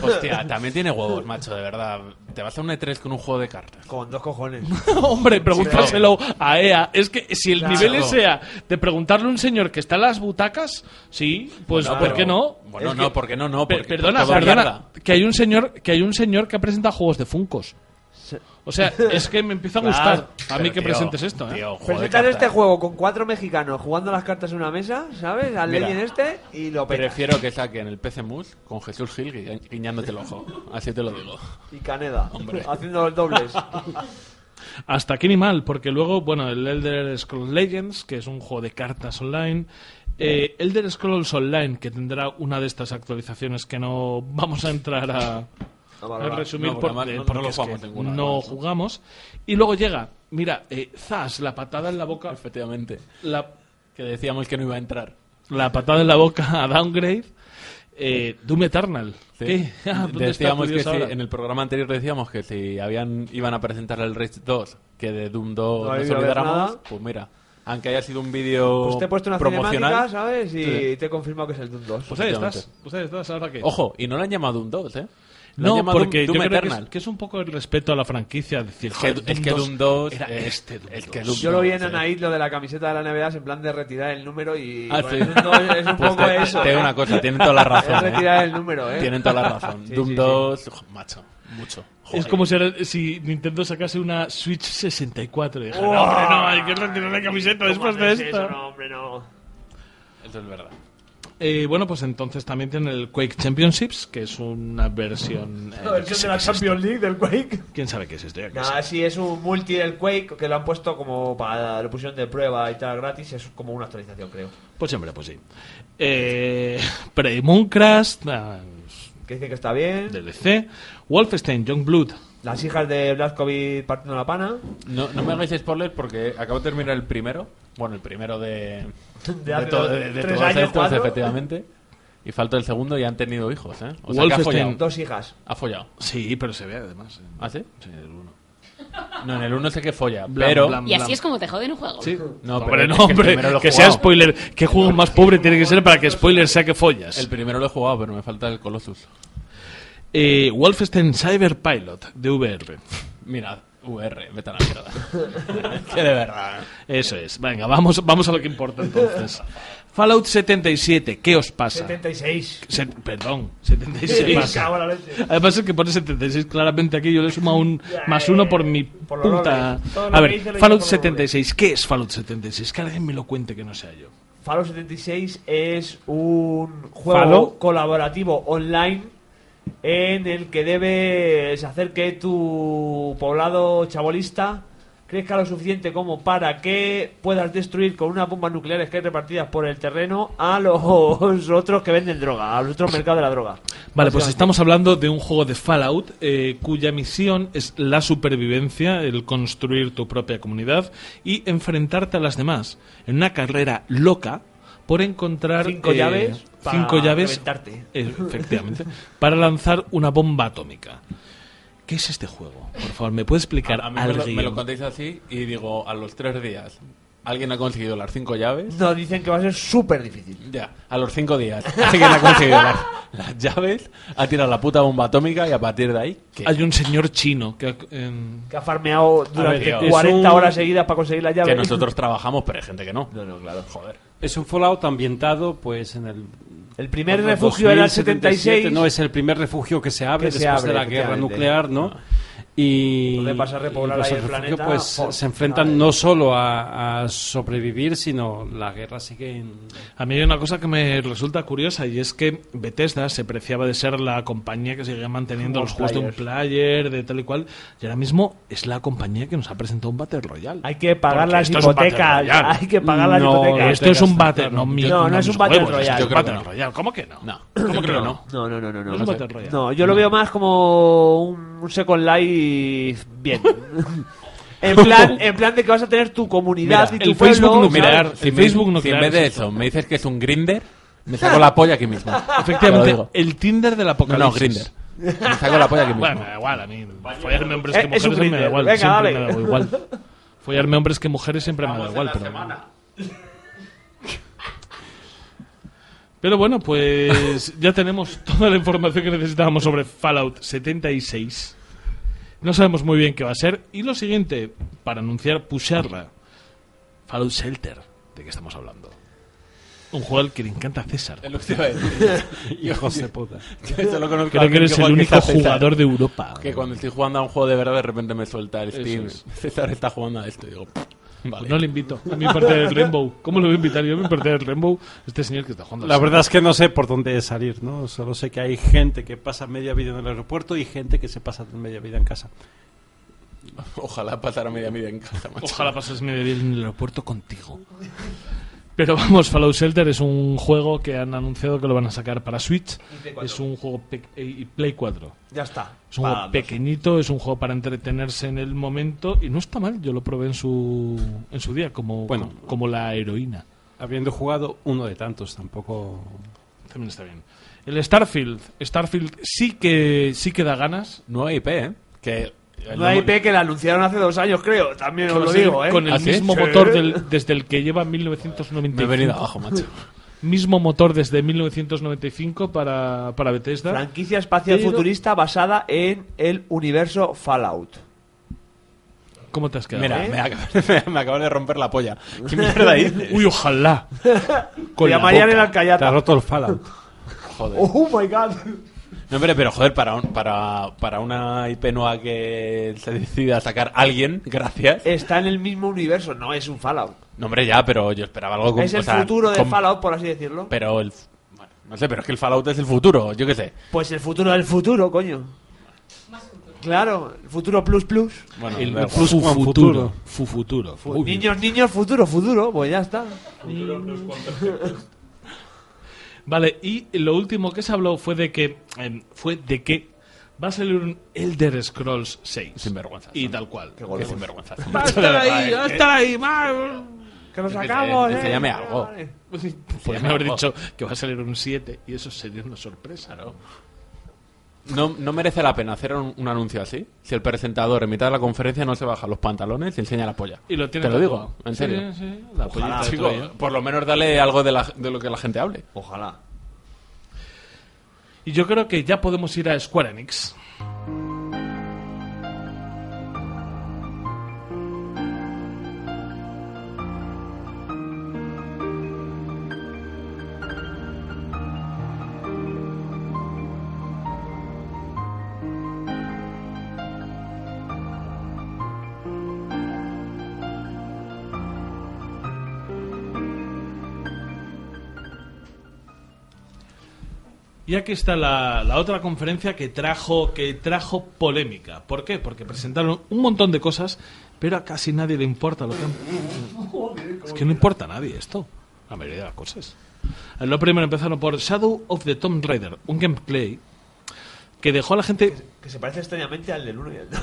S4: Hostia, también tiene huevos, macho, de verdad. Te vas a un E3 con un juego de cartas.
S9: Con dos cojones.
S1: Hombre, pregúntaselo a EA. Es que si el
S9: Claro.
S1: nivel es EA de preguntarle a un señor que está en las butacas, sí, pues
S4: Bueno,
S1: ¿por
S4: pero-
S1: qué no?
S4: Bueno,
S1: Es
S4: no,
S1: que-
S4: ¿por qué no? No,
S1: Per-
S4: porque
S1: perdona,
S4: todo
S1: perdona,
S4: mierda.
S1: que hay un señor que hay un señor que ha presentado juegos de Funcos. O sea, es que me empieza a gustar Ah, a mí
S4: Pero,
S1: que
S4: tío,
S1: presentes esto, ¿eh?
S4: tío, un juego de
S9: Presentar este
S4: cartas.
S9: juego con cuatro mexicanos jugando las cartas en una mesa, ¿sabes? Al
S4: Mira.
S9: Legend este y lo petas.
S4: Prefiero que saquen el PC Mus con Jesús Gil gui- guiñándote el ojo. Así te lo digo.
S9: Y Caneda, haciendo los dobles.
S1: Hasta aquí ni mal, porque luego, bueno, el Elder Scrolls Legends, que es un juego de cartas online. eh, Elder Scrolls Online, que tendrá una de estas actualizaciones que no vamos a entrar a, a resumir
S4: No, porque
S1: por-
S4: además
S1: eh,
S4: no- no
S1: porque
S4: lo
S1: es que
S4: jugamos ninguno,
S1: no
S4: además, ¿no?
S1: jugamos. Y luego llega, mira, eh, Zas, la patada en la boca.
S4: Efectivamente.
S1: La,
S4: Que decíamos que no iba a entrar.
S1: la patada en la boca a Downgrade. Eh, Doom Eternal.
S4: Sí.
S1: ¿Qué? Ah, ¿dónde está tu
S4: decíamos que
S1: Dios
S4: si-
S1: ahora?
S4: en el programa anterior decíamos que si habían iban a presentar el Rage 2, que de Doom 2
S9: No
S4: nos
S9: había
S4: olvidáramos,
S9: nada.
S4: pues mira, aunque haya sido un vídeo
S9: Pues te he puesto una cinemática,
S4: promocional.
S9: ¿sabes? Y
S4: Sí.
S9: te he confirmado que es el Doom 2.
S1: Pues ahí estás. Pues ahí estás, ahora qué.
S4: Ojo, y no le han llamado Doom 2, ¿eh? Oh, Lo han
S1: No,
S4: llamado
S1: porque
S4: Doom
S1: yo creo que es,
S4: Eternal.
S1: que es un poco el respeto a la franquicia. es Decir,
S4: Es que-
S1: joder,
S4: es que Doom 2
S1: era
S4: es-
S1: este Doom
S4: es que
S1: 2.
S4: Doom
S9: Yo lo vi en Anaid, lo de la camiseta de la NBA, es en plan de retirar el número y.
S4: Ah,
S9: con
S4: sí.
S9: el Doom 2 es un
S4: Pues
S9: poco
S4: te-
S9: eso.
S4: te digo
S9: ¿eh?
S4: una cosa, tienen toda la razón.
S9: Es
S4: ¿eh?
S9: retirar el número, ¿eh?
S4: Tienen toda la razón.
S9: Sí,
S4: Doom
S9: sí, sí.
S4: 2, jo, macho, mucho.
S1: Es
S4: Joder.
S1: como si, ahora- si Nintendo sacase una Switch 64. y dijera,
S4: ¡Oh!
S1: no, hombre, no, hay que retirar la camiseta después de
S9: haces
S1: esto.
S9: eso, pues, no, hombre, no.
S4: Eso es verdad.
S1: Eh, bueno, pues entonces también tienen el Quake Championships, que es una versión. eh, yo qué sé qué es esto.
S9: League del Quake.
S1: ¿Quién sabe qué es esto? Yo qué
S9: Nada,
S1: sé.
S9: sí, es un multi del Quake que lo han puesto como para. Lo pusieron de prueba y tal gratis. Es como una actualización, creo.
S1: Pues hombre, pues sí. Eh, Pre-Moon Crash, ah,
S9: Que dicen que está bien.
S1: DLC. Wolfenstein, Youngblood.
S9: Las hijas de Blazkowicz partiendo la pana.
S4: No, no me hagáis spoilers porque acabo de terminar el primero. Bueno, el primero de.
S9: hace dos-
S4: to-
S9: tres
S4: todos
S9: años,
S4: estos,
S9: cuatro.
S4: efectivamente. Y falta el segundo y han tenido hijos, ¿eh? O sea, que ha
S1: Wolfenstein.
S4: follado.
S9: Dos hijas.
S4: Ha follado.
S1: Sí, pero se ve además.
S4: ¿Ah, sí?
S1: Sí, el uno.
S4: No, en el uno sé que folla,
S1: Blam,
S4: pero.
S1: blam,
S5: Y así
S1: blam.
S5: es como te joden un juego.
S4: Sí. No, pero
S1: hombre,
S4: es
S1: no,
S4: que el
S1: hombre,
S4: primero lo he
S1: que sea
S4: jugado.
S1: spoiler. ¿Qué juego más pobre tiene que ser para que spoiler sea que follas?
S4: El primero lo he jugado, pero me falta el Colossus.
S1: Eh, Wolfenstein Cyberpilot de VR.
S4: Mirad, VR, vete a la mierda. que de verdad.
S1: Eso es. Venga, vamos, vamos a lo que importa entonces. Fallout 77, ¿qué os pasa?
S9: 76.
S1: Se- perdón, 76.
S9: Me cago en la leche.
S1: Además es que pone 76 claramente aquí, yo le sumo un más uno por mi
S9: Por los
S1: puta...
S9: roles. Todo lo
S1: A
S9: que
S1: ver,
S9: dice lo
S1: Fallout
S9: dice por los roles.
S1: 76, ¿qué es Fallout 76? Que alguien me lo cuente que no sea yo.
S9: Fallout 76 es un juego
S10: ¿Falo?
S9: colaborativo online en el que debes hacer que tu poblado chabolista crezca lo suficiente como para que puedas destruir con unas bombas nucleares que hay repartidas por el terreno a los otros que venden droga, a los otros mercados de la droga.
S1: Vale, pues
S9: Básicamente.
S1: estamos hablando de un juego de Fallout eh, cuya misión es la supervivencia, el construir tu propia comunidad y enfrentarte a las demás en una carrera loca por encontrar eh,
S9: Cinco llaves para
S1: cinco llaves
S9: reventarte.
S1: eh, efectivamente para lanzar una bomba atómica. ¿Qué es este juego? Por favor, me puede explicar
S4: Ah, A, a mí me lo,
S1: alguien?
S4: me lo contéis así y digo, a los tres días, alguien ha conseguido las cinco llaves.
S9: Nos dicen que va a ser súper difícil.
S4: Ya, a los cinco días, alguien ha conseguido las, las llaves, ha tirado la puta bomba atómica y a partir de ahí, ¿qué?
S1: Hay un señor chino que em,
S9: Que ha farmeado durante
S4: tío, es
S9: 40
S1: un-
S9: horas seguidas para conseguir la llave.
S4: que nosotros trabajamos, pero hay gente que no.
S9: claro, joder.
S3: Es un Fallout ambientado, pues, en el.
S9: El primer
S3: bueno,
S9: refugio era el
S3: 2077,
S9: 76.
S3: No, es el primer refugio que se abre
S9: Que se
S3: después
S9: abre,
S3: de la guerra
S9: efectivamente. Ah.
S3: nuclear, ¿no? Y.
S9: Donde vas a repoblar
S3: y, pues,
S9: ahí
S3: el
S9: el
S3: refugio,
S9: planeta, eh.
S3: pues,
S9: joder,
S3: se enfrentan
S9: madre.
S3: no solo a, a sobrevivir, sino la guerra sigue en.
S1: A mí hay una cosa que me resulta curiosa y es que Bethesda se preciaba de ser la compañía que seguía manteniendo los juegos de un player, de tal y cual, y ahora mismo es la compañía que nos ha presentado un Battle Royale.
S9: Hay que pagar
S1: Porque
S9: las
S1: esto es un
S9: hipotecas.
S1: Battle Royale.
S9: hay que pagar las
S3: No,
S9: hipotecas.
S1: Esto es un
S3: Está
S1: Battle
S3: claro.
S1: no, mi-
S9: No, no es
S1: mis
S9: un Battle
S1: huevos,
S9: Royale.
S1: es un
S9: Yo
S4: creo que
S1: Battle
S4: no.
S1: Royale. ¿Cómo que no?
S4: No,
S1: ¿Cómo que no?
S9: No, no, no, no.
S1: No
S9: No,
S1: es un Battle Royale.
S9: No, yo lo veo más como un un Second Life bien. en, plan, en plan de que vas a tener tu comunidad
S4: Mira,
S9: y tu
S1: el Facebook
S9: pueblo,
S1: nuclear.
S9: ¿sabes?
S1: el Facebook
S4: me-
S1: no
S4: si en
S1: crear
S4: vez de
S1: eso.
S4: eso me dices que es un grinder, me saco la polla aquí mismo. Te lo
S1: Efectivamente,
S4: digo.
S1: el Tinder del
S4: No,
S1: apocalipsis.
S4: no, grinder. Me saco la polla aquí mismo.
S1: Bueno, da igual, a mí. Follarme hombres
S9: Eh,
S1: que
S9: es un
S1: mujeres me da
S9: Grindr.
S1: igual.
S9: Venga,
S1: siempre
S9: dale.
S1: me da igual. Follarme hombres que mujeres siempre me da
S4: Vamos
S1: igual.
S4: en la
S1: Pero,
S4: semana.
S1: pero bueno, pues ya tenemos toda la información que necesitábamos sobre Fallout 76. No sabemos muy bien qué va a ser. Y lo siguiente, para anunciar, pusharla. Fallout Shelter. ¿De qué estamos hablando? Un juego al que le encanta a César.
S4: Es lo que te iba a decir. Yo-
S3: Hijos de puta.
S4: yo solo conozco a
S1: Creo que
S4: alguien
S1: eres el
S4: juega
S1: único
S4: quizás César.
S1: jugador de Europa.
S4: Que cuando estoy jugando a un juego de verdad, de repente me suelta el Steam.
S1: es.
S4: César está jugando a esto. y digo, "Pff, vale.
S1: Pues No le invito a mi parte del Rainbow. ¿Cómo lo voy a invitar yo a mi parte del Rainbow? Este señor que está jugando. al
S3: La verdad es que no sé por dónde salir, ¿no? Solo sé que hay gente que pasa media vida en el aeropuerto y gente que se pasa media vida en casa.
S4: Ojalá pasara media media en casa, macho.
S1: Ojalá pases medio día en el aeropuerto contigo. Pero vamos, Fallout Shelter es un juego que han anunciado que lo van a sacar para Switch. Es un juego pe- y Play 4.
S9: Ya está.
S1: Es un
S9: Pa-
S1: juego pequeñito, es un juego para entretenerse en el momento y no está mal. Yo lo probé en su en su día como
S3: Bueno.
S1: como la heroína.
S3: Habiendo jugado uno de tantos, tampoco.
S1: También está bien. El Starfield, Starfield sí que sí que da ganas.
S4: Nueva IP, ¿eh? Que
S9: No hay IP que la anunciaron hace dos años, creo. También os
S1: Va a
S9: lo
S1: ser
S9: digo, ¿eh?
S1: Con el
S4: ¿Ah, sí?
S1: mismo
S4: Sí.
S1: motor del- desde el que lleva 1995.
S4: me he venido abajo, macho.
S1: mismo motor desde 1995 para, para Bethesda.
S9: Franquicia espacial
S1: Pero-
S9: futurista basada en el universo Fallout.
S1: ¿Cómo te has quedado?
S3: ¿Eh?
S4: Mira, me, acabas, me, acabas de romper la polla. ¿Qué mierda dices?
S1: Eh, Uy, ojalá.
S9: Con
S1: la
S9: llamarían
S1: boca.
S9: el Alcayata.
S3: roto el Fallout.
S4: Joder.
S9: Oh my god.
S4: No, hombre, pero joder, para, un- para, para una IP nueva que se decida sacar alguien, gracias.
S9: Está en el mismo universo, no es un Fallout.
S4: No, hombre, ya, pero yo esperaba algo con-
S9: es
S4: o
S9: el
S4: sea,
S9: futuro del
S4: con-
S9: Fallout, por así decirlo.
S4: Pero el. bueno, no sé, pero es que el Fallout es el futuro, yo qué sé.
S9: Pues el futuro del futuro, coño. Claro, el futuro plus plus.
S4: Bueno,
S1: El
S4: da igual.
S1: plus
S3: Juan
S1: futuro.
S3: Futuro.
S1: Fu futuro. Uy,
S9: Niños, niños, futuro, futuro. Pues ya está.
S1: Vale, y lo último que se habló fue de que em, fue de que va a salir un Elder Scrolls 6.
S4: Sinvergüenza.
S1: Y tal cual.
S4: Qué sinvergüenza.
S1: Va a estar ahí, va a estar ahí, va.
S9: Que nos
S4: Yo qué sé,
S9: sacamos,
S4: enséñame
S9: eh.
S4: algo.
S9: Vale.
S1: Podría haber pues dicho que va a salir un 7 y eso sería una sorpresa, ¿no?
S4: No, no merece la pena hacer un, un anuncio así. Si el presentador en mitad de la conferencia no se baja los pantalones y enseña la polla.
S1: Y lo tiene
S4: Te lo
S1: tatuado.
S4: digo, en serio.
S1: Sí, sí, la
S4: Ojalá,
S1: pollita de
S4: chico,
S1: Troya.
S4: por lo menos dale algo de, la- de lo que la gente hable.
S9: Ojalá.
S1: Y yo creo que ya podemos ir a Square Enix. Y aquí está la, la otra conferencia que trajo, que trajo polémica. ¿Por qué? Porque presentaron un montón de cosas, pero a casi nadie le importa lo que han- Es que no importa a nadie esto. La mayoría de las cosas. Eh, Lo primero empezaron por Shadow of the Tomb Raider, un gameplay que dejó a la gente
S9: Que se parece extrañamente al del 1 y al 2.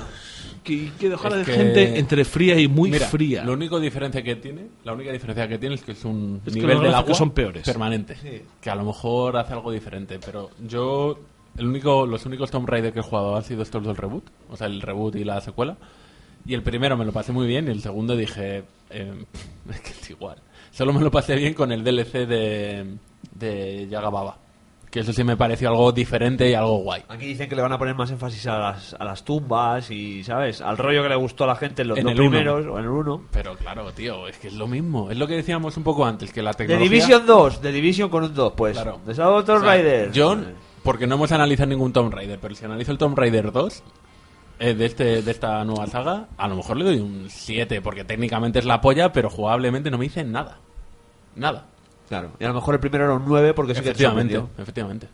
S1: que, que dejó a la
S4: Es que-
S1: gente entre fría y muy
S4: Mira,
S1: fría.
S4: La única diferencia que tiene, la única diferencia que tiene es que es un
S1: Es que
S4: nivel
S1: los
S4: del
S1: gráficos
S4: agua
S1: son peores.
S4: permanente, que a lo mejor hace algo diferente, pero yo el único los únicos Tomb Raider que he jugado han sido estos del reboot, o sea, el reboot y la secuela. Y el primero me lo pasé muy bien y el segundo dije, eh, es que es igual. Solo me lo pasé bien con el DLC de de Yaga Baba, que eso sí me pareció algo diferente y algo guay.
S9: Aquí dicen que le van a poner más énfasis a las, a las tumbas y, ¿sabes? Al rollo que le gustó a la gente en los
S4: En
S9: dos
S4: el uno.
S9: primeros o en el 1.
S4: Pero claro, tío, es que es lo mismo, es lo que decíamos un poco antes que la
S9: De
S4: tecnología
S9: Division 2, de Division con un 2, pues.
S4: Claro.
S9: De Shadow of Tomb
S4: O sea,
S9: Raider.
S4: Yo, porque no hemos analizado ningún Tomb Raider, pero si analizo el Tomb Raider 2 eh, de, este, de esta nueva saga, a lo mejor le doy un 7, porque técnicamente es la polla, pero jugablemente no me dicen nada. Nada.
S9: Claro. Y a lo mejor el primero era un 9 porque sí que te
S4: efectivamente,
S9: sorprendió.
S4: efectivamente.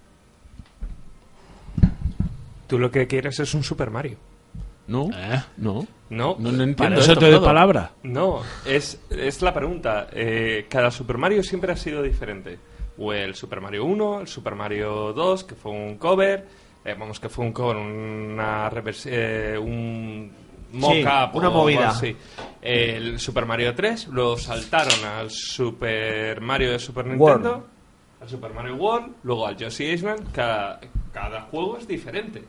S10: Tú lo que quieres es un Super Mario.
S4: No,
S1: ¿Eh?
S4: no.
S10: No,
S4: No, no entiendo
S10: para
S1: Eso
S4: esto
S1: te doy
S4: todo.
S1: palabra.
S10: No, es, es la pregunta. Eh, cada Super Mario siempre ha sido diferente. O el Super Mario 1, el Super Mario 2, que fue un cover. eh, vamos, que fue un cover, una revers- eh, un mock-up.
S9: Sí, una
S10: o
S9: movida.
S10: algo así. El Super Mario 3 lo saltaron al Super Mario de Super
S9: World.
S10: Nintendo, al Super Mario World, luego al Yoshi Island. Cada, cada juego es diferente.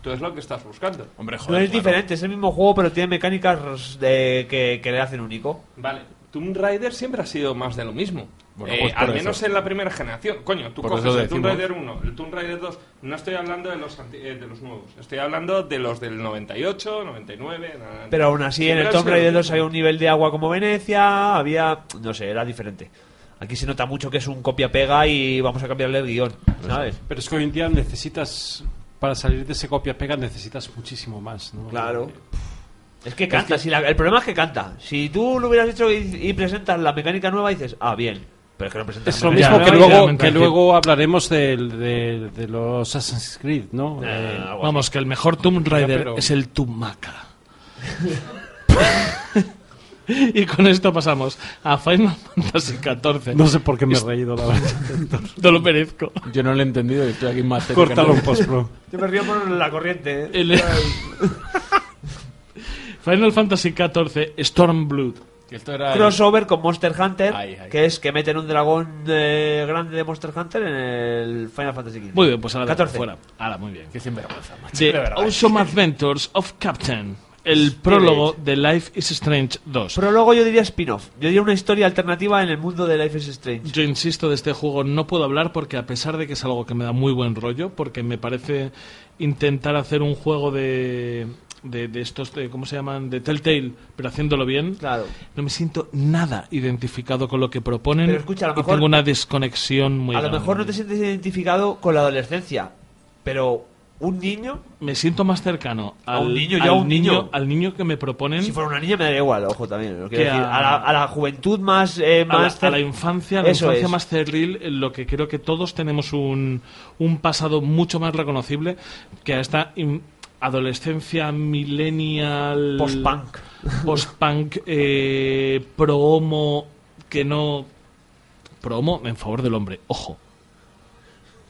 S10: Tú es lo que estás buscando.
S4: Hombre,
S9: No
S4: joder,
S9: es
S4: claro.
S9: diferente, es el mismo juego, pero tiene mecánicas de, que, que le hacen único.
S10: Vale, Tomb Raider siempre ha sido más de lo mismo.
S4: Bueno,
S10: Eh,
S4: pues por
S10: al
S4: eso.
S10: menos en la primera generación. Coño, tú
S4: Por
S10: coges el
S4: eso
S10: Tomb
S4: decimos.
S10: Raider 1, el Tomb Raider 2. No estoy hablando de los, anti- eh, de los nuevos. Estoy hablando de los del 98, 99. na- na- na.
S9: Pero aún así, en
S10: Siempre
S9: el
S10: ha
S9: Tomb
S10: sido
S9: Raider
S10: lo
S9: 2
S10: mismo.
S9: había un nivel de agua como Venecia, había. No sé, era diferente. Aquí se nota mucho que es un copia-pega y vamos a cambiarle el guión, ¿sabes?
S3: Pero es que hoy en día necesitas, para salir de ese copia-pega, necesitas muchísimo más, ¿no?
S9: Claro. Es que canta, si la- el problema es que canta. Si tú lo hubieras hecho y, y presentas la mecánica nueva, dices, ah, bien. Pero es que no presentas
S3: Es
S9: la
S3: lo
S1: Ya,
S9: mecánica
S3: mismo que
S9: nueva
S1: no,
S9: y
S3: luego,
S1: literalmente,
S3: que
S1: sí.
S3: luego hablaremos del- de, de los Assassin's Creed, ¿no? Eh,
S9: algo así.
S1: Vamos, que el mejor Tomb Raider
S3: pero-
S1: es el Tumaca. y con esto pasamos a Final Fantasy XIV.
S3: no sé por qué me he reído, la verdad.
S1: No lo merezco.
S4: Yo no lo he entendido y estoy aquí más serio que
S3: Córtalo
S4: nunca.
S3: en post-pro.
S9: te- Yo me río por la corriente. ¿eh?
S1: El- Final Fantasy XIV Stormblood.
S4: Que Esto era el-
S9: Crossover con Monster Hunter,
S4: Ahí, ahí.
S9: que es que meten un dragón eh, grande de Monster Hunter en el Final Fantasy XV.
S1: Muy bien, pues ahora
S9: 14.
S1: fuera. Ahora, muy bien.
S4: Que sinvergüenza, macho.
S1: The
S4: De verdad.
S1: Awesome Adventures of Captain. el prólogo de Life is Strange 2.
S9: Prólogo yo diría spin-off. Yo diría una historia alternativa en el mundo de Life is Strange.
S1: Yo insisto, de este juego no puedo hablar porque a pesar de que es algo que me da muy buen rollo, porque me parece intentar hacer un juego de... De, de estos, de- ¿cómo se llaman? De Telltale, pero haciéndolo bien.
S9: Claro.
S1: No me siento nada identificado con lo que proponen.
S9: Pero escucha, a lo
S1: y
S9: mejor-
S1: tengo una desconexión muy
S9: A lo
S1: grande.
S9: mejor no te sientes identificado con la adolescencia, pero un niño,
S1: Me siento más cercano al,
S9: A un niño, yo
S1: al
S9: a un
S1: niño,
S9: niño.
S1: al niño que me proponen.
S9: si fuera una niña me daría igual, ojo también. lo quiero
S1: ¿Mm? Que
S9: decir,
S1: a-
S9: a, la, a la juventud más... eh,
S1: a la,
S9: más
S1: a la infancia, a la
S9: Eso
S1: infancia
S9: es.
S1: más cerril, en lo que creo que todos tenemos un, un pasado mucho más reconocible que a esta in- adolescencia millennial.
S9: Post-punk.
S1: Post-punk, eh, pro-homo, que no. Pro-homo en favor del hombre, ojo.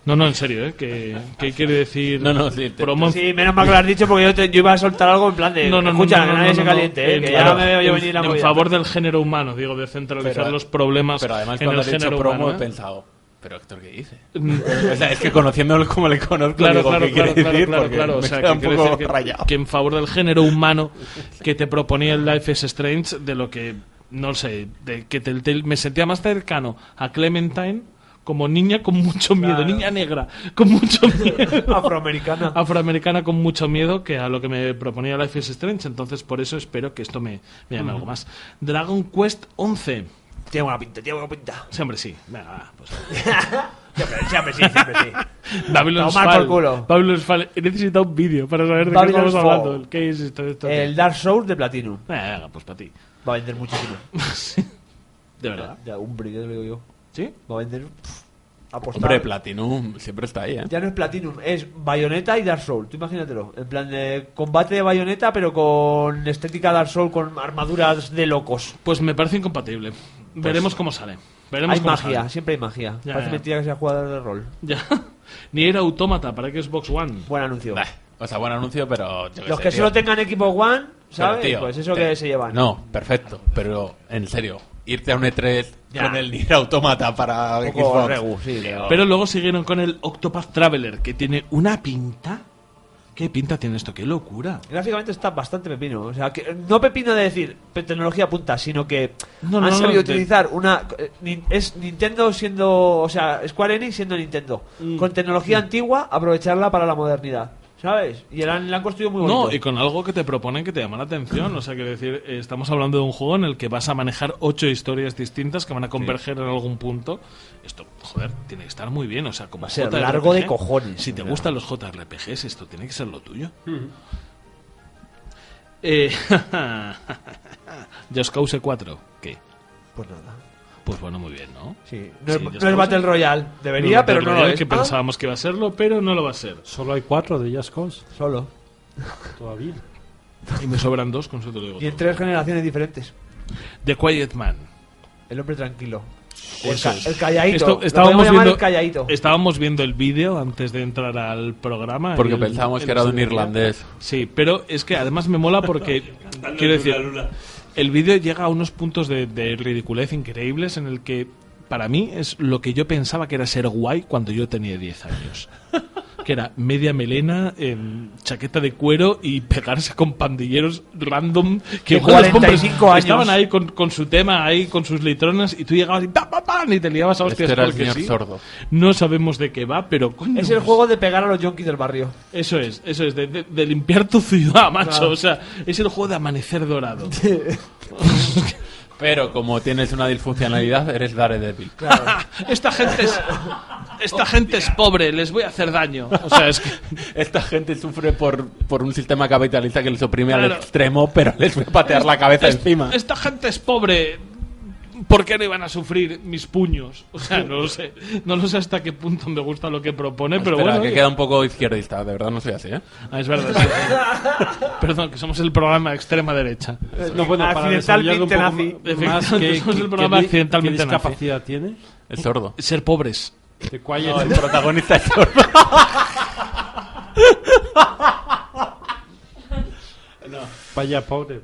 S1: No, no, en serio, ¿eh? Que, que quiere decir.
S4: No, no, sí, te-
S1: pro-homo en-
S9: Sí, menos mal que lo has dicho porque yo, te- yo iba a soltar algo en plan de...
S1: No, no, no,
S9: escucha,
S1: no, no,
S9: que nadie
S1: no,
S9: se
S1: no, no.
S9: caliente, eh,
S1: En-
S9: que
S1: claro,
S9: ya me veo
S1: en-
S9: venir la
S1: En
S9: movida.
S1: favor del género humano, digo, de centralizar
S4: Pero-
S1: los problemas
S4: Pero además,
S1: en el
S4: cuando has dicho
S1: género
S4: promo,
S1: humano.
S4: he
S1: ¿eh?
S4: pensado, ¿pero Héctor qué dice?
S1: Mm.
S4: o sea, es que conociéndolo como le conozco,
S1: Claro,
S4: digo,
S1: claro,
S4: ¿qué
S1: claro,
S4: quiere
S1: claro,
S4: decir?
S1: claro,
S4: Porque
S1: claro. O
S4: me
S1: sea,
S4: queda
S1: que
S4: un
S1: quiere
S4: poco
S1: decir que-
S4: rayado.
S1: que en favor del género humano que te proponía el Life is Strange, de lo que, no sé, de que te- te- me sentía más cercano a Clementine como niña con mucho miedo, niña negra con mucho miedo.
S9: Afroamericana.
S1: Afroamericana con mucho miedo que a lo que me proponía Life is Strange, entonces por eso espero que esto me, me llame algo más. Dragon Quest 11.
S9: Tiene buena pinta, tiene buena pinta.
S1: Siempre sí. Venga, va, pues.
S9: Siempre, siempre sí, siempre sí.
S1: Babylon's
S9: Tomar por
S1: Fall.
S9: culo.
S1: Babylon's Fall. He necesitado un vídeo para saber de qué
S9: Babylon's
S1: estamos hablando.
S9: Fall.
S1: el ¿Qué es esto? esto qué es.
S9: El Dark Souls de Platinum.
S1: Venga, venga, pues para ti.
S9: Va a vender muchísimo.
S1: De verdad.
S9: Ya, hombre, ya te lo digo yo.
S1: ¿Sí?
S9: Va a vender... pff, apostar.
S4: Hombre, Platinum siempre está ahí, ¿eh?
S9: Ya no es Platinum, es Bayonetta y Dark Soul. Tú imagínatelo. En plan de combate de Bayonetta, pero con estética Dark Soul, con armaduras de locos.
S1: Pues me parece incompatible. Veremos cómo sale. Veremos
S9: Hay
S1: cómo
S9: magia,
S1: sale.
S9: siempre hay magia.
S1: Ya,
S9: Parece
S1: ya.
S9: mentira que sea jugador de rol.
S1: Ya. Ni era autómata para Xbox One.
S9: Buen anuncio.
S4: Bah, o sea, buen anuncio, pero yo qué
S9: Los
S4: sé,
S9: que
S4: tío.
S9: solo tengan equipo One,
S4: Pero,
S9: ¿sabes?
S4: tío,
S9: pues eso
S4: te-
S9: que se llevan.
S4: No, perfecto, pero en serio, irte a un E3
S9: Ya.
S4: con el Nier Automata para
S9: Un poco
S4: Xbox.
S9: regu, sí, pero-
S1: Pero luego siguieron con el Octopath Traveler, que tiene una pinta. ¿Qué pinta tiene esto? ¡Qué locura!
S9: Gráficamente está bastante pepino. O sea, que no pepino de decir pe- tecnología punta, sino que
S1: No, no,
S9: han
S1: no,
S9: sabido
S1: de-
S9: utilizar una. eh, nin- Es Nintendo siendo. O sea, Square Enix siendo Nintendo.
S1: Mm.
S9: Con tecnología antigua, aprovecharla para la modernidad. ¿Sabes? Y la han, la han construido muy bonito.
S1: No, y con algo que te proponen que te llama la atención. O sea, quiero decir, eh, estamos hablando de un juego en el que vas a manejar ocho historias distintas que van a converger en algún punto. Esto, joder, tiene que estar muy bien. O sea, como
S9: Va a ser
S1: JRPG,
S9: largo de cojones,
S1: Si te
S9: o sea.
S1: gustan los JRPGs, esto tiene que ser lo tuyo. Eh, Just Cause 4, ¿qué?
S9: Pues nada.
S1: Pues bueno, muy bien, ¿no?
S9: Sí. No,
S1: Sí,
S9: es,
S1: Just
S9: no es
S1: Cause.
S9: Battle Royale. Debería, pero no lo
S1: Royale,
S9: es.
S1: Que
S9: Ah,
S1: pensábamos que iba a serlo, pero no lo va a ser.
S3: Solo hay cuatro de Just Cause
S9: Solo.
S3: todavía.
S1: Y me sobran dos, con eso te lo digo
S9: Y en
S1: todo.
S9: tres generaciones diferentes.
S1: The Quiet Man.
S9: El hombre tranquilo. O el,
S1: Eso
S9: ca-
S1: es.
S9: el calladito.
S1: Esto-
S9: Lo podemos
S1: estábamos,
S9: llamar
S1: viendo,
S9: el calladito.
S1: estábamos viendo el vídeo antes de entrar al programa.
S4: Porque
S1: el-
S4: pensábamos
S1: el-
S4: que era de un irlandés.
S1: Sí, pero es que además me mola porque. quiero decir, el vídeo llega a unos puntos de, de ridiculez increíbles en el que. Para mí es lo que yo pensaba que era ser guay cuando yo tenía 10 años. Que era media melena, em, chaqueta de cuero y pegarse con pandilleros random que
S9: De
S1: igual los hombres
S9: 45 años.
S1: estaban ahí con, con su tema, ahí con sus litronas y tú llegabas y, ¡pam, pam, pam! y te liabas a
S4: Este
S1: hostias
S4: era el
S1: porque
S4: señor
S1: sí.
S4: sordo.
S1: No sabemos de qué va, pero coño,
S9: Es el
S1: pues,
S9: juego de pegar a los yonkis del barrio.
S1: Eso es, eso es, de, de- de limpiar tu ciudad, macho. O sea, es el juego de amanecer dorado.
S4: Pero como tienes una disfuncionalidad, eres Daredevil.
S1: esta gente es. Esta gente es pobre, les voy a hacer daño. O sea, es que.
S4: Esta gente sufre por, por un sistema capitalista que les oprime al
S1: Claro.
S4: extremo, pero les voy a patear la cabeza encima.
S1: Esta gente es pobre. ¿Por qué no iban a sufrir mis puños? O sea, no lo sé. No lo sé hasta qué punto me gusta lo que propone, pero
S4: Espera,
S1: bueno.
S4: que
S1: oye.
S4: queda un poco izquierdista, de verdad no soy así, ¿eh?
S1: Ah, es verdad. sí, sí. Perdón, que somos el programa de extrema derecha.
S3: Eh, No, bueno, para desarrollar un
S9: Accidentalmente
S3: poco
S9: nazi.
S3: ma- más
S1: Efectivamente,
S3: que,
S1: somos el
S3: que-
S1: programa
S3: que-
S1: accidentalmente
S3: ¿qué
S1: nazi.
S3: discapacidad tiene?
S4: Es sordo.
S1: Ser pobres.
S3: The Quiet
S4: el protagonista es sordo.
S3: Vaya pobre.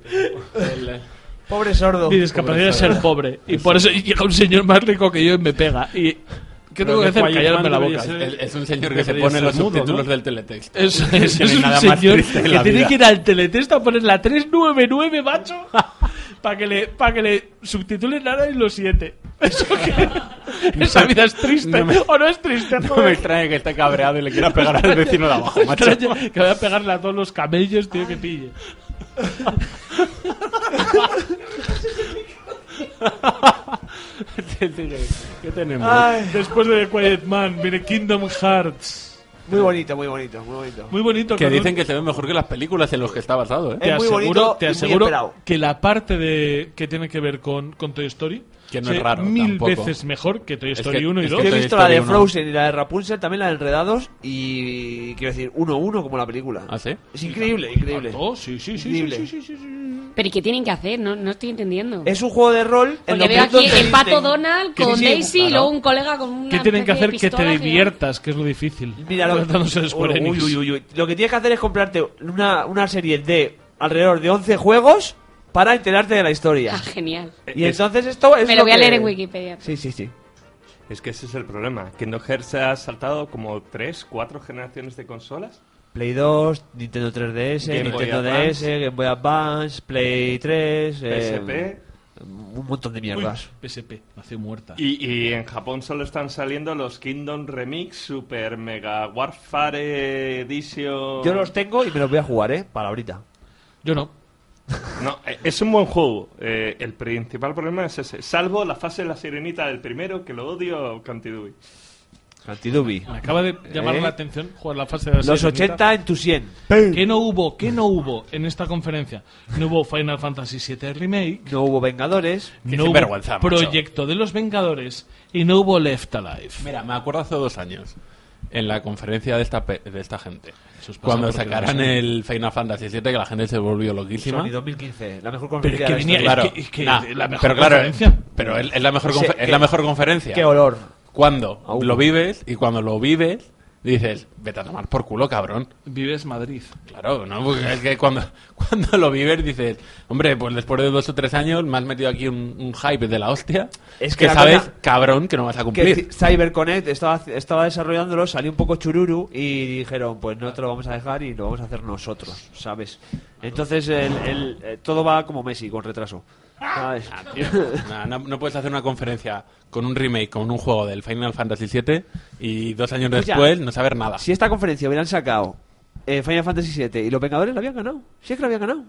S9: Pobre sordo.
S4: Oh,
S1: Mi discapacidad es ser pobre. Y por eso llega un señor más rico que yo y me pega. Y ¿Qué tengo que hacer? Callarme la boca.
S4: Es, es un señor que se pone los subtítulos del teletexto.
S1: Es,
S4: No
S1: es,
S4: tiene
S1: es un
S4: nada más
S1: señor
S4: triste en
S1: que
S4: la
S1: tiene
S4: vida.
S1: que ir al teletext a poner la 399, macho, para que le, para que le subtitulen nada y lo siete. Eso que, esa vida es triste.
S4: no me-
S1: o no es triste,
S4: No me
S1: joder.
S4: extraña que esté cabreado y le quiera pegar al vecino de abajo, macho.
S1: Extraña Que voy a pegarle a todos los camellos, tío, que pille.
S4: ¿Qué tenemos?
S9: Ay,
S1: Después de The Quiet Man, viene Kingdom Hearts.
S9: muy bonito, muy bonito, muy bonito.
S1: Muy bonito.
S4: que
S1: con un-
S4: dicen que se ve mejor que las películas en las que está basado, ¿eh?
S1: te
S9: es muy
S1: aseguro,
S9: bonito
S1: te
S9: y muy
S1: aseguro
S9: esperado.
S1: que la parte de que tiene que ver con, con Toy Story
S4: Que no
S1: sea
S4: es raro,
S1: mil
S4: tampoco.
S1: veces mejor que Toy
S4: Es
S1: Story
S4: que-
S1: 1 y
S4: es que
S1: 2.
S9: Yo he
S4: Toy
S9: visto la
S4: Story
S9: de
S4: uno.
S9: Frozen y la de Rapunzel, también la de Enredados y quiero decir, 1-1 como la película.
S4: ¿Ah, sí?
S9: Es increíble, increíble.
S1: Oh, sí, sí, sí, sí,
S9: Increíble.
S1: sí, sí, sí, sí.
S5: Pero ¿y qué tienen que hacer? No, no estoy entendiendo.
S9: Es un juego de rol en
S5: Porque
S9: los
S5: veo aquí
S9: mundos de
S5: el pato
S9: Disney.
S5: Donald
S9: Que
S5: con
S9: sí,
S5: Daisy y
S4: claro.
S5: luego un colega con una
S1: ¿Qué tienen que
S5: especie
S1: hacer?
S5: de
S1: Que te
S5: pistola gigante.
S1: diviertas, que es lo difícil.
S9: Mira, lo
S1: Tratándose de Square
S9: Uy,
S1: Enix.
S9: uy, uy, uy. Lo que tienes que hacer es comprarte una, una serie de alrededor de 11 juegos para enterarte de la historia.
S5: Ah, genial.
S9: y entonces esto es
S5: Me lo voy a
S9: que-
S5: leer en Wikipedia.
S9: Sí, sí, sí.
S10: Es que ese es el problema. Kingdom Hearts ha saltado como 3, 4 generaciones de consolas.
S9: Play 2, Nintendo 3DS,
S10: Game Boy
S9: Nintendo DS,
S10: Advance.
S9: Game Boy Advance, Play 3, eh,
S10: PSP.
S9: un montón de
S1: Uy,
S9: mierdas.
S1: PSP, nació muerta.
S10: Y, y en Japón solo están saliendo los Kingdom Remix, Super Mega Warfare Edition.
S9: Yo los tengo y me los voy a jugar, eh, para ahorita.
S1: Yo no.
S10: No, eh, es un buen juego. Eh, el principal problema es ese. Salvo la fase de la sirenita del primero, que lo odio, Cantidui.
S9: Cantidubi.
S1: Me acaba de llamar
S9: ¿Eh?
S1: la atención jugar la fase de la
S9: Los
S1: sirenita.
S9: 80 en tu 100.
S1: ¿Qué no hubo? ¿Qué no hubo en esta conferencia? No hubo Final Fantasy VII Remake.
S9: No hubo Vengadores.
S4: Qué
S1: no
S4: sinvergüenza,
S1: hubo
S4: macho.
S1: Proyecto de los Vengadores y no hubo Left Alive.
S4: Mira, me acuerdo hace dos años, en la conferencia de esta, pe- de esta gente,
S1: Eso os pasa
S4: cuando
S1: porque
S4: sacaran
S1: no sé.
S4: el Final Fantasy VII, que la gente se volvió loquísima.
S9: Sony 2015, la mejor
S1: Pero es
S9: conferencia
S1: que
S9: de la historia.
S1: venía- es que- es que la mejor
S4: pero claro,
S1: conferencia.
S4: Pero es, es la mejor,
S9: Sí,
S4: confe- es
S9: que-
S4: la mejor conferencia.
S9: Qué olor.
S4: Cuando
S9: Au.
S4: lo vives y cuando lo vives, dices, vete a tomar por culo, cabrón.
S1: Vives Madrid.
S4: Claro, ¿no? Porque es que cuando, cuando lo vives dices, hombre, pues después de dos o tres años me has metido aquí un, un hype de la hostia.
S9: Es que
S4: que,
S9: la
S4: sabes,
S9: verdad-
S4: cabrón, que no vas a
S9: Que
S4: cumplir.
S9: ci- CyberConnect estaba, estaba desarrollándolo, salió un poco chururu y dijeron, pues no te lo vamos a dejar y lo vamos a hacer nosotros, ¿sabes? Entonces el, el- eh, todo va como Messi, con retraso. ¿sabes?
S4: Ah, tío, no, no- no puedes hacer una conferencia con un remake, con un juego del Final Fantasy VII y dos años
S9: Escucha,
S4: después no saber nada.
S9: Si esta conferencia hubieran sacado eh, Final Fantasy VII y los Vengadores la habían ganado, si es que la habían ganado. O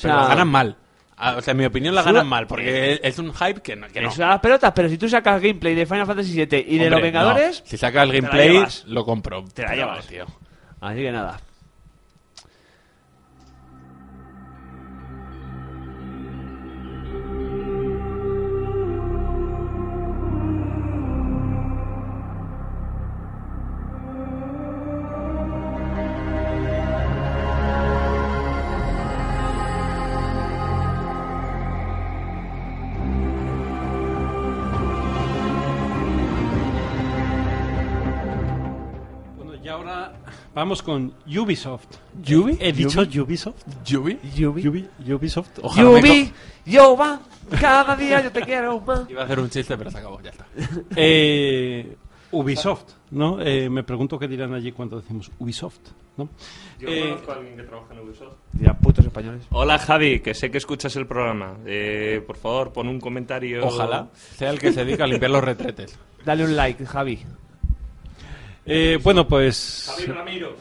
S4: Pero la
S9: sea,
S4: ganan mal. Ah, O sea, en mi opinión la
S9: Sura-
S4: ganan mal, porque es- es un hype que no. que no.
S9: eso a las pelotas, pero si tú sacas gameplay de Final Fantasy VII y de
S4: Hombre,
S9: los Vengadores,
S4: no. Si sacas el
S9: te la
S4: gameplay,
S9: llevas.
S4: lo compro.
S9: Te la
S4: Pero,
S9: llevas.
S4: tío.
S9: Así que nada.
S3: Bueno, y ahora vamos con Ubisoft.
S4: ¿Yubi?
S3: ¿He dicho Ubisoft?
S4: ¿Yubi?
S9: Yubi,
S3: Ubi- Ubisoft.
S4: Ojalá me
S9: Yubi, yo va, cada día yo te quiero más.
S4: co- Iba a hacer un chiste, pero se acabó, ya está.
S3: Eh, Ubisoft, ¿no? Eh, me pregunto qué dirán allí cuando decimos Ubisoft, ¿no?
S10: Yo
S3: Eh,
S10: conozco a alguien que trabaja en Ubisoft.
S9: Dirán putos españoles.
S10: Hola Javi, que sé que escuchas el programa. Eh, por favor, pon un comentario.
S4: Ojalá sea el que se dedica a limpiar los retretes.
S9: Dale un like, Javi.
S3: eh, bueno, pues...
S10: Javi Ramiro.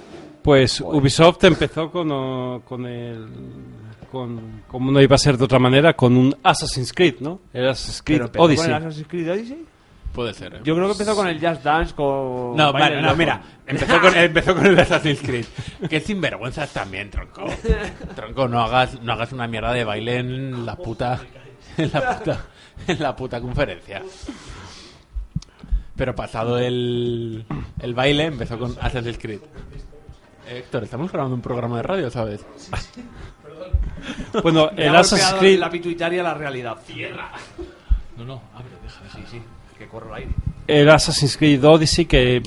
S3: Pues Ubisoft empezó con, o- con el. Con, como no iba a ser de otra manera, con un Assassin's Creed, ¿no? El Assassin's Creed
S9: Pero empezó
S3: Odyssey.
S9: con el Assassin's Creed Odyssey.
S4: Puede ser. ¿eh?
S9: Yo creo que empezó con el Just Dance, con... Baile
S4: No, vale,
S9: del
S4: no,
S9: Dragón.
S4: mira, empezó con, empezó con el Assassin's Creed. Que sinvergüenzas también, tronco. Tronco, no hagas, no hagas una mierda de baile en la puta. En la puta, en la puta conferencia. Pero pasado el, el baile, empezó con Assassin's Creed. Héctor, estamos grabando un programa de radio, ¿sabes?
S3: Bueno,
S9: Me ha
S3: el
S9: golpeado
S3: Assassin's Creed.
S9: La pituitaria, la realidad. Tierra.
S1: No, no, abre, deja, deja.
S9: Que corro al aire.
S3: El Assassin's Creed Odyssey que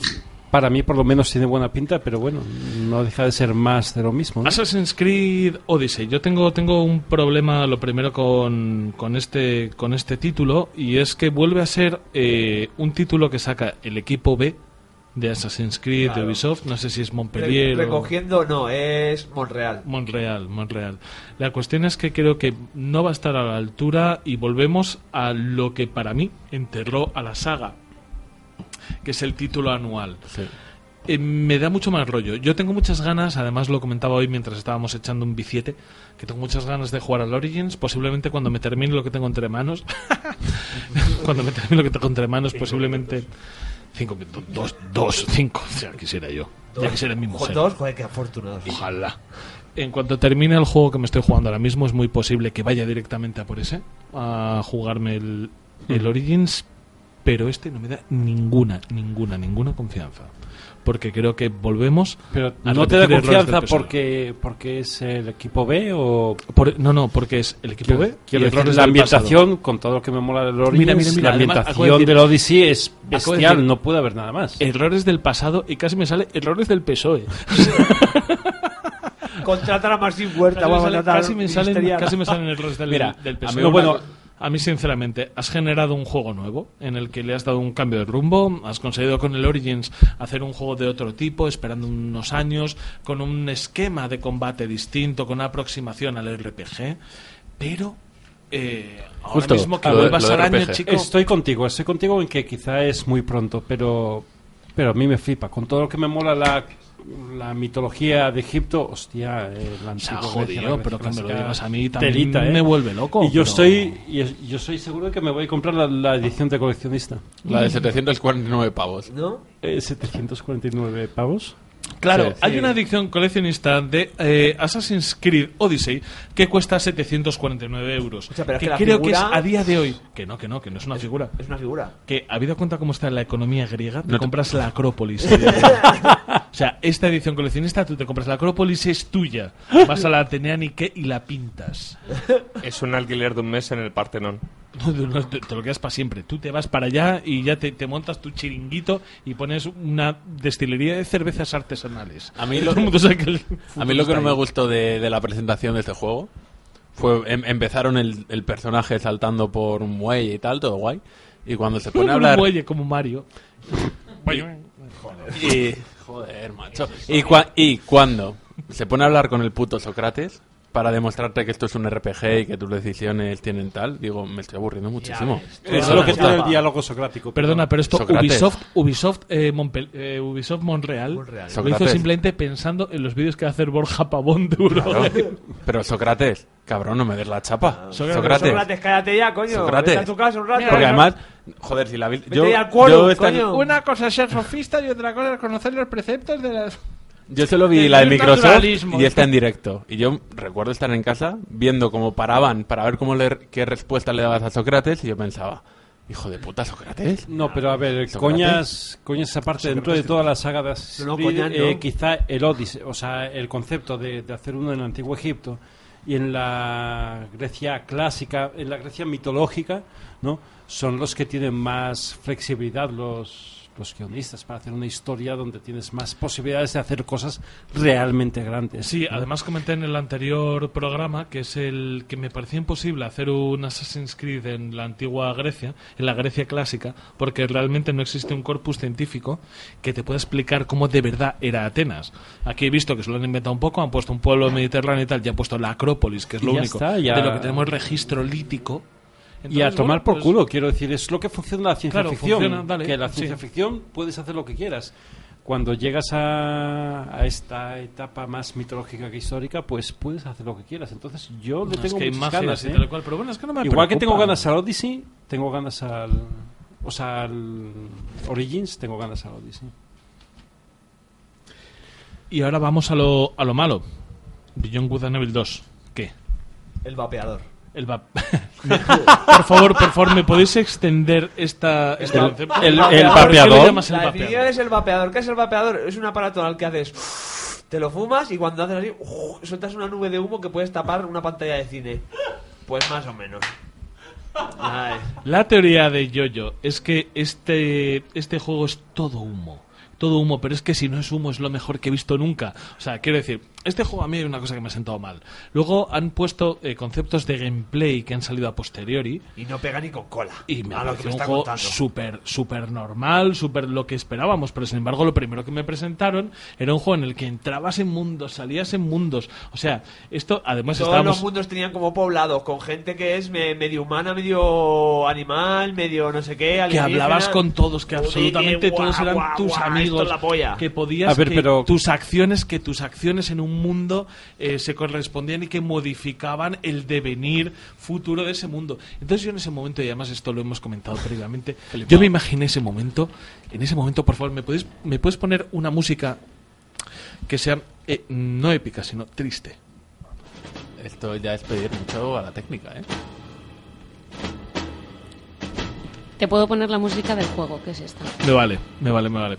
S3: para mí por lo menos tiene buena pinta, pero bueno, no deja de ser más de lo mismo. ¿no?
S1: Assassin's Creed Odyssey. Yo tengo, tengo un problema, lo primero, con, con este, con este título, y es que vuelve a ser eh, un título que saca el equipo B de Assassin's Creed, de
S9: Claro.
S1: Ubisoft, no sé si es Montpellier
S9: Re-
S1: o-
S9: Recogiendo, no, es Monreal.
S1: Monreal, Monreal. La cuestión es que creo que no va a estar a la altura y volvemos a lo que para mí enterró a la saga, que es el título anual. Eh, me da mucho más rollo. Yo tengo muchas ganas, además lo comentaba hoy mientras estábamos echando un biciete, que tengo muchas ganas de jugar al Origins, posiblemente cuando me termine lo que tengo entre manos. cuando me termine lo que tengo entre manos, posiblemente... Cinco minutos. Dos, dos, cinco. O sea, quisiera yo. Ya quisiera mi mujer.
S9: Dos, joder, qué afortunados.
S1: Ojalá. En cuanto termine el juego que me estoy jugando ahora mismo, es muy posible que vaya directamente a por ese, a jugarme el,
S9: Hmm.
S1: el Origins, pero este no me da ninguna, ninguna, ninguna confianza. Porque creo que volvemos
S3: Pero
S1: a
S3: no te da
S1: repetir errores
S3: confianza
S1: del PSOE.
S3: porque, porque es el equipo B o...
S1: Por- no, no, porque es el equipo
S3: Quiero-
S1: B. y
S3: quiero decir,
S1: errores
S3: la
S1: del pasado.
S3: ambientación, con todo lo que me mola del Origins,
S1: Mira, mira, mira,
S3: la
S1: además, acabo de
S3: ambientación
S1: decir-
S3: del Odyssey es
S1: de
S3: bestial,
S1: decir-
S3: no puede haber nada más.
S1: Errores del pasado y casi me sale errores del PSOE.
S9: Contratar a Martín Huerta, vamos a contratar
S1: casi, me salen,
S9: ministerial.
S1: casi me salen errores del,
S4: Mira,
S1: del
S4: a
S1: PSOE.
S4: mí una
S1: bueno,
S4: co-
S1: a mí sinceramente, has generado un juego nuevo en el que le has dado un cambio de rumbo, has conseguido con el Origins hacer un juego de otro tipo, esperando unos años, con un esquema de combate distinto, con una aproximación al RPG, pero eh, ahora
S4: Justo,
S1: mismo que
S4: lo de-
S1: vuelvas
S4: lo de
S1: al año,
S4: RPG.
S1: chico...
S3: Estoy contigo, estoy contigo en que quizá es muy pronto, pero, pero a mí me flipa. Con todo lo que me mola la, la mitología de Egipto, hostia, eh, la
S1: sea,
S3: antigua
S1: jodido,
S3: Grecia, la Grecia
S1: pero que me lo
S3: clásica,
S1: digas a mí también me
S3: ¿eh?
S1: vuelve loco,
S3: Y yo,
S1: pero-
S3: estoy, y es- yo soy seguro de que me voy a comprar la, la edición de coleccionista.
S4: La de 749 pavos.
S9: ¿No?
S3: Eh, 749 pavos.
S1: Claro,
S4: Sí,
S1: hay
S4: sí.
S1: una edición coleccionista de eh, Assassin's Creed Odyssey que cuesta 749 euros.
S9: sea, pero es
S1: que
S9: que la
S1: creo que es
S9: figura-
S1: a día de hoy. Que no, que no, que no es una figura.
S9: Es una figura.
S1: Que habido cuenta cómo está la economía griega, te
S4: No te-
S1: compras la Acrópolis. o sea, esta edición coleccionista, tú te compras la Acrópolis, es tuya. Vas a la Atenea Nike y la pintas.
S10: Es un alquiler de un mes en el Partenón.
S1: No, no, no, te, te lo quedas para siempre. Tú te vas para allá y ya te, te montas tu chiringuito y pones una destilería de cervezas artesanales.
S4: A mí lo-
S1: Todo el mundo sabe que el
S4: A mí
S1: futuro
S4: lo que no me
S1: está ahí.
S4: gustó de, de la presentación de este juego fue em- empezaron el, el personaje saltando por un muelle y tal, todo guay. Y cuando se pone a
S1: Como un
S4: hablar.
S1: muelle, como Mario.
S4: Y, joder, macho. Y, cua- y cuando se pone a hablar con el puto Sócrates para demostrarte que esto es un RPG y que tus decisiones tienen tal, digo, me estoy aburriendo muchísimo.
S3: Eso es lo que tiene el diálogo socrático.
S1: Perdona, pero esto
S4: Sócrates.
S1: Ubisoft, Ubisoft, eh, Monpel- eh, Ubisoft Monreal, lo hizo
S4: Sócrates.
S1: simplemente pensando en los vídeos que va a hacer Borja Pavón de
S4: Claro.
S1: Uruguay.
S4: Pero Sócrates, cabrón, no me des la
S1: Ah.
S4: chapa.
S1: Sócrates.
S4: Sócrates.
S9: Sócrates, cállate ya, coño.
S4: Sócrates.
S9: Vete a tu casa un rato.
S4: Porque además, joder, si la vi- Yo,
S9: ya al quórum,
S4: yo esta-
S9: coño.
S1: Una cosa es ser sofista y otra cosa es conocer los preceptos de las...
S4: Yo solo vi
S1: Desde
S4: la de
S1: un
S4: Microsoft
S1: naturalismo.
S4: y está en directo. Y yo recuerdo estar en casa viendo cómo paraban para ver cómo le- qué respuesta le dabas a Sócrates y yo pensaba, hijo de puta, Sócrates.
S3: No, pero a ver,
S4: Sócrates.
S3: coñas, coñas aparte, dentro de toda la saga de Assassin's
S9: No, no,
S3: Creed,
S9: coñas,
S3: eh,
S9: no.
S3: quizá el Odyssey, o sea, el concepto de, de hacer uno en el Antiguo Egipto y en la Grecia clásica, en la Grecia mitológica, ¿no? Son los que tienen más flexibilidad los, los guionistas para hacer una historia donde tienes más posibilidades de hacer cosas realmente grandes.
S1: Sí,
S3: ¿no?
S1: además comenté en el anterior programa que es el que me parecía imposible hacer un Assassin's Creed en la antigua Grecia, en la Grecia clásica, porque realmente no existe un corpus científico que te pueda explicar cómo de verdad era Atenas. Aquí he visto que se lo han inventado un poco, han puesto un pueblo mediterráneo y tal, y han puesto la Acrópolis, que es
S3: Y
S1: lo
S3: ya
S1: único
S3: está, ya-
S1: de lo que tenemos registro lítico.
S3: y a
S1: Entonces,
S3: tomar
S1: bueno,
S3: por
S1: pues,
S3: culo, quiero decir, es lo que funciona la ciencia
S1: Claro,
S3: ficción.
S1: funciona, dale,
S3: que la
S1: sí.
S3: ciencia ficción puedes hacer lo que quieras. Cuando llegas a, a esta etapa más mitológica que histórica, pues puedes hacer lo que quieras. Entonces yo le
S1: es
S3: tengo
S1: que hay
S3: muchas
S1: imágenes
S3: ganas,
S1: y
S3: ¿eh?
S1: tal cual, pero bueno, es que no me
S3: Igual que tengo
S1: preocupa.
S3: ganas al Odyssey, tengo ganas al... O sea, al Origins, tengo ganas al Odyssey.
S1: Y ahora vamos a lo, a lo malo. Beyond Good and Evil 2. ¿Qué?
S9: El vapeador.
S1: El va- por favor, por favor, ¿me podéis extender esta, este concepto?
S3: el-
S1: ¿Por qué
S3: el
S1: lo
S3: vapeador.
S1: llamas el
S9: la
S1: vapeador?
S9: definición es el vapeador. ¿Qué es el vapeador? Es un aparato al que haces. Te lo fumas y cuando haces así, uf, sueltas una nube de humo que puedes tapar una pantalla de cine. Pues más o menos. Ay.
S1: La teoría de Yoyo es que este, este juego es todo humo. todo humo, pero es que si no es humo es lo mejor que he visto nunca. O sea, quiero decir, este juego a mí hay una cosa que me ha sentado mal. Luego han puesto eh, conceptos de gameplay que han salido a posteriori.
S9: Y no pega ni con cola.
S1: Y me
S9: a lo que me
S1: pareció un
S9: está
S1: juego
S9: contando.
S1: súper, súper normal, súper lo que esperábamos. Pero sin embargo, lo primero que me presentaron era un juego en el que entrabas en mundos, salías en mundos. O sea, esto además
S9: Todos
S1: estábamos...
S9: los mundos tenían como poblados, con gente que es me- medio humana, medio animal, medio no sé qué.
S1: que
S9: alienígena.
S1: hablabas con todos, que
S9: Joder, que
S1: absolutamente
S9: guau,
S1: todos eran
S9: guau,
S1: tus
S9: guau, esto
S1: amigos,
S9: es la polla.
S1: que podías
S3: A ver,
S1: que
S3: pero-
S1: tus acciones, que tus acciones en un mundo eh, se correspondían y que modificaban el devenir futuro de ese mundo. Entonces yo en ese momento, y además esto lo hemos comentado previamente, yo me imaginé ese momento, en ese momento, por favor, ¿me puedes, me puedes poner una música que sea eh, no épica, sino triste?
S4: Esto ya es pedir mucho a la técnica, ¿eh?
S5: Te puedo poner la música del juego, que es esta.
S1: Me vale, me vale, me vale.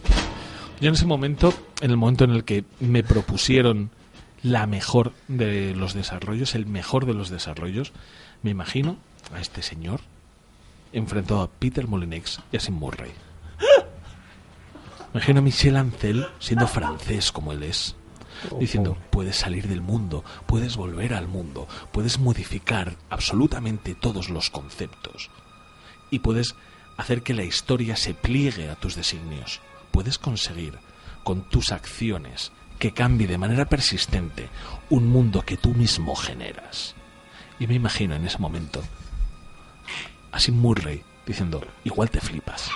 S1: Yo en ese momento, en el momento en el que me propusieron la mejor de los desarrollos, el mejor de los desarrollos, me imagino a este señor enfrentado a Peter Molinex y a Sim Murray. Me Imagino a Michel Ancel siendo francés como él es. Diciendo, puedes salir del mundo, puedes volver al mundo, puedes modificar absolutamente todos los conceptos y puedes hacer que la historia se pliegue a tus designios. Puedes conseguir, con tus acciones, que cambie de manera persistente un mundo que tú mismo generas. Y me imagino en ese momento así Murray diciendo, igual te flipas.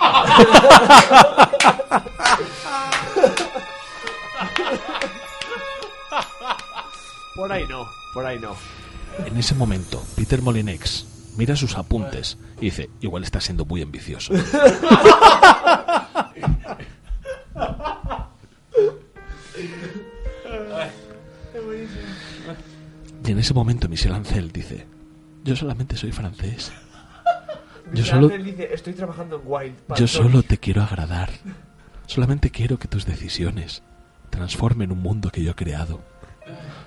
S9: Por ahí no, por ahí no.
S1: En ese momento, Peter Molinex mira sus apuntes y dice, igual está siendo muy ambicioso. Y en ese momento Michel Ancel dice, yo solamente soy francés. Yo solo,
S9: Él dice, estoy trabajando en Wild. para
S1: yo
S9: Sony".
S1: solo te quiero agradar. Solamente quiero que tus decisiones transformen un mundo que yo he creado.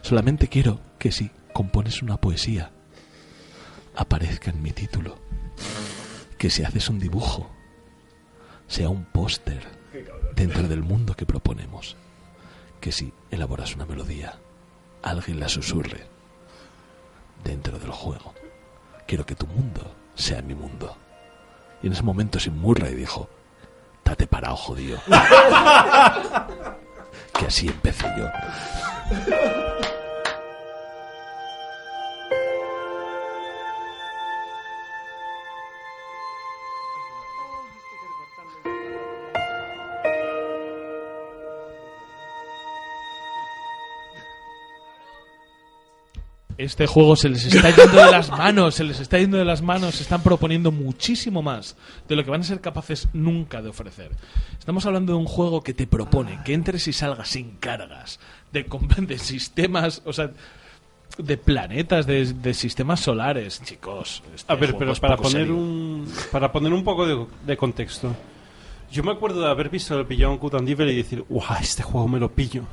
S1: Solamente quiero que si compones una poesía, aparezca en mi título. Que si haces un dibujo, sea un póster dentro del mundo que proponemos. Que si elaboras una melodía, alguien la susurre dentro del juego. Quiero que tu mundo sea mi mundo. Y en ese momento Sin Murray dijo, date parado, jodido. que así empecé yo. Este juego se les está yendo de las manos, se les está yendo de las manos, se están proponiendo muchísimo más de lo que van a ser capaces nunca de ofrecer. Estamos hablando de un juego que te propone que entres y salgas sin cargas, de, com- de sistemas, o sea, de planetas, de, de sistemas solares, chicos. este
S3: A ver,
S1: juego
S3: pero
S1: es
S3: para
S1: poco
S3: poner,
S1: serio.
S3: un, para poner un poco de, de contexto. Yo me acuerdo de haber visto el Beyond Good and Evil y decir, ¡guau! Este juego me lo pillo.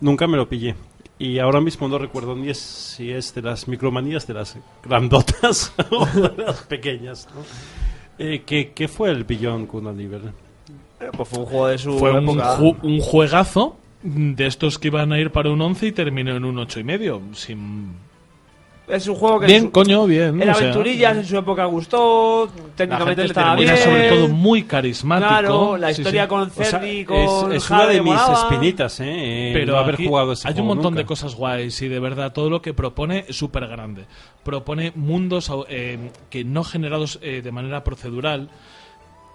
S3: Nunca me lo pillé. Y ahora mismo no recuerdo ni es- si es de las micromanías de las grandotas o de las pequeñas. ¿no? Eh, ¿qué, qué fue el Beyond Good and Evil?
S9: Eh, Pues fue un juego de su
S1: Fue un,
S9: época.
S1: ju- un juegazo de estos que iban a ir para un 11 y terminó en un ocho y medio. Sin...
S9: Es un juego que en
S1: Bien,
S9: su-
S1: coño, bien.
S9: en
S1: o sea,
S9: aventurillas en su época gustó,
S1: la gente
S9: técnicamente
S1: le
S9: estaba bien.
S1: termina sobre todo muy carismático.
S9: Claro, la
S1: Sí,
S9: historia
S1: sí.
S9: con
S3: O sea,
S9: Cerny, con
S3: es, es una
S9: Jade,
S3: de mis
S9: molaba.
S3: espinitas, ¿eh? eh,
S1: pero
S3: no haber
S1: aquí
S3: jugado ese
S1: hay un
S3: juego
S1: montón
S3: nunca.
S1: de cosas guays y de verdad todo lo que propone es súper grande. Propone mundos eh, que no generados eh, de manera procedural,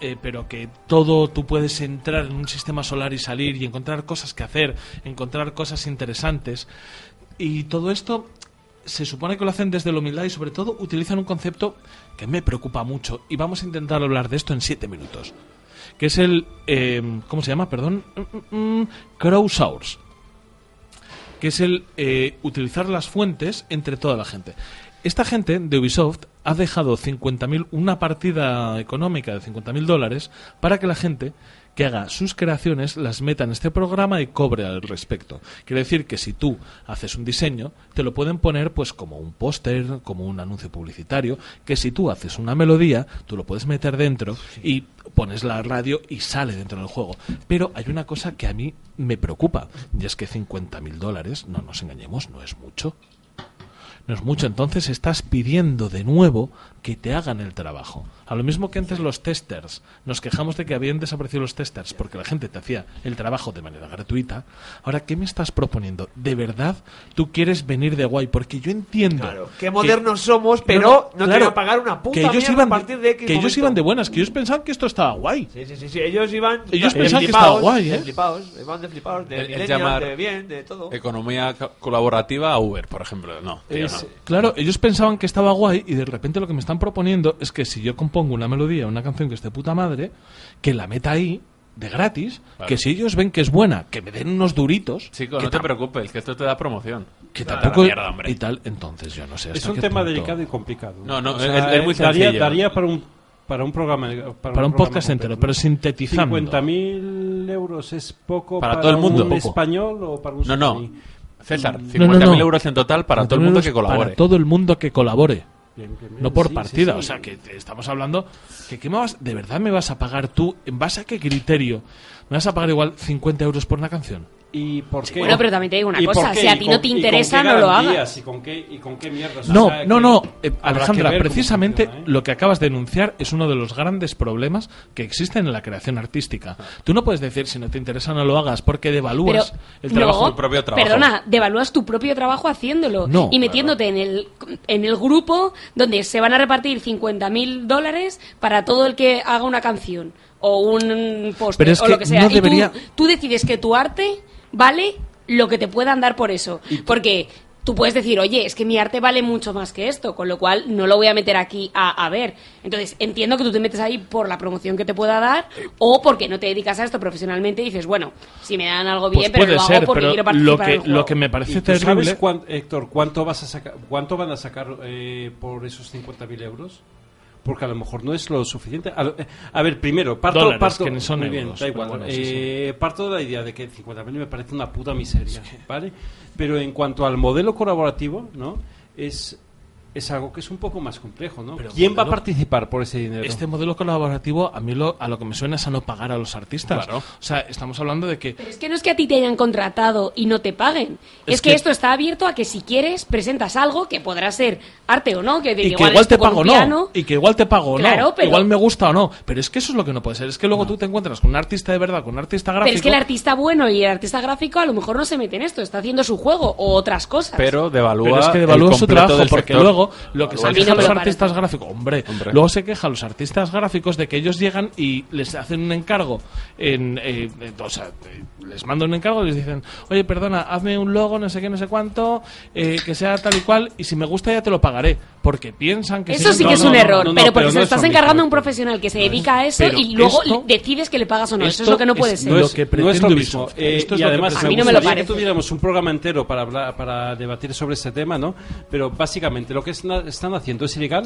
S1: eh, pero que todo tú puedes entrar en un sistema solar y salir y encontrar cosas que hacer, encontrar cosas interesantes. Y todo esto se supone que lo hacen desde la humildad y sobre todo utilizan un concepto que me preocupa mucho y vamos a intentar hablar de esto en siete minutos. Que es el... eh, ¿Cómo se llama? Perdón. Mm, mm, mm, Crowdsource que es el eh, utilizar las fuentes entre toda la gente. Esta gente de Ubisoft ha dejado 50.000, una partida económica de 50.000 dólares para que la gente que haga sus creaciones las meta en este programa y cobre al respecto. Quiere decir que si tú haces un diseño, te lo pueden poner pues como un póster, como un anuncio publicitario, que si tú haces una melodía, tú lo puedes meter dentro y pones la radio y sale dentro del juego. Pero hay una cosa que a mí me preocupa, y es que 50 mil dólares, no nos engañemos, no es mucho. No es mucho, entonces estás pidiendo de nuevo que te hagan el trabajo. A lo mismo que antes los testers, nos quejamos de que habían desaparecido los testers porque la gente te hacía el trabajo de manera gratuita. Ahora, ¿qué me estás proponiendo? ¿De verdad tú quieres venir de guay? Porque yo entiendo.
S9: Qué modernos somos, pero no, te van a pagar una puta
S1: que ellos
S9: mierda
S1: iban
S9: a
S1: de-
S9: partir de X
S1: que ellos
S9: momento.
S1: iban de buenas, que ellos pensaban que esto estaba guay.
S9: Sí, sí, sí, sí, ellos iban...
S1: Ellos
S9: de
S1: pensaban que
S9: flipaos,
S1: estaba guay,
S9: de
S1: ¿eh?
S9: flipaos, iban de flipaos, de
S4: El- el
S9: millennials,
S4: llamar- Eh,
S9: de bien, de todo.
S4: Economía co- colaborativa a Uber, por ejemplo. No, tío,
S1: Es-
S4: no.
S1: Claro, ellos pensaban que estaba guay y de repente lo que me están proponiendo es que si yo compongo una melodía, una canción que esté puta madre, que la meta ahí de gratis,
S4: Claro.
S1: que si ellos ven que es buena, que me den unos duritos,
S4: Chico,
S1: que,
S4: no te
S1: tam-
S4: preocupes, que esto te da promoción.
S1: que
S4: Te da la
S1: tampoco
S4: mierda, hombre.
S1: y tal, entonces yo no sé.
S3: Es
S1: hasta
S3: un
S1: qué
S3: tema
S1: punto.
S3: delicado y complicado.
S4: No, no,
S3: O eh,
S4: es- es muy
S3: daría,
S4: sencillo.
S3: daría para un, para un programa. Para
S1: Para
S3: un,
S1: un
S3: programa
S1: podcast
S3: completo,
S1: entero,
S3: ¿no?
S1: pero sintetizando.
S3: 50.000 euros es poco
S4: Para todo el mundo,
S3: un
S4: poco.
S3: español o para un
S4: No, no.
S3: sudaní?
S4: César,
S1: No,
S4: 50.000
S1: no, no.
S4: euros en total para todo el mundo que colabore.
S1: Para todo el mundo que colabore.
S3: Bien, bien, bien,
S1: No por
S3: sí, sí,
S1: partida,
S3: sí.
S1: o sea que te estamos hablando que ¿qué me vas- de verdad me vas a pagar tú, ¿en base a qué criterio? ¿Me vas a pagar igual 50 euros por una canción?
S3: ¿Y por qué?
S5: bueno, pero también te digo una
S3: ¿Y por
S5: cosa,
S3: qué?
S5: si a
S3: ¿Y
S5: ti
S3: con-
S5: no te
S3: y con
S5: interesa,
S3: qué
S5: no lo
S3: garantías?
S5: hagas.
S3: ¿Y con qué, y con qué mierdas? O
S1: No,
S3: sea,
S1: no,
S3: que
S1: no. eh,
S3: habrá
S1: Alejandra,
S3: que ver cómo
S1: precisamente
S3: funciona, ¿eh?
S1: lo que acabas de enunciar es uno de los grandes problemas que existen en la creación artística. Tú no puedes decir si no te interesa no lo hagas porque
S5: Pero
S1: devalúas el trabajo.
S5: luego,
S4: tu propio trabajo.
S5: Perdona, devalúas tu propio trabajo haciéndolo
S1: No,
S5: y metiéndote en, el, en el grupo donde se van a repartir 50.000 dólares para todo el que haga una canción o un post
S1: Pero es
S5: o
S1: que
S5: lo que sea.
S1: no
S5: y tú-
S1: debería-
S5: tú, decides que tu arte vale lo que te puedan dar por eso. Porque tú puedes decir, oye, es que mi arte vale mucho más que esto, con lo cual no lo voy a meter aquí a, a ver. Entonces, entiendo que tú te metes ahí por la promoción que te pueda dar o porque no te dedicas a esto profesionalmente y dices, bueno, si me dan algo
S1: Pues
S5: bien, pero
S1: puede
S5: lo hago
S1: ser,
S5: porque
S1: pero
S5: quiero participar
S1: lo
S5: en
S1: que,
S5: el juego.
S1: lo que me parece
S3: ¿Y tú sabes,
S1: terrible.
S3: cuán- Héctor, cuánto, vas a sacar, cuánto van a sacar eh, por esos 50.000 euros? Porque a lo mejor no es lo suficiente. A, lo- eh, a ver, primero, parto,
S1: Dólares,
S3: parto,
S1: que ni son
S3: muy bien,
S1: euros,
S3: da
S1: pero
S3: igual.
S1: bueno, sí,
S3: Eh, Parto de la idea de que 50.000 me parece una puta miseria, ¿vale? Pero en cuanto al modelo colaborativo, ¿no? Es, es algo que es un poco más complejo, ¿no?
S1: Pero el
S3: ¿Quién va a
S1: modelo-
S3: participar por ese dinero?
S1: Este modelo colaborativo a mí lo, a lo que me suena es a no pagar a los artistas.
S4: Claro.
S1: O sea, estamos hablando de que
S5: Pero es que no es que a ti te hayan contratado y no te paguen. Es,
S1: Es
S5: que,
S1: que-
S5: esto está abierto a que si quieres presentas algo que podrá ser arte o no, que,
S1: y que igual te pago o no y que igual te pago o
S5: Claro,
S1: no
S5: pero-
S1: igual me gusta o no pero es que eso es lo que no puede ser es que luego tú te encuentras con un artista de verdad con un artista gráfico
S5: Pero es que el artista bueno y el artista gráfico a lo mejor no se mete en esto, está haciendo su juego o otras cosas.
S4: Pero devalúa,
S1: Pero es que
S4: el
S1: devalúa su
S4: completo
S1: trabajo
S4: del
S1: porque
S4: sector.
S1: luego lo que
S5: A
S1: se
S5: mí no
S1: quejan
S5: me
S1: los
S5: lo parece.
S1: artistas gráficos, hombre,
S4: Hombre.
S1: luego se quejan los artistas gráficos de que ellos llegan y les hacen un encargo, en, eh, eh, o sea, eh, les mandan un encargo y les dicen, oye, perdona, hazme un logo, no sé qué, no sé cuánto, eh, que sea tal y cual, y si me gusta ya te lo pagaré, porque piensan que
S5: Eso
S1: si
S5: sí
S1: no-
S5: que es
S1: no,
S5: un
S1: no,
S5: error,
S1: no, no,
S5: pero porque se
S3: no
S5: lo
S3: es
S5: estás
S3: lo mismo,
S5: encargando a un
S3: pero-
S5: profesional que se dedica a eso
S1: Pero
S5: y luego
S1: esto-
S5: le- decides que le pagas o no. Eso es
S1: esto
S5: lo que no puede
S1: es-
S5: ser.
S1: lo
S3: no es,
S1: que
S3: no es lo
S1: pretende
S3: mismo.
S1: Ubisoft.
S3: Eh,
S1: Esto es
S3: y
S1: lo que
S3: además,
S1: pretende
S5: A mí no me lo
S3: gustaría
S5: parece.
S3: que tuviéramos un programa entero para, hablar, para debatir sobre este tema, ¿no? Pero básicamente, lo que es- están haciendo es ilegal,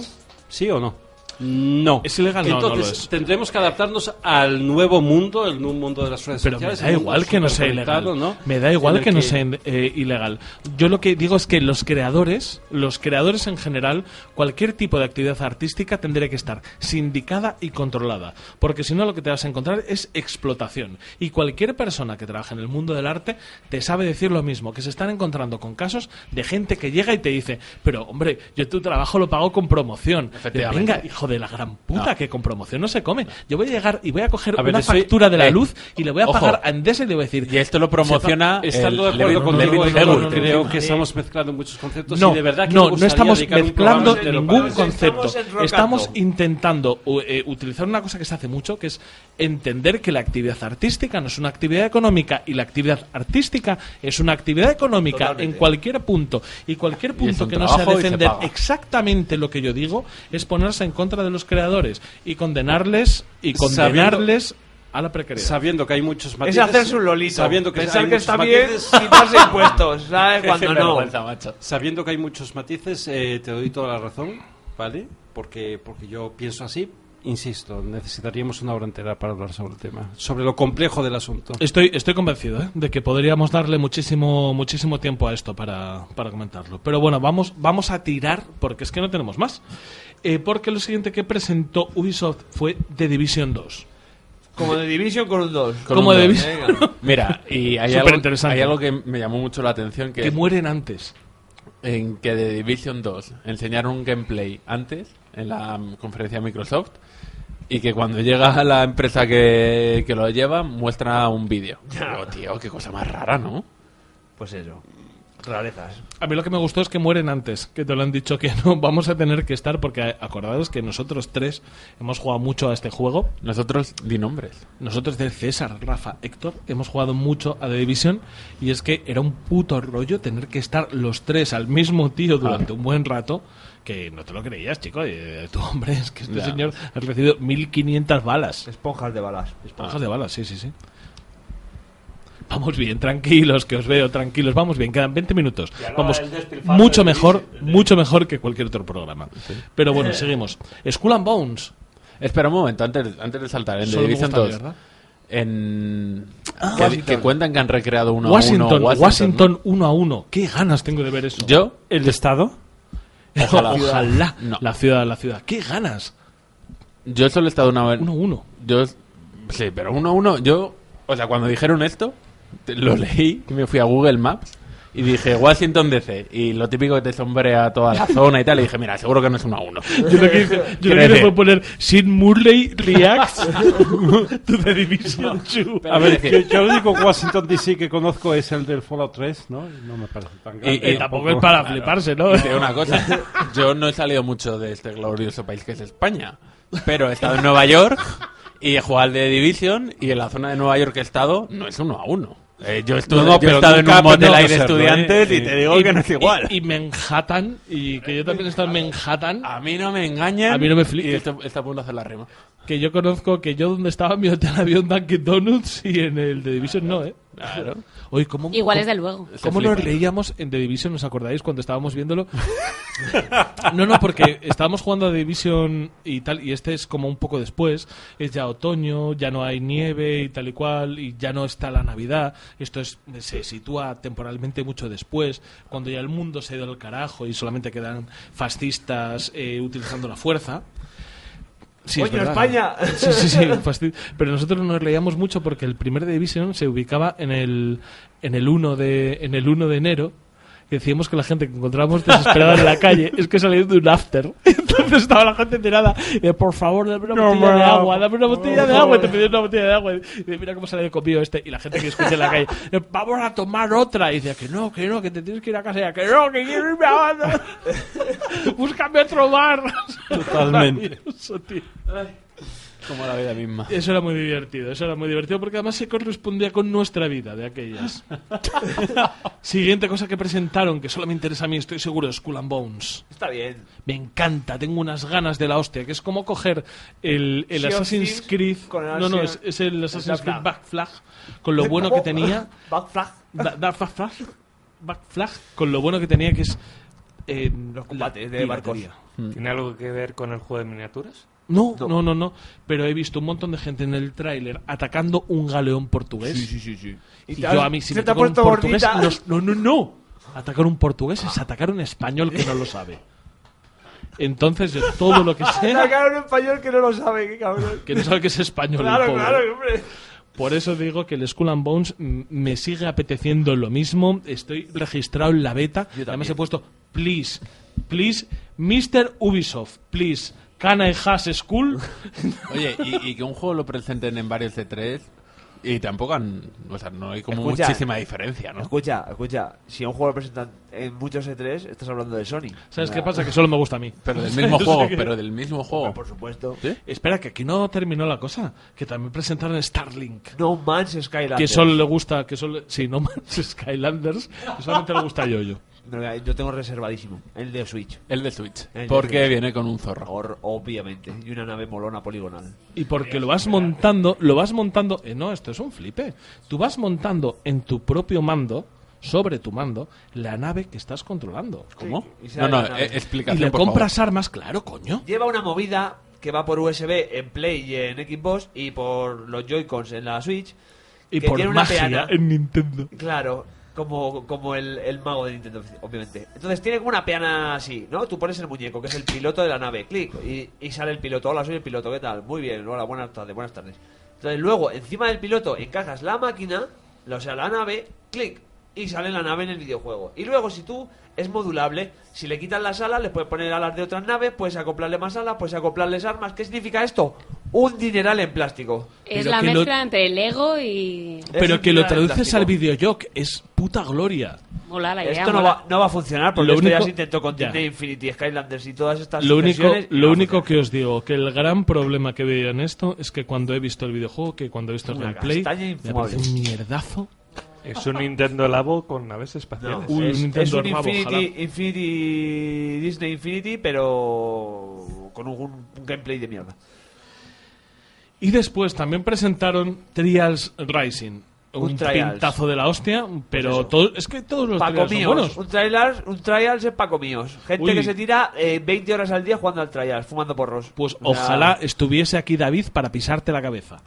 S3: ¿sí o no? No.
S1: Es ilegal, no, no lo
S3: Entonces,
S1: es.
S3: tendremos que adaptarnos al nuevo mundo, el nuevo mundo de las redes
S1: Pero me
S3: sociales.
S1: da
S3: el mundo
S1: igual que no sea ilegal.
S3: superconectado, ¿no?
S1: Me da
S3: En
S1: igual
S3: el
S1: que no sea eh, ilegal. Yo lo que digo es que los creadores, los creadores en general, cualquier tipo de actividad artística tendría que estar sindicada y controlada. Porque si no, lo que te vas a encontrar es explotación. Y cualquier persona que trabaja en el mundo del arte te sabe decir lo mismo, que se están encontrando con casos de gente que llega y te dice, pero hombre, yo tu trabajo lo pago con promoción.
S4: Efectivamente.
S1: Venga, hijo de la gran puta, que con promoción no se come. Yo voy a llegar y voy a coger
S3: Ah. A ver,
S1: una
S3: estoy-
S1: factura de la
S4: eh,
S1: luz y le voy a
S4: ojo.
S1: pagar a Endesa y le voy a decir.
S4: Y esto lo promociona.
S3: Estando de
S4: el
S3: acuerdo
S4: Levin-
S3: contigo,
S4: Levin
S3: Héctor,
S4: Helmut,
S1: no, no,
S4: encima.
S3: creo que estamos mezclando muchos conceptos
S1: No,
S3: y de verdad que me
S1: no, no
S3: gustaría
S1: estamos
S3: dedicar un
S1: mezclando
S3: programa entero
S1: ningún
S3: para-
S1: concepto.
S9: Estamos enrocando.
S1: Estamos intentando u- eh, utilizar una cosa que se hace mucho, que es entender que la actividad artística no es una actividad económica y la actividad artística es una actividad económica en cualquier punto. Y cualquier punto
S4: un
S1: que no sea
S4: trabajo y se
S1: defender
S4: paga.
S1: exactamente lo que yo digo es ponerse en contra de los creadores y condenarles y
S3: Sabiendo-
S1: condenarles a la precariedad.
S3: Sabiendo que hay muchos
S9: Es
S3: matices.
S9: hacerse un lolito.
S3: Sabiendo que hay
S9: Pensar que
S3: muchos
S9: está
S3: matices,
S9: bien, quitarse impuestos, ¿sabes? Cuando no.
S4: Vergüenza, macho.
S3: Sabiendo que hay muchos matices, eh, te doy toda la razón, ¿vale? Porque, porque yo pienso así. Insisto, necesitaríamos una hora entera para hablar sobre el tema, sobre lo complejo del asunto.
S1: Estoy, estoy convencido ¿eh? de que podríamos darle muchísimo, muchísimo tiempo a esto para, para comentarlo. Pero bueno, vamos, vamos a tirar, porque es que no tenemos más. Eh, porque lo siguiente que presentó Ubisoft fue The Division 2.
S9: Como de Division con un 2.
S4: Con un dos. Mira, y hay algo,
S1: Superinteresante.
S4: hay algo que me llamó mucho la atención que
S1: Que
S4: es
S1: mueren antes.
S4: en que de Division 2 enseñaron un gameplay antes en la mm, conferencia de Microsoft y que cuando llega la empresa que, que lo lleva muestra un vídeo. Digo, tío, qué cosa más rara, ¿no?
S9: Pues eso. Rarezas.
S1: A mí lo que me gustó es que mueren antes, que te lo han dicho que no vamos a tener que estar, porque eh, acordaros que nosotros tres hemos jugado mucho a este juego.
S4: Nosotros di nombres.
S1: Nosotros del César, Rafa, Héctor, hemos jugado mucho a The Division y es que era un puto rollo tener que estar los tres al mismo tiro durante
S4: Ah.
S1: un buen rato que no te lo creías, chico. Eh, tú, hombre, es que este
S4: Ya.
S1: señor ha recibido 1500 balas.
S9: Esponjas de balas.
S1: Esponjas
S4: ah.
S1: de balas, sí, sí, sí. Vamos bien, tranquilos, que os veo, tranquilos. Vamos bien, quedan 20 minutos.
S10: Ya no,
S1: Vamos,
S10: el despilfarro
S1: mucho
S10: de-
S1: mejor,
S10: de-
S1: mucho mejor que cualquier otro programa. Pero bueno, seguimos. Skull and Bones.
S4: Espera un momento, antes, antes de saltar, en The
S1: Solo me
S4: Division
S1: gusta
S4: 2.
S1: mierda.
S4: En... que- que,
S1: Washington.
S4: cuentan que han recreado uno a
S1: Washington,
S4: uno.
S1: Washington,
S4: ¿no?
S1: 1 a 1. Qué ganas tengo de ver eso.
S4: Yo,
S3: ¿El Estado?
S1: ojalá.
S4: Ojalá.
S1: No.
S4: No.
S1: La ciudad, la ciudad. Qué ganas.
S4: yo solo he estado una vez.
S1: 1 a 1.
S4: Yo, sí, pero uno a uno, yo, o sea, cuando dijeron esto, te- lo leí, me fui a Google Maps y dije Washington DC. Y lo típico que te sombrea toda la zona y tal, y dije, mira, seguro que no es uno a uno.
S1: Yo lo que hice, yo lo que
S4: Quiero
S1: hice
S4: decir-
S1: fue poner Sid Murray Reacts to The Division 2.
S4: Pero
S3: A ver,
S4: es decir,
S3: yo, yo lo único Washington DC que conozco es el del Fallout 3, ¿no? Y No me parece tan grande.
S4: Y- y
S1: Eh, tampoco es para fliparse, ¿no?
S4: te digo una cosa, yo no he salido mucho de este glorioso país que es España, pero he estado en Nueva York y he jugado al de Division y en la zona de Nueva York que he estado no es uno a uno. Eh, yo, estuve,
S3: No, no,
S4: yo he
S3: pero
S4: estado en
S3: nunca
S4: un motel
S3: ha
S4: ahí de
S3: tenido que serlo,
S4: estudiantes
S3: ¿eh?
S4: y te digo que no es igual.
S1: Y, y Manhattan, y que yo también he estado en Manhattan,
S4: A mí no me engañan.
S1: A mí no me fli-
S4: Y está, está a punto de hacer la rima.
S1: que yo conozco que yo donde estaba en mi hotel había un Dunkin' Donuts y en el The Division no, ¿eh?
S4: Claro.
S1: Oye, ¿cómo,
S5: Igual
S1: cómo-
S5: es de luego.
S4: Se
S1: ¿Cómo nos
S4: flipan.
S1: reíamos en The Division? ¿Os acordáis cuando estábamos viéndolo? No, no, porque estábamos jugando a The Division y tal, y este es como un poco después. Es ya otoño, ya no hay nieve y tal y cual, y ya no está la Navidad. Esto es, se sitúa temporalmente mucho después, cuando ya el mundo se ha ido al carajo y solamente quedan fascistas eh, utilizando la fuerza. Sí, es
S9: Coño,
S1: verdad.
S9: España.
S1: Sí, sí, sí. fasti- Pero nosotros nos leíamos mucho porque el primer Division se ubicaba en el, en el, 1, de, en el 1 de enero. Y decíamos que la gente que encontrábamos desesperada en la calle es que salía de un after. Entonces estaba la gente tirada. Y de, por favor, dame una botella de agua, dame una botella de agua. Y te pedían una botella de agua. Y de, mira cómo se le ha comido este. Y la gente que escucha en la calle, de, vamos a tomar otra. Y decía que no, que no, que te tienes que ir a casa. Y ella, que no, que quiero irme a banda. Búscame otro bar.
S3: Totalmente.
S1: Maravilloso, tío.
S4: Como la vida misma.
S1: Eso era muy divertido, eso era muy divertido porque además se correspondía con nuestra vida de aquellas. Siguiente cosa que presentaron, que solo me interesa a mí, estoy seguro, es Skull and Bones.
S9: Está bien.
S1: Me encanta, tengo unas ganas de la hostia, que es como coger el, el
S9: Sea of Thieves
S1: Assassin's Creed...
S9: con el
S1: no, no,
S9: Sea-
S1: es, es el Assassin's
S9: Black Oh. Flag.
S1: Creed Back Flag, con lo bueno que tenía...
S9: Backflag.
S1: Da- Dark Flag, Flag- Back Flag, con lo bueno que tenía que es... eh,
S9: Los
S1: la
S9: combates de barcos.
S1: piratería.
S10: ¿Tiene algo que ver con el juego de miniaturas?
S1: No, no, no, no. Pero he visto un montón de gente en el tráiler atacando un galeón portugués.
S9: Y
S1: Y,
S9: te
S1: yo
S9: has-
S1: a mí si
S9: se
S1: me
S9: te ha
S1: toca un
S9: puesto
S1: portugués,
S9: gordita.
S1: nos- no, no, no. Atacar un portugués es atacar un español que no lo sabe. Entonces yo todo lo que sea
S9: Sacaron un español que no lo sabe, qué cabrón.
S1: que no sabe que es español. el
S9: Claro,
S1: pobre.
S9: claro, hombre.
S1: Por eso digo que el Skull and Bones mm, me sigue apeteciendo lo mismo. Estoy registrado en la beta. Además he puesto, please, please, Mr. Ubisoft, please, can I has school?
S4: Oye, y, y que un juego lo presenten en varios de tres y tampoco han... O sea, no hay como
S9: Escucha.
S4: muchísima diferencia, ¿no?
S9: Escucha, escucha. Si a un juego lo presentan en muchos E3, estás hablando de Sony.
S1: ¿Sabes qué
S9: Claro.
S1: pasa? Que solo me gusta a mí.
S4: Pero del mismo
S1: Yo sé
S4: juego,
S1: que-
S4: pero del mismo juego.
S9: Por supuesto.
S4: ¿Sí?
S1: Espera, que aquí no terminó la cosa. Que también presentaron Starlink.
S9: No Man's Skylanders.
S1: Que solo le gusta. que solo, Sí, no Man's Skylanders. que solamente le gusta a Yoyo.
S9: Me lo- Yo tengo reservadísimo. El de Switch.
S4: El de Switch.
S9: El de
S4: Porque
S9: Switch.
S4: viene con un zorro.
S9: Or- obviamente. Y una nave molona poligonal.
S1: Y porque lo vas montando. Lo vas montando. eh, no, esto es un flipe. Tú vas montando en tu propio mando. Sobre tu mando. La nave que estás controlando.
S4: ¿Cómo?
S9: y se
S4: No, no,
S9: abre una
S4: eh,
S9: vez.
S1: Y
S4: explicación,
S1: le
S4: por favor.
S1: compras armas, claro, coño.
S9: Lleva una movida que va por USB en Play y en Xbox y por los Joy-Cons en la Switch.
S1: Y
S9: que
S1: por
S9: tiene una
S1: magia
S9: peana.
S1: en Nintendo.
S9: Claro, como, como el, el mago de Nintendo, obviamente. Entonces tiene como una peana así, ¿no? Tú pones el muñeco, que es el piloto de la nave, clic, y, y sale el piloto. Hola, soy el piloto, ¿qué tal? Muy bien, hola, buenas tardes, buenas tardes. Entonces luego, encima del piloto, encajas la máquina, la- o sea, la nave, clic, y sale la nave en el videojuego. Y luego, si tú, es modulable. Si le quitas las alas, le puedes poner alas de otras naves, puedes acoplarle más alas, puedes acoplarles armas. ¿Qué significa esto? Un dineral en plástico.
S5: Es
S1: Pero
S5: la
S1: que lo-
S5: mezcla entre el ego y.
S1: Pero que lo
S9: literal
S1: traduces
S9: plástico.
S1: al videojoc es puta gloria.
S5: Mola la idea.
S9: Esto no
S5: mola.
S9: va, no va a funcionar porque
S1: Lo
S9: esto ya
S1: único-
S9: se intentó con
S1: ya.
S9: Disney Infinity, Skylanders y todas estas
S1: Lo único,
S9: versiones y no
S1: lo
S9: va a
S1: único que os digo, que el gran problema que veo en esto es que cuando he visto el videojuego, que cuando he visto el
S9: Una
S1: gameplay,
S9: castaña
S1: me
S9: infumable.
S1: parece un mierdazo.
S10: Es un Nintendo Labo con naves espaciales.
S1: un
S9: es,
S1: Nintendo
S9: es un
S1: nuevo,
S9: Infinity,
S1: ojalá.
S9: Infinity- Disney Infinity, pero con un, un gameplay de mierda.
S1: Y después también presentaron Trials Rising. Un,
S9: Un Trials. Pues
S1: pintazo de la hostia, pero
S9: eso.
S1: todo- es que todos los
S9: Paco
S1: Trials son buenos.
S9: míos. Un trials, un trials es Paco míos. Gente
S1: Uy.
S9: que se tira eh, 20 horas al día jugando al trials, fumando porros.
S1: Pues
S9: O sea,
S1: ojalá estuviese aquí David para pisarte la cabeza.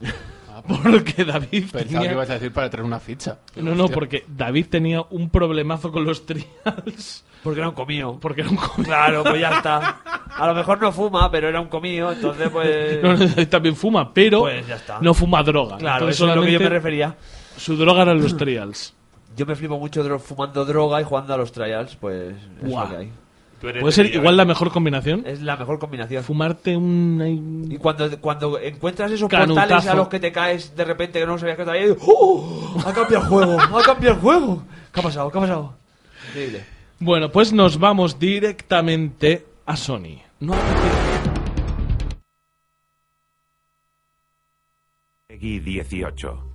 S1: Porque David
S4: Pensaba que
S1: tenía...
S4: ibas a decir para traer una ficha.
S1: No, no, porque David tenía un problemazo con los trials.
S9: Porque era un comío.
S1: Porque era un co-
S9: Claro, pues ya está. A lo mejor no fuma, pero era un comío, entonces pues...
S1: No, no, David también fuma, pero
S9: Pues ya está.
S1: no fuma droga.
S9: Claro,
S1: Entonces
S9: eso es a lo que yo
S1: solamente
S9: me refería.
S1: Su droga eran los trials.
S9: Yo me flipo mucho dro- fumando droga y jugando a los trials, pues es
S1: Guau.
S9: lo que hay.
S10: Tú eres
S1: Puede
S10: de
S1: ser
S10: Villaver-
S1: igual la mejor combinación.
S9: Es la mejor combinación.
S1: Fumarte un...
S9: Y cuando, cuando encuentras esos
S1: Canutazo.
S9: portales a los que te caes de repente que no sabías que te había ido, ¡Oh! ¡Ha cambiado el juego! ¡Ha cambiado el juego! ¿Qué ha pasado? ¿Qué ha pasado? Increíble.
S1: Bueno, pues nos vamos directamente a Sony. No a-
S11: Peggy 18.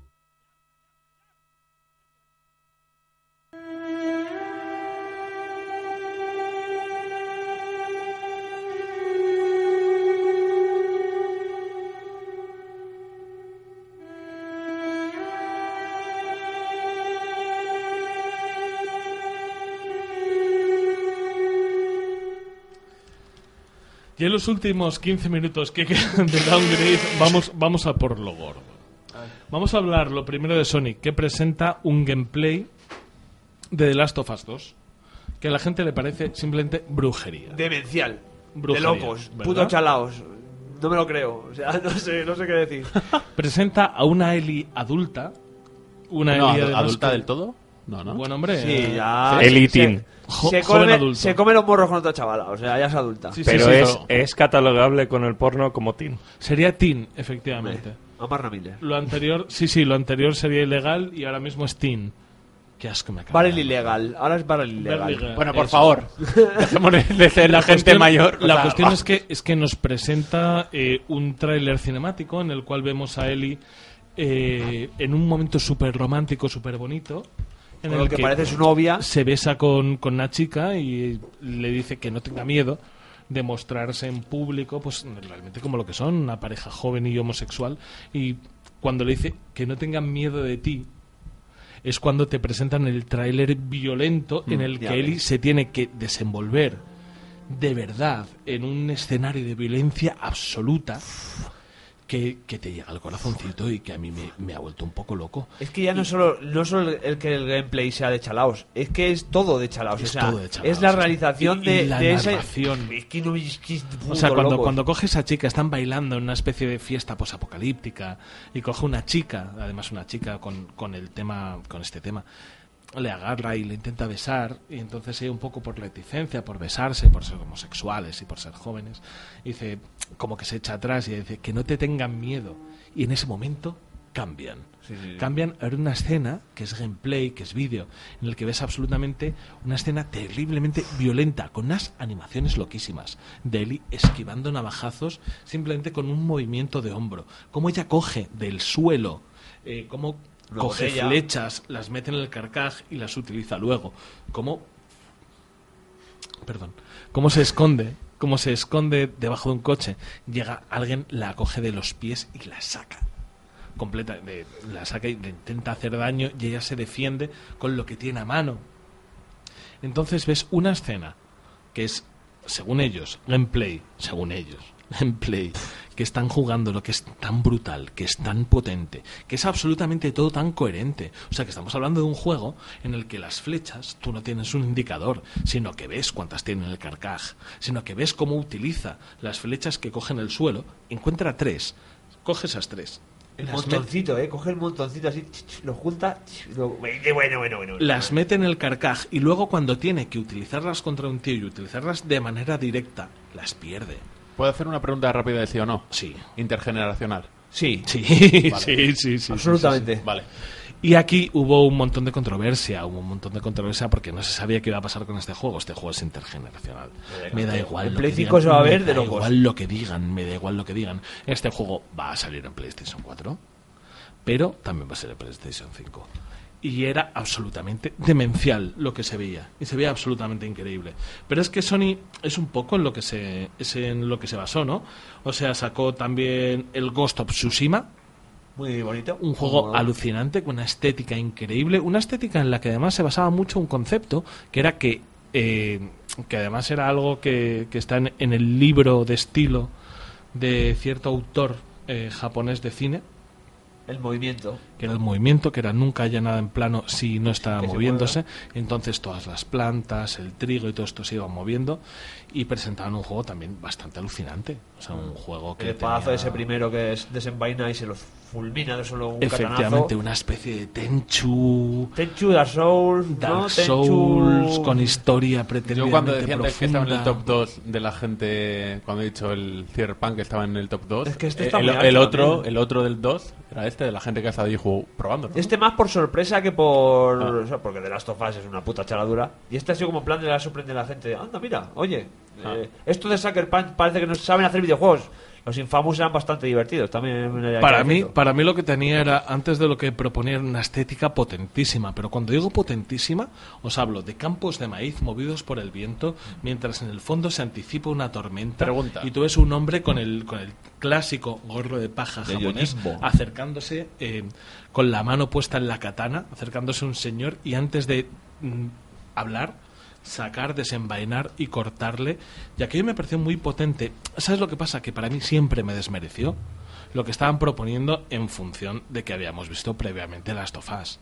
S1: Y en los últimos 15 minutos que quedan de Downgrade, vamos, vamos a por lo gordo. Vamos a hablar lo primero de Sonic, que presenta un gameplay de The Last of Us 2, que a la gente le parece simplemente brujería.
S9: Demencial.
S1: Brujería,
S9: de locos.
S1: ¿verdad?
S9: Putos chalaos. No me lo creo. O sea, no sé, no sé qué decir.
S1: Presenta a una Ellie adulta. Una
S4: No,
S1: Ellie
S4: adu-
S1: además
S4: adulta
S1: que-
S4: del todo. No, no.
S1: Buen hombre.
S9: Sí,
S1: eh,
S9: ya.
S10: El
S9: se-
S10: itin.
S1: Jo-
S9: Se,
S1: joven
S9: come,
S1: adulto.
S9: se come los morros con otra chavala. O sea, ya es adulta.
S1: Sí, sí,
S10: Pero
S1: sí,
S10: es,
S1: no.
S10: es catalogable con el porno como teen.
S1: Sería Teen, efectivamente.
S9: Amar Ramírez.
S1: Lo anterior, sí, sí, lo anterior sería ilegal y ahora mismo es Teen. Qué asco me acaba.
S9: Para el ilegal. Ahora es para el ilegal.
S1: Ilegal.
S4: Bueno, por
S1: Eso.
S4: favor, dejémonos de ser la, gente
S1: cuestión-
S4: mayor. o
S1: La
S4: sea,
S1: cuestión
S4: va.
S1: es que, es que nos presenta eh, un tráiler cinemático en el cual vemos a Ellie eh, en un momento súper romántico, súper bonito. En
S9: Con
S1: el
S9: lo que parece su novia.
S1: se besa con, con una chica y le dice que no tenga miedo de mostrarse en público, pues realmente como lo que son, una pareja joven y homosexual. Y cuando le dice que no tengan miedo de ti, es cuando te presentan el tráiler violento en el que
S9: Mm, ya
S1: Ellie
S9: ves.
S1: se tiene que desenvolver de verdad en un escenario de violencia absoluta. Que, que te llega al corazoncito y que a mí me, me ha vuelto un poco loco.
S9: Es que ya no solo no solo el- el que el gameplay sea de chalaos, es que es todo de chalaos.
S1: Es
S9: o sea,
S1: todo de chalaos,
S9: es la
S1: es que-
S9: realización
S1: y- y
S9: de,
S1: la
S9: de esa.
S1: narración.
S9: Es que no es que es puto
S1: O sea, cuando,
S9: loco.
S1: cuando coges a chica, están bailando en una especie de fiesta posapocalíptica y coge una chica, además una chica con, con el tema, con este tema, le agarra y le intenta besar y entonces ella un poco por reticencia, por besarse, por ser homosexuales y por ser jóvenes, dice como que se echa atrás y dice que no te tengan miedo y en ese momento cambian. Cambian a una escena que es gameplay, que es vídeo, en el que ves absolutamente una escena terriblemente violenta, con unas animaciones loquísimas, de Ellie esquivando navajazos simplemente con un movimiento de hombro. Cómo ella coge del suelo, eh, cómo
S9: Una
S1: coge
S9: botella.
S1: flechas, las mete en el carcaj y las utiliza luego. Cómo perdón, cómo se esconde, cómo se esconde debajo de un coche. Llega alguien, la coge de los pies y la saca. Completa, de- la saca y le intenta hacer daño y ella se defiende con lo que tiene a mano. Entonces ves una escena que es, según ellos, gameplay, según ellos, gameplay, que están jugando lo que es tan brutal, que es tan potente, que es absolutamente todo tan coherente. O sea, que estamos hablando de un juego en el que las flechas tú no tienes un indicador, sino que ves cuántas tiene en el carcaj, sino que ves cómo utiliza las flechas que coge en el suelo, encuentra tres, coge esas tres,
S9: El
S1: Las
S9: montoncito, eh. Coge el montoncito así, ch, ch, lo junta. ch, lo- Bueno, bueno, bueno, bueno.
S1: las mete en el carcaj y luego cuando tiene que utilizarlas contra un tío y utilizarlas de manera directa, las pierde.
S4: ¿Puedo hacer una pregunta rápida de sí o no?
S1: Sí.
S4: Intergeneracional.
S1: Sí. Sí,
S4: Vale.
S1: sí, sí, sí.
S9: Absolutamente.
S1: sí, sí. Vale. Y aquí hubo un montón de controversia, hubo un montón de controversia porque no se sabía qué iba a pasar con este juego. Este juego es intergeneracional. Me da igual.
S9: En
S1: lo
S9: Play
S1: que
S9: 5
S1: digan,
S9: se va a
S1: me
S9: ver de
S1: da
S9: locos.
S1: igual lo que digan, me da igual lo que digan. Este juego va a salir en PlayStation 4, pero también va a ser en PlayStation 5. Y era absolutamente demencial lo que se veía. Y se veía absolutamente increíble. Pero es que Sony es un poco en lo que se, es en lo que se basó, ¿no? O sea, sacó también el Ghost of Tsushima,
S9: Muy bonito.
S1: un juego
S9: Como-
S1: alucinante, con una estética increíble, una estética en la que además se basaba mucho un concepto, que era que, eh, que además era algo que, que está en, en el libro de estilo de cierto autor eh, japonés de cine,
S9: El movimiento.
S1: que era el movimiento, que era nunca haya nada en plano si no estaba
S9: Que se
S1: moviéndose. Entonces todas las plantas, el trigo y todo esto se iban moviendo y presentaban un juego también bastante alucinante. O sea, un juego que...
S9: Mm. El espadazo
S1: tenía-
S9: ese primero que es- desenvaina y se lo fulmina de solo un
S1: Efectivamente,
S9: catanazo.
S1: una especie de Tenchu,
S9: Tenchu, Dark Souls,
S1: Dark
S9: ¿no?
S1: Souls
S9: Tenchu...
S1: con historia pretendida.
S4: Yo cuando decía antes que estaba en el top 2 de la gente, cuando he dicho el Cyberpunk que estaba en el top 2,
S9: Es que este está
S4: el,
S9: muy alto
S4: el otro,
S9: también.
S4: el otro del 2 era este, de la gente que ha estado ahí jugó- probándolo.
S9: Este más por sorpresa que por... o sea, porque The Last of Us es una puta charadura. Y este ha sido como en plan de la sorprende a la gente. Anda, mira, oye, eh, esto de Sucker Punch parece que no saben hacer videojuegos. Los Infamous eran bastante divertidos también. hay que
S1: Para mí,
S9: decirlo.
S1: para mí lo que tenía era, antes de lo que proponía, era una estética potentísima. Pero cuando digo potentísima, os hablo de campos de maíz movidos por el viento, mientras en el fondo se anticipa una tormenta.
S4: Pregunta.
S1: Y tú ves un hombre con el, con el clásico gorro de paja
S2: De
S1: japonés
S2: Yojimbo.
S1: acercándose eh, con la mano puesta en la katana, acercándose a un señor y antes de mm, hablar sacar, desenvainar y cortarle. Y aquello me pareció muy potente. ¿Sabes lo que pasa? Que para mí siempre me desmereció lo que estaban proponiendo en función de que habíamos visto previamente las tofás.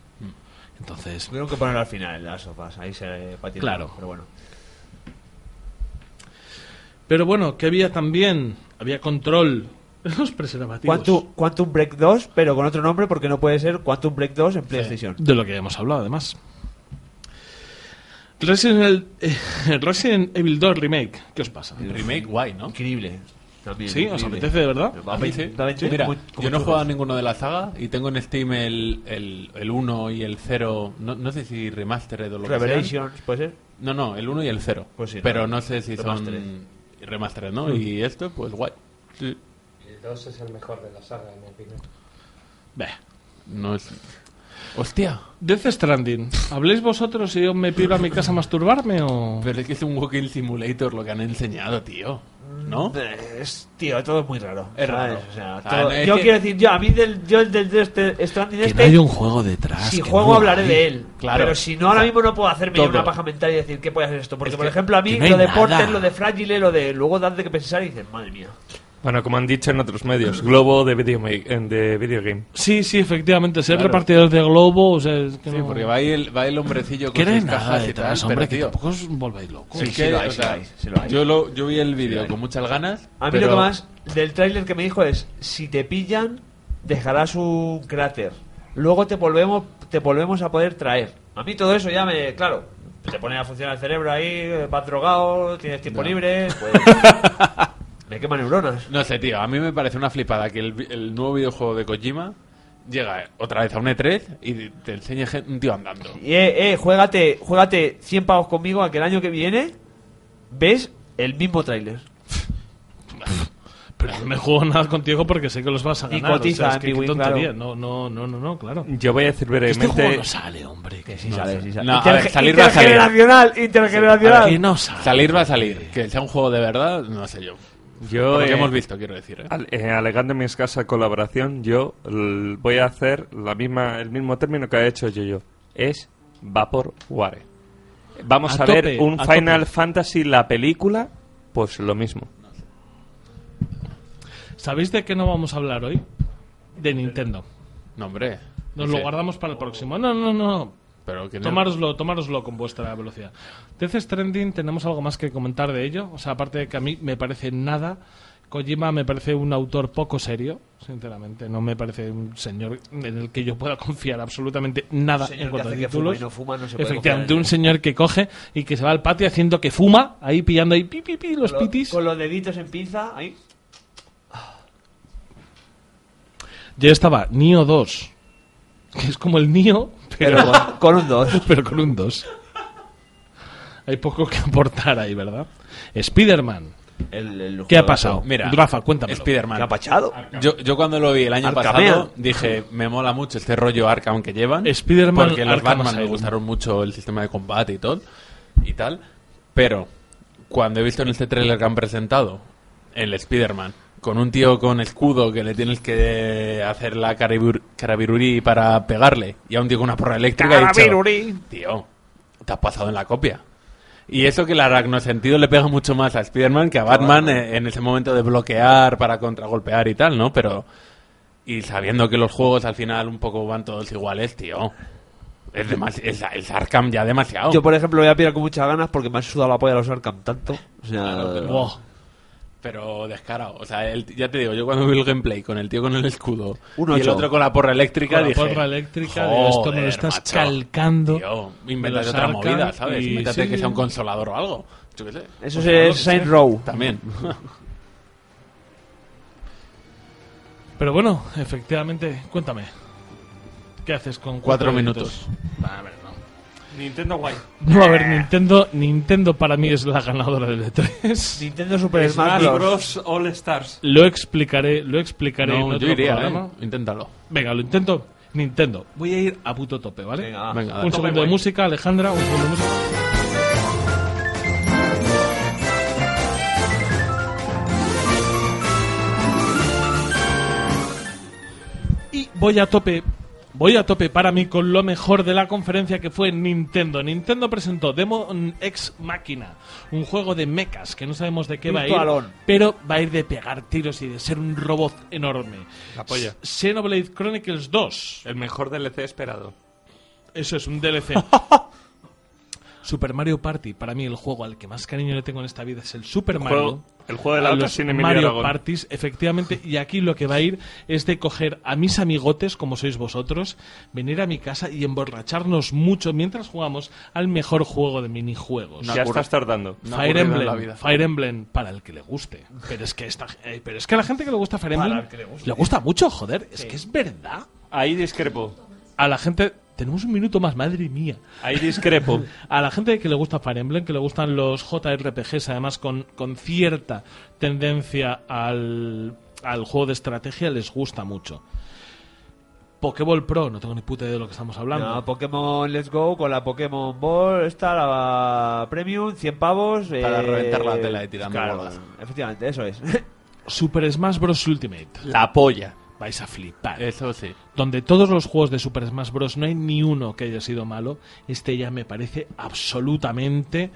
S1: Entonces,
S9: Tuvieron que poner al final las sofás, ahí se patinó.
S1: Claro.
S9: Pero bueno.
S1: pero bueno, que había también, había control en los preservativos.
S9: Quantum, Quantum Break 2, pero con otro nombre porque no puede ser Quantum Break 2 en PlayStation.
S1: De lo que hemos hablado, además. Resident, eh, Resident Evil 2 Remake, ¿qué os pasa?
S4: Remake guay, ¿no?
S9: Increíble. También,
S1: ¿Sí? ¿Os
S9: increíble.
S1: apetece de verdad?
S9: A mí sí.
S4: Sí, Mira,
S9: Como- como
S4: yo no he
S9: churros.
S4: jugado a ninguno de la saga y tengo en Steam el, el, 1 y el 0, no, no sé si remastered o lo que sea.
S9: Revelations, ¿puede ser?
S4: No, no, el 1 y el 0.
S9: Pues sí,
S4: pero
S9: no,
S4: no sé si
S9: remastered. Mm.
S4: son remastered, ¿no? Y esto, pues guay. Sí.
S10: El 2 es el mejor de la saga, en mi opinión.
S1: Bah.
S4: No es... Hostia,
S1: Death Stranding. ¿Habléis vosotros y yo me pido a mi casa a masturbarme o...?
S4: pero es que es un walking simulator lo que han enseñado, tío. ¿No?
S9: Eh, Es, tío, todo es muy raro.
S4: Es
S9: ¿sabes?
S4: raro.
S9: O sea,
S4: Ah,
S9: todo-
S4: no, es
S9: yo
S4: que-
S9: quiero decir, yo, a mí del, yo el del de este Stranding
S1: Que
S9: este,
S1: no hay un juego detrás.
S9: si
S1: que
S9: juego
S1: no
S9: hablaré
S1: hay.
S9: de él.
S4: Claro.
S9: Pero si no, ahora mismo no puedo hacerme yo
S4: Todo.
S9: una paja mental y decir, ¿qué puede hacer esto? Porque,
S4: Es
S9: por
S4: que-
S9: ejemplo, a mí
S1: que no hay
S9: lo de
S1: nada.
S9: Porter, lo de Fragile, lo de... Luego das de que pensar y dices, madre mía.
S10: Bueno, como han dicho en otros medios, globo de video, de videogame.
S1: Sí, sí, efectivamente. Ser repartidor de globo, o sea, es que
S4: Sí,
S1: no-
S4: porque va ahí el, va ahí el hombrecillo
S1: Que
S4: con
S1: no hay
S4: sus
S1: nada
S4: cajas y tal,
S1: detrás,
S4: pero,
S1: hombre, que
S4: tío,
S1: tampoco os volváis locos.
S4: es
S9: Sí,
S4: que,
S9: lo hay,
S4: o
S9: sí lo
S4: sea,
S9: hay, sí lo hay.
S4: Yo, lo, yo vi el vídeo
S9: hay.
S4: con muchas ganas.
S9: A mí
S4: pero...
S9: lo que más del tráiler que me dijo es, si te pillan, dejarás un cráter. Luego te volvemos, te volvemos a poder traer. A mí todo eso ya me, claro, te pone a funcionar el cerebro ahí, eh, vas drogado, tienes tiempo libre, pues, me quema neuronas.
S4: No sé, tío, a mí me parece una flipada que el, vi- el nuevo videojuego de Kojima llega otra vez a un E3 y te enseñe gen- un tío andando.
S9: Y eh, eh, juégate, juégate 100 pavos conmigo a que el año que viene ves el mismo tráiler.
S1: Pero no me juego nada contigo porque sé que los vas a
S9: Y
S1: ganar.
S9: cotiza
S1: o sea,
S9: en
S1: es que qué
S9: Bwin,
S1: tontería.
S9: claro.
S1: No, no, no, no, no, claro.
S10: Yo voy a decir
S1: Este juego
S10: brevemente.
S1: no sale, hombre. Que,
S9: Sí sale, sí sale.
S4: No, a
S9: Interge-
S4: ver, salir va a salir.
S9: intergeneracional, intergeneracional.
S1: que no sale.
S4: Salir va a salir. Que sea un juego de verdad, no sé yo.
S10: Yo,
S4: Por lo que
S10: eh,
S4: hemos visto, quiero decir. ¿eh?
S10: al- eh, alegando mi escasa colaboración, yo l- voy a hacer la misma, el mismo término que ha hecho yo. Es Vaporware. Vamos
S1: A
S10: a, ver
S1: tope,
S10: un
S1: a
S10: Final
S1: tope.
S10: Fantasy, la película, pues lo mismo.
S1: ¿Sabéis de qué no vamos a hablar hoy? De Nintendo.
S4: No, hombre.
S1: Nos
S4: no
S1: lo
S4: sé.
S1: guardamos para el próximo. No, no, no.
S4: Pero que no-
S1: Tomároslo, tomároslo con vuestra velocidad. Death Stranding, ¿tenemos algo más que comentar de ello? O sea, aparte de que a mí me parece nada Kojima me parece un autor poco serio, sinceramente. No me parece un señor en el que yo pueda confiar absolutamente nada
S9: señor
S1: en
S9: que
S1: cuanto a
S9: hace que
S1: títulos.
S9: fuma y no fuma, no se puede confiar en
S1: Efectivamente,
S9: él.
S1: un señor que coge y que se va al patio haciendo que fuma, ahí pillando ahí pi, pi, pi, los
S9: Con lo-
S1: pitis.
S9: Con los deditos en pinza, ahí.
S1: Yo estaba Nio 2, que es como el Nio, pero,
S9: Pero con- un 2.
S1: Pero con un 2. Hay poco que aportar ahí, ¿verdad? Spider-Man. ¿Qué ha pasado?
S4: Mira,
S1: Rafa, cuéntame.
S4: Spider-Man.
S9: ¿Qué ha pachado?
S4: Yo, yo cuando lo vi el año
S9: Arcamea.
S4: pasado dije, me mola mucho este rollo Arkham que llevan.
S1: Eh, Spider-Man
S4: Porque los
S1: Arkham
S4: Batman me
S1: Asylum.
S4: gustaron mucho el sistema de combate y todo. Y tal. Pero cuando he visto en este tráiler que han presentado el Spider-Man con un tío con escudo que le tienes que hacer la caribur- carabirurí para pegarle y a un tío con una porra eléctrica he dicho,
S9: Carabirurí.
S4: tío, te has pasado en la copia. Y eso que el aracnosentido le pega mucho más a Spider-Man que a Batman eh, en ese momento de bloquear para contragolpear y tal, ¿no? Pero. Y sabiendo que los juegos al final un poco van todos iguales, tío. Es, demas- es, es Arkham ya demasiado.
S9: Yo, por ejemplo, voy a pillar con muchas ganas porque me han sudado la polla los Arkham tanto. O sea,
S1: Ah, Buah.
S4: Pero descarado. O sea, el- ya te digo, yo cuando vi el gameplay con el tío con el escudo
S9: Un
S4: y el
S9: ocho.
S4: otro con la porra eléctrica,
S1: Con la
S4: dije,
S1: porra eléctrica, digo, esto me lo
S4: "Joder,
S1: estás
S4: macho,
S1: calcando
S4: Tío,
S1: de los
S4: invéntate otra
S1: Arkham
S4: movida, ¿sabes?
S1: y-
S4: Invéntate
S1: sí,
S4: que
S1: sí.
S4: sea un consolador o algo. Yo qué sé.
S9: eso es Saint Row.
S4: También.
S1: Pero bueno, efectivamente, cuéntame. ¿Qué haces con
S4: Cuatro
S1: cuatro
S4: minutos.
S1: A ver, no.
S10: Nintendo Guay.
S1: No, a ver, Nintendo, Nintendo para mí es la ganadora del E3.
S9: Nintendo Super Smash
S10: Smash
S9: Bros.
S10: Bros. All Stars.
S1: Lo explicaré, lo explicaré en
S4: No,
S1: otro
S4: yo iría,
S1: programa.
S4: ¿eh? Inténtalo.
S1: Venga, lo intento. Nintendo. Voy a ir a puto tope, ¿vale?
S9: Venga, va.
S4: Venga,
S1: un
S4: dale.
S1: segundo de música, Alejandra, un segundo de música. Y voy a tope. Voy a tope para mí con lo mejor de la conferencia que fue Nintendo. Nintendo presentó Demon Ex Machina, un juego de mechas que no sabemos de qué va a ir,
S9: Virtualón.
S1: pero va a ir de pegar tiros y de ser un robot enorme. S- Xenoblade Chronicles 2.
S10: El mejor DLC esperado.
S1: Eso es un DLC. Super Mario Party, para mí el juego al que más cariño le tengo en esta vida es el Super Mario.
S10: juego- el juego de la
S1: A
S10: otra
S1: los
S10: sin Emilio
S1: Mario
S10: Aragón.
S1: Parties, efectivamente. Y aquí lo que va a ir es de coger a mis amigotes, como sois vosotros, venir a mi casa y emborracharnos mucho mientras jugamos al mejor juego de minijuegos.
S10: ya estás tardando.
S4: No ha
S1: Fire
S4: ocurrido en
S1: Emblem,
S4: la vida.
S1: Fire Emblem para el que le guste. Pero es que esta, eh, pero es que a la gente que le gusta Fire Emblem le gusta, mucho, joder, es que es verdad.
S10: Ahí discrepo.
S1: A la gente tenemos un minuto más, madre mía.
S10: Ahí discrepo.
S1: A la gente que le gusta Fire Emblem, que le gustan los JRPGs, además con, con cierta tendencia al, al juego de estrategia, les gusta mucho. Pokéball Pro, no tengo ni puta idea de lo que estamos hablando.
S9: No, Pokémon Let's Go con la Pokémon Ball, esta la Premium, 100 pavos.
S4: Para
S9: eh,
S4: reventar la tela y tirando
S9: claro,
S4: bolas.
S9: Efectivamente, eso es.
S1: Super Smash Bros. Ultimate,
S4: La polla.
S1: vais a flipar.
S4: Eso sí.
S1: Donde todos los juegos de Super Smash Bros. no hay ni uno que haya sido malo, este ya me parece absolutamente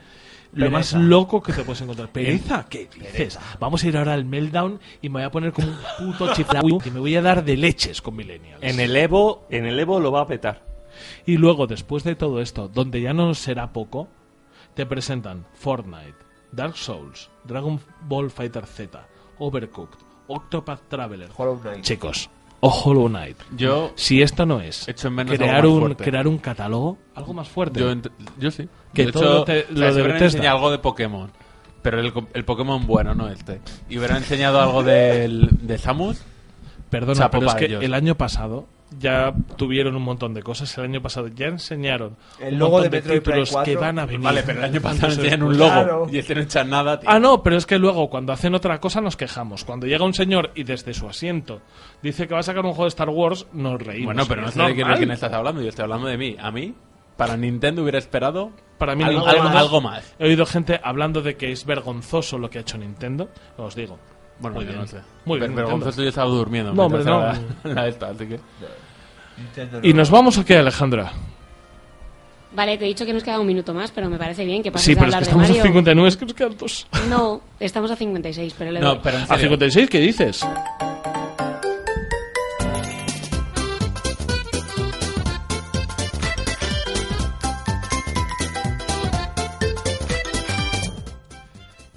S1: lo más loco que te puedes encontrar. ¿Pereza? ¿Qué dices? Vamos a ir ahora al meltdown y me voy a poner como un puto chiflado que me voy a dar de leches con Millennials.
S10: En el Evo, en el Evo lo va a petar.
S1: Y luego, después de todo esto, donde ya no será poco, te presentan Fortnite, Dark Souls, Dragon Ball Fighter Z, Overcooked, Octopath Traveler.
S9: Hollow Knight.
S1: Chicos, o Hollow Knight.
S4: Yo,
S1: Si esto no es
S4: Hecho en menos
S1: crear,
S4: algo más
S1: un,
S4: fuerte.
S1: crear un catálogo, algo más fuerte.
S4: yo, ent- yo sí.
S1: Que
S4: de
S1: todo
S4: hecho,
S1: te-
S4: o sea,
S1: lo de
S4: si hubieran
S1: Bethesda.
S4: enseñado algo de Pokémon, pero el, co- el Pokémon bueno, no este. Y hubieran enseñado algo del, de Samus,
S1: Perdona,
S4: Chapo
S1: pero es
S4: para
S1: que
S4: ellos.
S1: el año pasado ya tuvieron un montón de cosas. El año pasado ya enseñaron
S9: El
S1: un
S9: logo
S1: montón
S9: de Metroid Prime
S1: títulos
S9: 4.
S1: que van a venir.
S4: Vale, pero el año pasado
S1: Eso es
S4: enseñan un
S1: bueno.
S4: logo
S9: Claro.
S4: y este no echan nada, tío.
S1: Ah, no, pero es que luego cuando hacen otra cosa nos quejamos. Cuando llega un señor y desde su asiento dice que va a sacar un juego de Star Wars, nos reímos.
S4: Bueno, pero no
S1: Es
S4: sé de quién, de
S1: normal.
S4: quién estás hablando, yo estoy hablando de mí. A mí, para Nintendo hubiera esperado
S1: Para mí
S4: algo,
S1: Nintendo-
S4: algo- algo más.
S1: He oído gente hablando de que es vergonzoso lo que ha hecho Nintendo. Os digo.
S4: Bueno,
S1: Muy
S4: yo
S1: bien.
S4: no sé.
S1: Muy bien,
S4: Pero- pero
S1: Nintendo.
S4: Gonzalo yo estaba durmiendo.
S1: No,
S4: mientras
S1: hombre,
S4: era la, esta, así que...
S1: ¿Y nos vamos a qué, Alejandra?
S5: Vale, te he dicho que nos queda un minuto más, pero me parece bien que pases
S1: Sí,
S5: a
S1: pero es que
S5: hablar de
S1: estamos
S5: Mario.
S1: a 59, es que nos quedan dos.
S5: No, estamos a 56, pero le doy.
S4: No, pero en
S1: ¿A
S4: serio,
S1: 56 qué dices?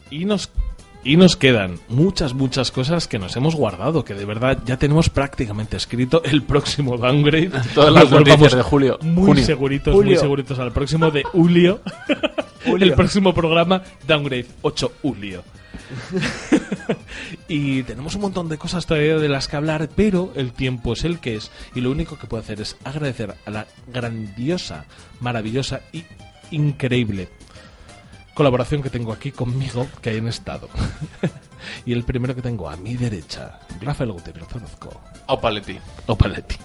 S1: Y nos Y nos quedan muchas, muchas cosas que nos hemos guardado, que de verdad ya tenemos prácticamente escrito el próximo downgrade.
S4: Todas las
S1: Lo cual
S4: noticias
S1: vamos
S4: de julio.
S1: Muy
S4: Junio.
S1: seguritos, muy
S4: Julio.
S1: seguritos al próximo de julio. el próximo programa, Downgrade 8 julio. y tenemos un montón de cosas todavía de las que hablar, pero el tiempo es el que es. Y lo único que puedo hacer es agradecer a la grandiosa, maravillosa y increíble colaboración que tengo aquí conmigo que hayan estado. y el primero que tengo a mi derecha, Rafael Gutiérrez Orozco.
S4: O Paletti.
S1: O Paletti.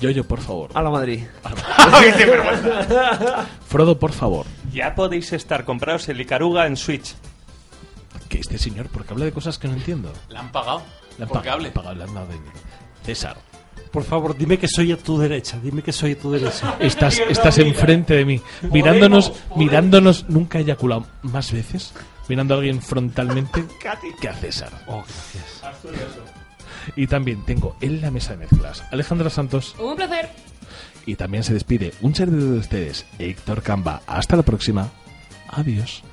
S1: Yoyo, por favor.
S9: A la Madrid.
S1: Frodo, por favor.
S10: Ya podéis estar comprados el Icaruga en Switch.
S1: Que este señor, porque habla de cosas que no entiendo.
S4: La han pagado.
S1: La han
S4: Porque
S1: pagado,
S4: hable.
S1: la han pagado, la han dado dinero. César,
S3: Por favor, dime que soy a tu derecha, dime que soy a tu derecha.
S1: estás, estás enfrente de mí, mirándonos, mirándonos, nunca he eyaculado más veces, mirando a alguien frontalmente que a César. Y también tengo en la mesa de mezclas Alejandra Santos
S5: Un placer.
S1: y también se despide un servidor de ustedes, Héctor Camba. Hasta la próxima. Adiós.